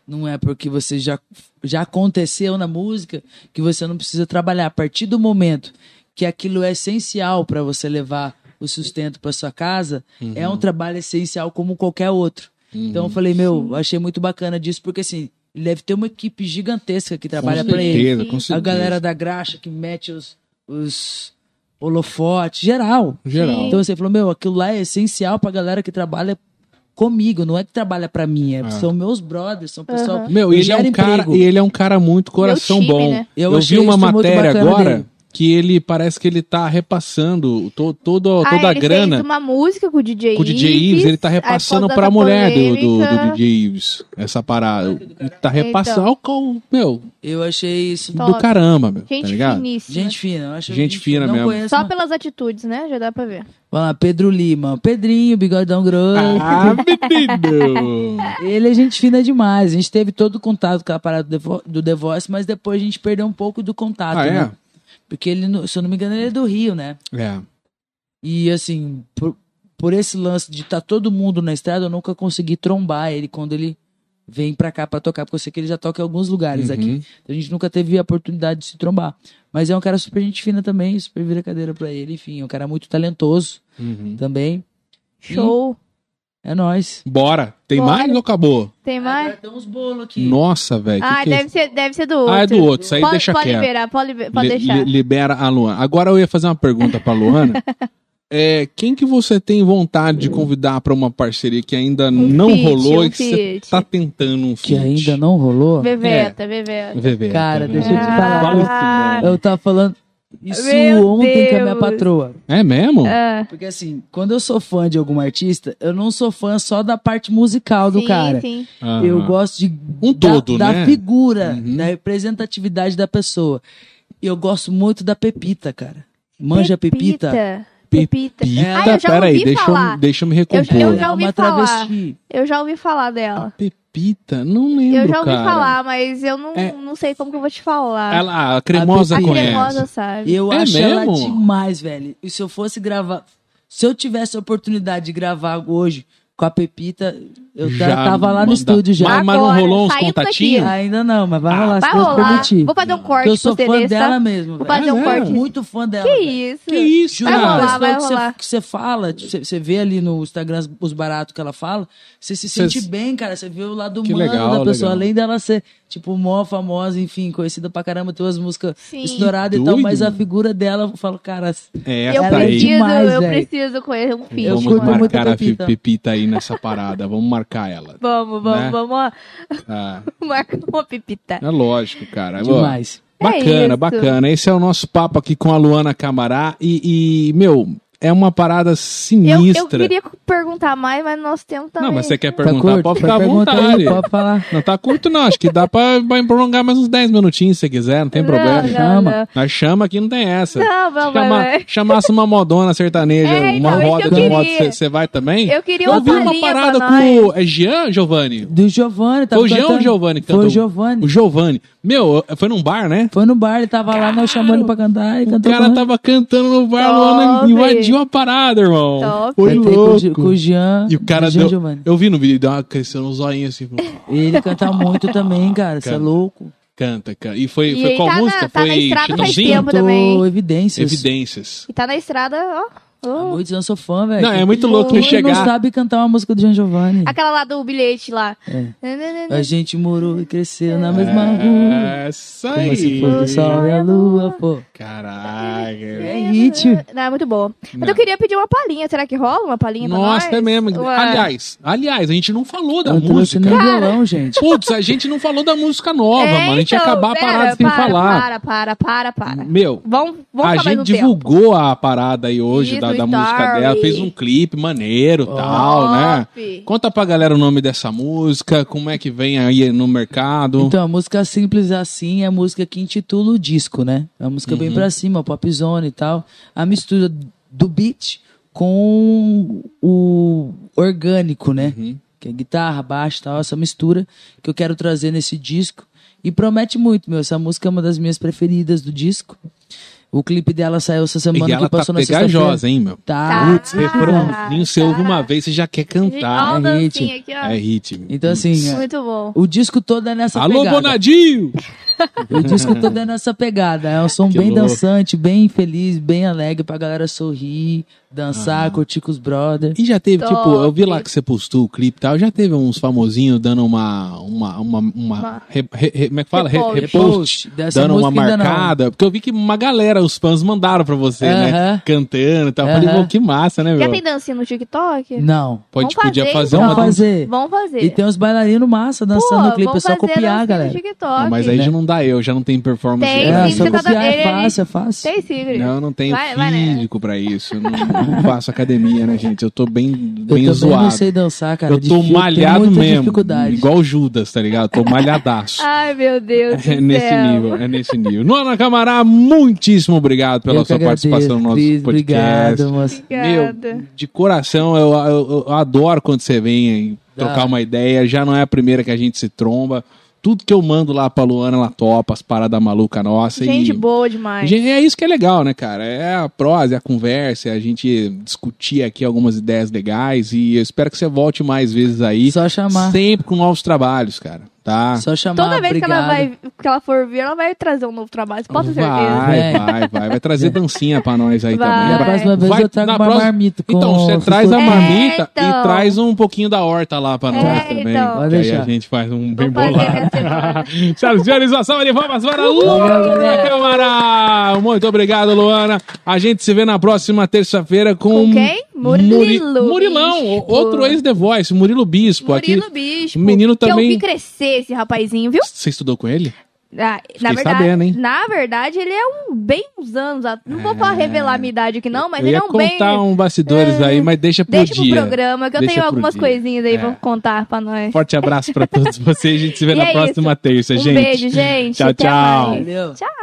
Speaker 3: não é porque você já, já aconteceu na música que você não precisa trabalhar. A partir do momento que aquilo é essencial para você levar o sustento para sua casa, é
Speaker 1: Uhum.
Speaker 3: um trabalho essencial como qualquer outro. Então eu falei, meu, achei muito bacana disso, porque assim, ele deve ter uma equipe gigantesca que trabalha
Speaker 1: com
Speaker 3: para ele.
Speaker 1: certeza, com certeza.
Speaker 3: A galera da graxa que mete os, os holofotes, geral.
Speaker 1: Geral.
Speaker 3: Então você falou, meu, aquilo lá é essencial pra galera que trabalha comigo, não é que trabalha pra mim, é-
Speaker 1: Ah.
Speaker 3: são meus brothers, são pessoal. que
Speaker 1: Meu, ele é
Speaker 3: gera
Speaker 1: um cara,
Speaker 3: emprego.
Speaker 1: e ele é um cara muito coração
Speaker 2: time,
Speaker 1: bom.
Speaker 2: né?
Speaker 3: Eu
Speaker 1: Eu, vi
Speaker 3: achei
Speaker 1: uma
Speaker 3: isso muito
Speaker 1: matéria
Speaker 3: bacana
Speaker 1: agora
Speaker 3: dele.
Speaker 1: que ele parece que ele tá repassando to, todo,
Speaker 2: Ah,
Speaker 1: toda a
Speaker 2: ele
Speaker 1: grana
Speaker 2: fez uma música com o DJ
Speaker 1: com o DJ Ives, ele tá
Speaker 2: aí por causa
Speaker 1: repassando
Speaker 2: da então.
Speaker 1: pra mulher do, do,
Speaker 2: polêmica.
Speaker 1: do DJ Ives. Essa parada. Tá repassando. Olha o qual- meu,
Speaker 3: Eu achei isso.
Speaker 2: Então. Top.
Speaker 1: do caramba, meu.
Speaker 2: Gente
Speaker 1: tá ligado?
Speaker 2: finíssima.
Speaker 3: Gente fina, eu acho
Speaker 1: Gente fina
Speaker 3: não
Speaker 1: mesmo.
Speaker 3: Conheço,
Speaker 2: Só
Speaker 3: mas-
Speaker 2: pelas atitudes, né? Já dá pra
Speaker 1: Hum?
Speaker 2: ver.
Speaker 3: Vai lá, Pedro Lima, Pedrinho, bigodão grosso.
Speaker 1: Ah, menino!
Speaker 3: (laughs) Ele é gente fina demais. A gente teve todo o contato com a parada do Devo- do The Voice, mas depois a gente perdeu um pouco do contato,
Speaker 1: ah,
Speaker 3: né?
Speaker 1: é?
Speaker 3: Porque ele, não- se eu não me engano, ele é do Rio, né?
Speaker 1: É.
Speaker 3: E assim, por, por esse lance de estar todo mundo na estrada, eu nunca consegui trombar ele quando ele vem pra cá pra tocar, porque eu sei que ele já toca em alguns lugares
Speaker 1: Uhum.
Speaker 3: aqui. Então a gente nunca teve a oportunidade de se trombar. Mas é um cara super gente fina também, super vira cadeira pra ele, enfim, é um cara muito talentoso
Speaker 1: Uhum.
Speaker 3: também.
Speaker 2: Show.
Speaker 3: É nóis.
Speaker 1: Bora! Tem
Speaker 2: Bora.
Speaker 1: mais ou acabou?
Speaker 2: Tem mais?
Speaker 3: Tem uns bolos aqui.
Speaker 1: Nossa, velho. que
Speaker 2: Ah,
Speaker 1: que é
Speaker 2: deve, ser, deve ser do outro.
Speaker 1: Ah, é do outro, isso aí
Speaker 2: pode,
Speaker 1: deixa
Speaker 2: pode
Speaker 1: quieto.
Speaker 2: liberar, pode, liber- pode
Speaker 1: Li-
Speaker 2: deixar.
Speaker 1: li- libera a Luana. Agora eu ia fazer uma pergunta pra
Speaker 2: (laughs)
Speaker 1: Luana. é, quem que você tem vontade de convidar pra uma parceria que ainda não
Speaker 2: feat,
Speaker 1: rolou
Speaker 2: um
Speaker 1: e que você
Speaker 2: feat.
Speaker 1: tá tentando um
Speaker 3: Que
Speaker 1: feat?
Speaker 3: ainda não rolou.
Speaker 2: Beveta, Beveta.
Speaker 1: Bebê,
Speaker 3: Cara,
Speaker 1: tá
Speaker 3: deixa eu
Speaker 1: vendo?
Speaker 3: te falar.
Speaker 1: Fala isso,
Speaker 3: Eu tava falando isso
Speaker 2: Meu
Speaker 3: ontem com a minha
Speaker 2: Deus.
Speaker 3: patroa.
Speaker 1: não. É mesmo?
Speaker 2: Ah,
Speaker 3: Porque assim, quando eu sou fã de algum artista, eu não sou fã só da parte musical do
Speaker 2: sim,
Speaker 3: cara.
Speaker 2: sim.
Speaker 1: Aham.
Speaker 3: Eu gosto de
Speaker 1: Um
Speaker 3: da,
Speaker 1: todo,
Speaker 3: da
Speaker 1: né?
Speaker 3: figura,
Speaker 1: Uhum.
Speaker 3: da representatividade da pessoa. E Eu gosto muito da Pepita, cara. Manja Pepita.
Speaker 1: Pita,
Speaker 2: Pepita. Ah, eu já
Speaker 1: peraí,
Speaker 2: ouvi
Speaker 1: deixa
Speaker 2: falar.
Speaker 1: eu, deixa eu me recompor.
Speaker 2: Eu
Speaker 3: Ela
Speaker 2: já
Speaker 3: é
Speaker 2: ouvi
Speaker 3: uma
Speaker 2: falar.
Speaker 3: travesti.
Speaker 2: Eu já ouvi falar
Speaker 1: A
Speaker 2: dela.
Speaker 1: Pepita, não lembro,
Speaker 2: Eu já ouvi
Speaker 1: Ah, cara.
Speaker 2: falar, mas eu não,
Speaker 1: É.
Speaker 2: não sei como que eu vou te falar.
Speaker 1: Ela, a cremosa
Speaker 3: A é
Speaker 2: a
Speaker 1: conhece.
Speaker 2: cremosa sabe.
Speaker 3: Eu
Speaker 1: É
Speaker 3: acho ela
Speaker 1: mesmo?
Speaker 3: demais, velho. E se eu fosse gravar. Se eu tivesse a oportunidade de gravar hoje com a Pepita, eu já,
Speaker 1: Já
Speaker 3: tava lá no
Speaker 1: manda-
Speaker 3: estúdio já.
Speaker 1: Mas, mas não
Speaker 2: Agora,
Speaker 1: rolou uns
Speaker 2: saindo daqui,
Speaker 1: contatinhos?
Speaker 3: Ainda não, mas vai
Speaker 1: Ah,
Speaker 3: rolar,
Speaker 2: Vai
Speaker 3: se Deus
Speaker 2: rolar.
Speaker 3: permitir.
Speaker 2: Vou fazer um
Speaker 3: Porque eu
Speaker 2: corte
Speaker 3: sou
Speaker 2: pro
Speaker 3: fã
Speaker 2: CD,
Speaker 3: dela
Speaker 2: tá?
Speaker 3: mesmo.
Speaker 2: Vou
Speaker 3: velho.
Speaker 2: fazer um
Speaker 1: É,
Speaker 3: Eu sou
Speaker 2: corte.
Speaker 3: muito fã dela.
Speaker 2: Que
Speaker 3: velho.
Speaker 2: isso?
Speaker 1: Que isso,
Speaker 3: Juro,
Speaker 2: Vai
Speaker 1: cara.
Speaker 2: rolar,
Speaker 3: mas
Speaker 2: vai
Speaker 3: pelo que você-
Speaker 2: rolar.
Speaker 3: que você fala, tipo, você, você vê ali no Instagram os baratos que ela fala, você se
Speaker 1: Cês-
Speaker 3: sente bem, cara. Você vê o lado
Speaker 1: Que
Speaker 3: humano
Speaker 1: legal,
Speaker 3: da pessoa.
Speaker 1: legal.
Speaker 3: Além dela ser, tipo, mó famosa, enfim, conhecida pra caramba, tem umas músicas
Speaker 2: Sim.
Speaker 3: estouradas e
Speaker 1: Que
Speaker 3: tal,
Speaker 1: doido.
Speaker 3: mas a figura dela, eu falo, cara,
Speaker 1: É,
Speaker 2: Eu
Speaker 1: essa aí.
Speaker 2: preciso,
Speaker 3: Demais,
Speaker 2: eu
Speaker 3: velho.
Speaker 2: preciso conhecer um feat.
Speaker 3: Eu
Speaker 1: Vamos
Speaker 3: curto
Speaker 2: mano.
Speaker 3: muito
Speaker 1: marcar
Speaker 3: a
Speaker 1: a
Speaker 3: Pepita.
Speaker 1: Pepita. aí nessa parada. Vamos marcar ela.
Speaker 2: Vamos,
Speaker 1: né?
Speaker 2: vamos, vamos. ó. (laughs)
Speaker 1: Ah,
Speaker 2: Marca uma pepita.
Speaker 1: é lógico, cara.
Speaker 3: demais.
Speaker 1: Ó, Bacana,
Speaker 2: É isso.
Speaker 1: bacana. Esse é o nosso papo aqui com a Luana Camará. E, e, meu, é uma parada
Speaker 2: Eu, eu
Speaker 1: sinistra.
Speaker 2: queria perguntar mais, mas nosso tempo também.
Speaker 1: Não, mas você quer
Speaker 3: Tá
Speaker 1: perguntar?
Speaker 3: curto?
Speaker 1: pode ficar à
Speaker 3: Pergunta aí,
Speaker 1: vontade.
Speaker 3: pode falar.
Speaker 1: Não tá curto, não. Acho que dá pra, vai prolongar mais uns 10 minutinhos se quiser, não tem problema.
Speaker 2: Não,
Speaker 3: Chama.
Speaker 2: não,
Speaker 1: Mas chama aqui, não tem essa.
Speaker 2: não, não, vai,
Speaker 1: Chama-
Speaker 2: vai.
Speaker 1: Chamasse uma modona sertaneja,
Speaker 2: É, então,
Speaker 1: uma
Speaker 2: isso
Speaker 1: roda
Speaker 2: eu
Speaker 1: de
Speaker 2: queria.
Speaker 1: moda, você vai também?
Speaker 2: Eu queria
Speaker 1: Eu
Speaker 2: uma
Speaker 1: vi uma
Speaker 2: palhinha pra
Speaker 1: parada
Speaker 2: nós.
Speaker 1: com o é Jean Giovanni.
Speaker 3: Do Giovanni, tava
Speaker 1: Foi o Jean ou o
Speaker 3: cantando.
Speaker 1: Giovanni que
Speaker 3: Foi
Speaker 1: cantou?
Speaker 3: o Giovanni.
Speaker 1: O Giovanni. Meu, foi num bar, né?
Speaker 3: Foi no bar, ele tava lá, nós chamamos ele pra cantar e
Speaker 1: O
Speaker 3: cantou.
Speaker 1: cara
Speaker 3: com nós.
Speaker 1: tava cantando no bar,
Speaker 2: Top.
Speaker 1: Luana invadiu a parada, irmão.
Speaker 2: Top.
Speaker 1: Foi
Speaker 3: Cantei com o Gi- com
Speaker 1: louco.
Speaker 3: o Jean.
Speaker 1: E o cara
Speaker 3: Jean
Speaker 1: deu...
Speaker 3: Giovanni.
Speaker 1: Eu vi no vídeo, deu uma cresceu no zoinho assim. falou,
Speaker 3: Ele canta muito também, cara. Você é
Speaker 1: Canta.
Speaker 3: louco.
Speaker 1: Canta, cara. E foi,
Speaker 2: E
Speaker 1: foi
Speaker 2: ele
Speaker 1: qual
Speaker 2: tá na-
Speaker 1: música?
Speaker 2: tá na
Speaker 1: foi
Speaker 2: estrada faz
Speaker 1: Chitãozinho?
Speaker 2: tempo. também.
Speaker 3: Cantou Evidências.
Speaker 1: Evidências.
Speaker 2: E tá na estrada, ó.
Speaker 3: Há
Speaker 2: ó.
Speaker 3: muitos anos eu sou fã, velho.
Speaker 1: Não, é muito louco
Speaker 3: Quem
Speaker 1: ele
Speaker 2: Ele
Speaker 3: não
Speaker 1: chegar.
Speaker 3: sabe cantar uma música do Jean Giovanni.
Speaker 2: Aquela lá do bilhete lá.
Speaker 3: É. A
Speaker 2: Nananana.
Speaker 3: gente morou e cresceu
Speaker 2: É.
Speaker 3: na mesma rua.
Speaker 1: Essa
Speaker 3: Como se
Speaker 2: assim,
Speaker 1: aí.
Speaker 3: for o sol e a lua, pô.
Speaker 1: Caraca.
Speaker 3: É hit.
Speaker 2: Não, é muito boa.
Speaker 1: Não.
Speaker 2: Mas eu queria pedir uma palhinha. Será que rola uma palhinha pra nós?
Speaker 1: Nossa, é mesmo.
Speaker 2: Ué.
Speaker 1: Aliás, aliás, a gente não falou da
Speaker 3: Eu trouxe
Speaker 1: música.
Speaker 3: meu violão, gente.
Speaker 1: Putz, a gente não falou da música nova,
Speaker 2: É,
Speaker 1: mano. A gente ia
Speaker 2: então,
Speaker 1: acabar a
Speaker 2: pera,
Speaker 1: parada sem
Speaker 2: para,
Speaker 1: falar.
Speaker 2: Para, para, para, para.
Speaker 1: Meu,
Speaker 2: Vamos, vamos
Speaker 1: a
Speaker 2: acabar
Speaker 1: gente
Speaker 2: no tempo.
Speaker 1: divulgou a parada aí hoje
Speaker 2: Isso,
Speaker 1: da, da
Speaker 2: story.
Speaker 1: música dela, fez um clipe maneiro e tal, né?
Speaker 2: Top.
Speaker 1: Conta pra galera o nome dessa música, como é que vem aí no mercado.
Speaker 3: Então, a música Simples Assim é a música que intitula o disco, né? É uma música
Speaker 1: Uhum.
Speaker 3: bem pra cima, popzone e tal. A mistura do beat com o orgânico, né?
Speaker 1: Uhum.
Speaker 3: Que é guitarra, baixo e tal, essa mistura que eu quero trazer nesse disco. E promete muito, meu. Essa música é uma das minhas preferidas do disco. O clipe dela saiu essa semana
Speaker 1: e ela
Speaker 3: que
Speaker 1: tá
Speaker 3: passou na sexta-feira.
Speaker 1: pegajosa, hein, meu?
Speaker 3: Tá.
Speaker 2: Tá.
Speaker 1: Putz, refrãozinho, você ouve uma vez, você já quer
Speaker 2: Ó,
Speaker 1: cantar.
Speaker 2: o
Speaker 3: é hit.
Speaker 2: dancinha aqui, ó.
Speaker 1: É ritmo.
Speaker 3: Então, assim, é-
Speaker 2: Muito bom.
Speaker 3: o disco todo é nessa
Speaker 1: Alô,
Speaker 3: pegada.
Speaker 1: Bonadinho!
Speaker 3: O disco tá dando essa pegada. É um som
Speaker 1: (laughs) Que
Speaker 3: bem
Speaker 1: louco.
Speaker 3: dançante, bem feliz, bem alegre pra galera sorrir, dançar, curtir com os brother.
Speaker 1: E já teve,
Speaker 2: Top.
Speaker 1: tipo, eu vi lá que você postou o clipe e tal, já teve uns famosinhos dando uma. uma, uma, uma,
Speaker 2: Uma-
Speaker 1: re- re- re- como é que fala? Re-
Speaker 2: Repost.
Speaker 1: Repost.
Speaker 3: Dessa
Speaker 1: dando uma
Speaker 3: música ainda não.
Speaker 1: marcada. Porque eu vi que uma galera, os fãs mandaram pra você, né?
Speaker 3: Aham.
Speaker 1: Cantando e tal. Eu Falei,
Speaker 3: Aham.
Speaker 1: pô, que massa, né,
Speaker 2: Quer
Speaker 1: meu?
Speaker 2: tem dancinha no TikTok?
Speaker 3: Não.
Speaker 1: Hum, Pode,
Speaker 2: Vamos
Speaker 1: podia
Speaker 2: fazer,
Speaker 1: fazer
Speaker 2: então.
Speaker 1: uma
Speaker 2: Vamos
Speaker 3: Vamos fazer.
Speaker 2: Vamos fazer.
Speaker 3: E tem uns bailarinos massa dançando no clipe, é
Speaker 2: vamos
Speaker 3: só
Speaker 2: fazer dancinha
Speaker 3: copiar, galera.
Speaker 2: No TikTok.
Speaker 1: Não, mas
Speaker 3: né?
Speaker 1: aí já não dá eu, já não tem performance.
Speaker 2: assim, Tem,
Speaker 1: né?
Speaker 3: É,
Speaker 2: sim,
Speaker 3: só
Speaker 2: você tá-
Speaker 3: copiar é
Speaker 2: ele-
Speaker 3: fácil, é fácil.
Speaker 2: Tem sim, Gris.
Speaker 1: Não, eu não tenho
Speaker 2: Vai- vai, né?
Speaker 1: físico pra isso. Eu não, não faço academia, né, gente? Eu tô bem,
Speaker 3: Eu
Speaker 1: bem
Speaker 3: também não
Speaker 1: zoado.
Speaker 3: sei dançar, cara.
Speaker 1: eu
Speaker 3: Difí-
Speaker 1: tô
Speaker 3: tenho
Speaker 1: malhado
Speaker 3: muita
Speaker 1: mesmo.
Speaker 3: dificuldade.
Speaker 1: Igual o Judas, tá ligado? Tô
Speaker 2: (laughs)
Speaker 1: malhadaço.
Speaker 2: Ai, meu
Speaker 1: (laughs)
Speaker 2: Deus.
Speaker 1: É
Speaker 2: do
Speaker 1: nesse
Speaker 2: Ah, céu.
Speaker 1: nível, é nesse nível. Luana Camará, muitíssimo obrigado pela
Speaker 3: Eu que
Speaker 1: sua
Speaker 3: agradeço,
Speaker 1: participação no nosso
Speaker 3: Cris,
Speaker 1: podcast.
Speaker 3: Obrigado, moça.
Speaker 2: Obrigada.
Speaker 1: Meu, de coração, eu, eu- eu adoro quando você vem aí
Speaker 3: Da
Speaker 1: trocar
Speaker 3: hora.
Speaker 1: uma ideia. Já não é a primeira que a gente se tromba. Tudo que eu mando lá pra Luana, ela topa, as paradas malucas nossa.
Speaker 2: Gente
Speaker 1: e...
Speaker 2: boa demais.
Speaker 1: Gente, É isso que é legal, né, cara? É a prosa, é a conversa, é a gente discutir aqui algumas ideias legais e eu espero que você volte mais vezes aí,
Speaker 3: Só chamar.
Speaker 1: sempre com novos trabalhos, cara, tá?
Speaker 3: Só chamar,
Speaker 2: Toda vez que ela,
Speaker 3: obrigado.
Speaker 2: vai, que ela for vir, ela vai trazer um novo trabalho. Pode ter certeza.
Speaker 1: Vai,
Speaker 3: É.
Speaker 1: vai, vai. Vai trazer dancinha pra nós aí
Speaker 2: Vai.
Speaker 3: E a
Speaker 1: também.
Speaker 3: próxima vez
Speaker 1: Vai-
Speaker 3: eu trago
Speaker 1: na
Speaker 3: uma
Speaker 1: próxima-
Speaker 3: marmita. Com
Speaker 1: Então, você traz a
Speaker 2: É,
Speaker 1: marmita e
Speaker 2: então.
Speaker 1: traz um pouquinho da horta lá pra nós
Speaker 2: É,
Speaker 1: também.
Speaker 2: então.
Speaker 1: Que
Speaker 3: Pode
Speaker 1: aí
Speaker 3: deixar.
Speaker 1: a gente faz um bem
Speaker 2: fazer
Speaker 1: bolado.
Speaker 2: essa
Speaker 1: (laughs)
Speaker 2: semana.
Speaker 1: Charles Violas, uma salva de palmas para a Luana Câmara. Muito obrigado, Luana. A gente se vê na próxima terça-feira com...
Speaker 2: Com quem? Murilo
Speaker 1: Um Muri- Murilão,
Speaker 2: Bispo.
Speaker 1: outro ex The Voice, Murilo Bispo.
Speaker 2: Murilo
Speaker 1: Aqui...
Speaker 2: Bispo.
Speaker 1: o menino
Speaker 2: que
Speaker 1: também-
Speaker 2: eu vi crescer esse rapazinho, viu?
Speaker 1: Você estudou com ele?
Speaker 2: Ah, na, verdade,
Speaker 1: sabendo, hein?
Speaker 2: na verdade, ele é um bem uns anos. a- Não vou falar revelar a minha idade aqui, não, mas
Speaker 1: eu
Speaker 2: ele
Speaker 1: ia
Speaker 2: é um bem.
Speaker 1: contar um bastidores
Speaker 2: É,
Speaker 1: aí, mas deixa pro
Speaker 2: Deixa pro
Speaker 1: dia.
Speaker 2: programa, que eu
Speaker 1: Deixa
Speaker 2: tenho
Speaker 1: pro
Speaker 2: algumas
Speaker 1: dia.
Speaker 2: coisinhas aí
Speaker 1: É.
Speaker 2: pra contar pra nós. (laughs)
Speaker 1: Forte abraço pra todos vocês. A gente se vê
Speaker 2: E
Speaker 1: na
Speaker 2: é
Speaker 1: próxima terça,
Speaker 2: um
Speaker 1: gente.
Speaker 2: beijo, gente.
Speaker 1: Tchau,
Speaker 2: Até
Speaker 1: tchau.
Speaker 2: mais.
Speaker 3: Valeu.
Speaker 2: Tchau.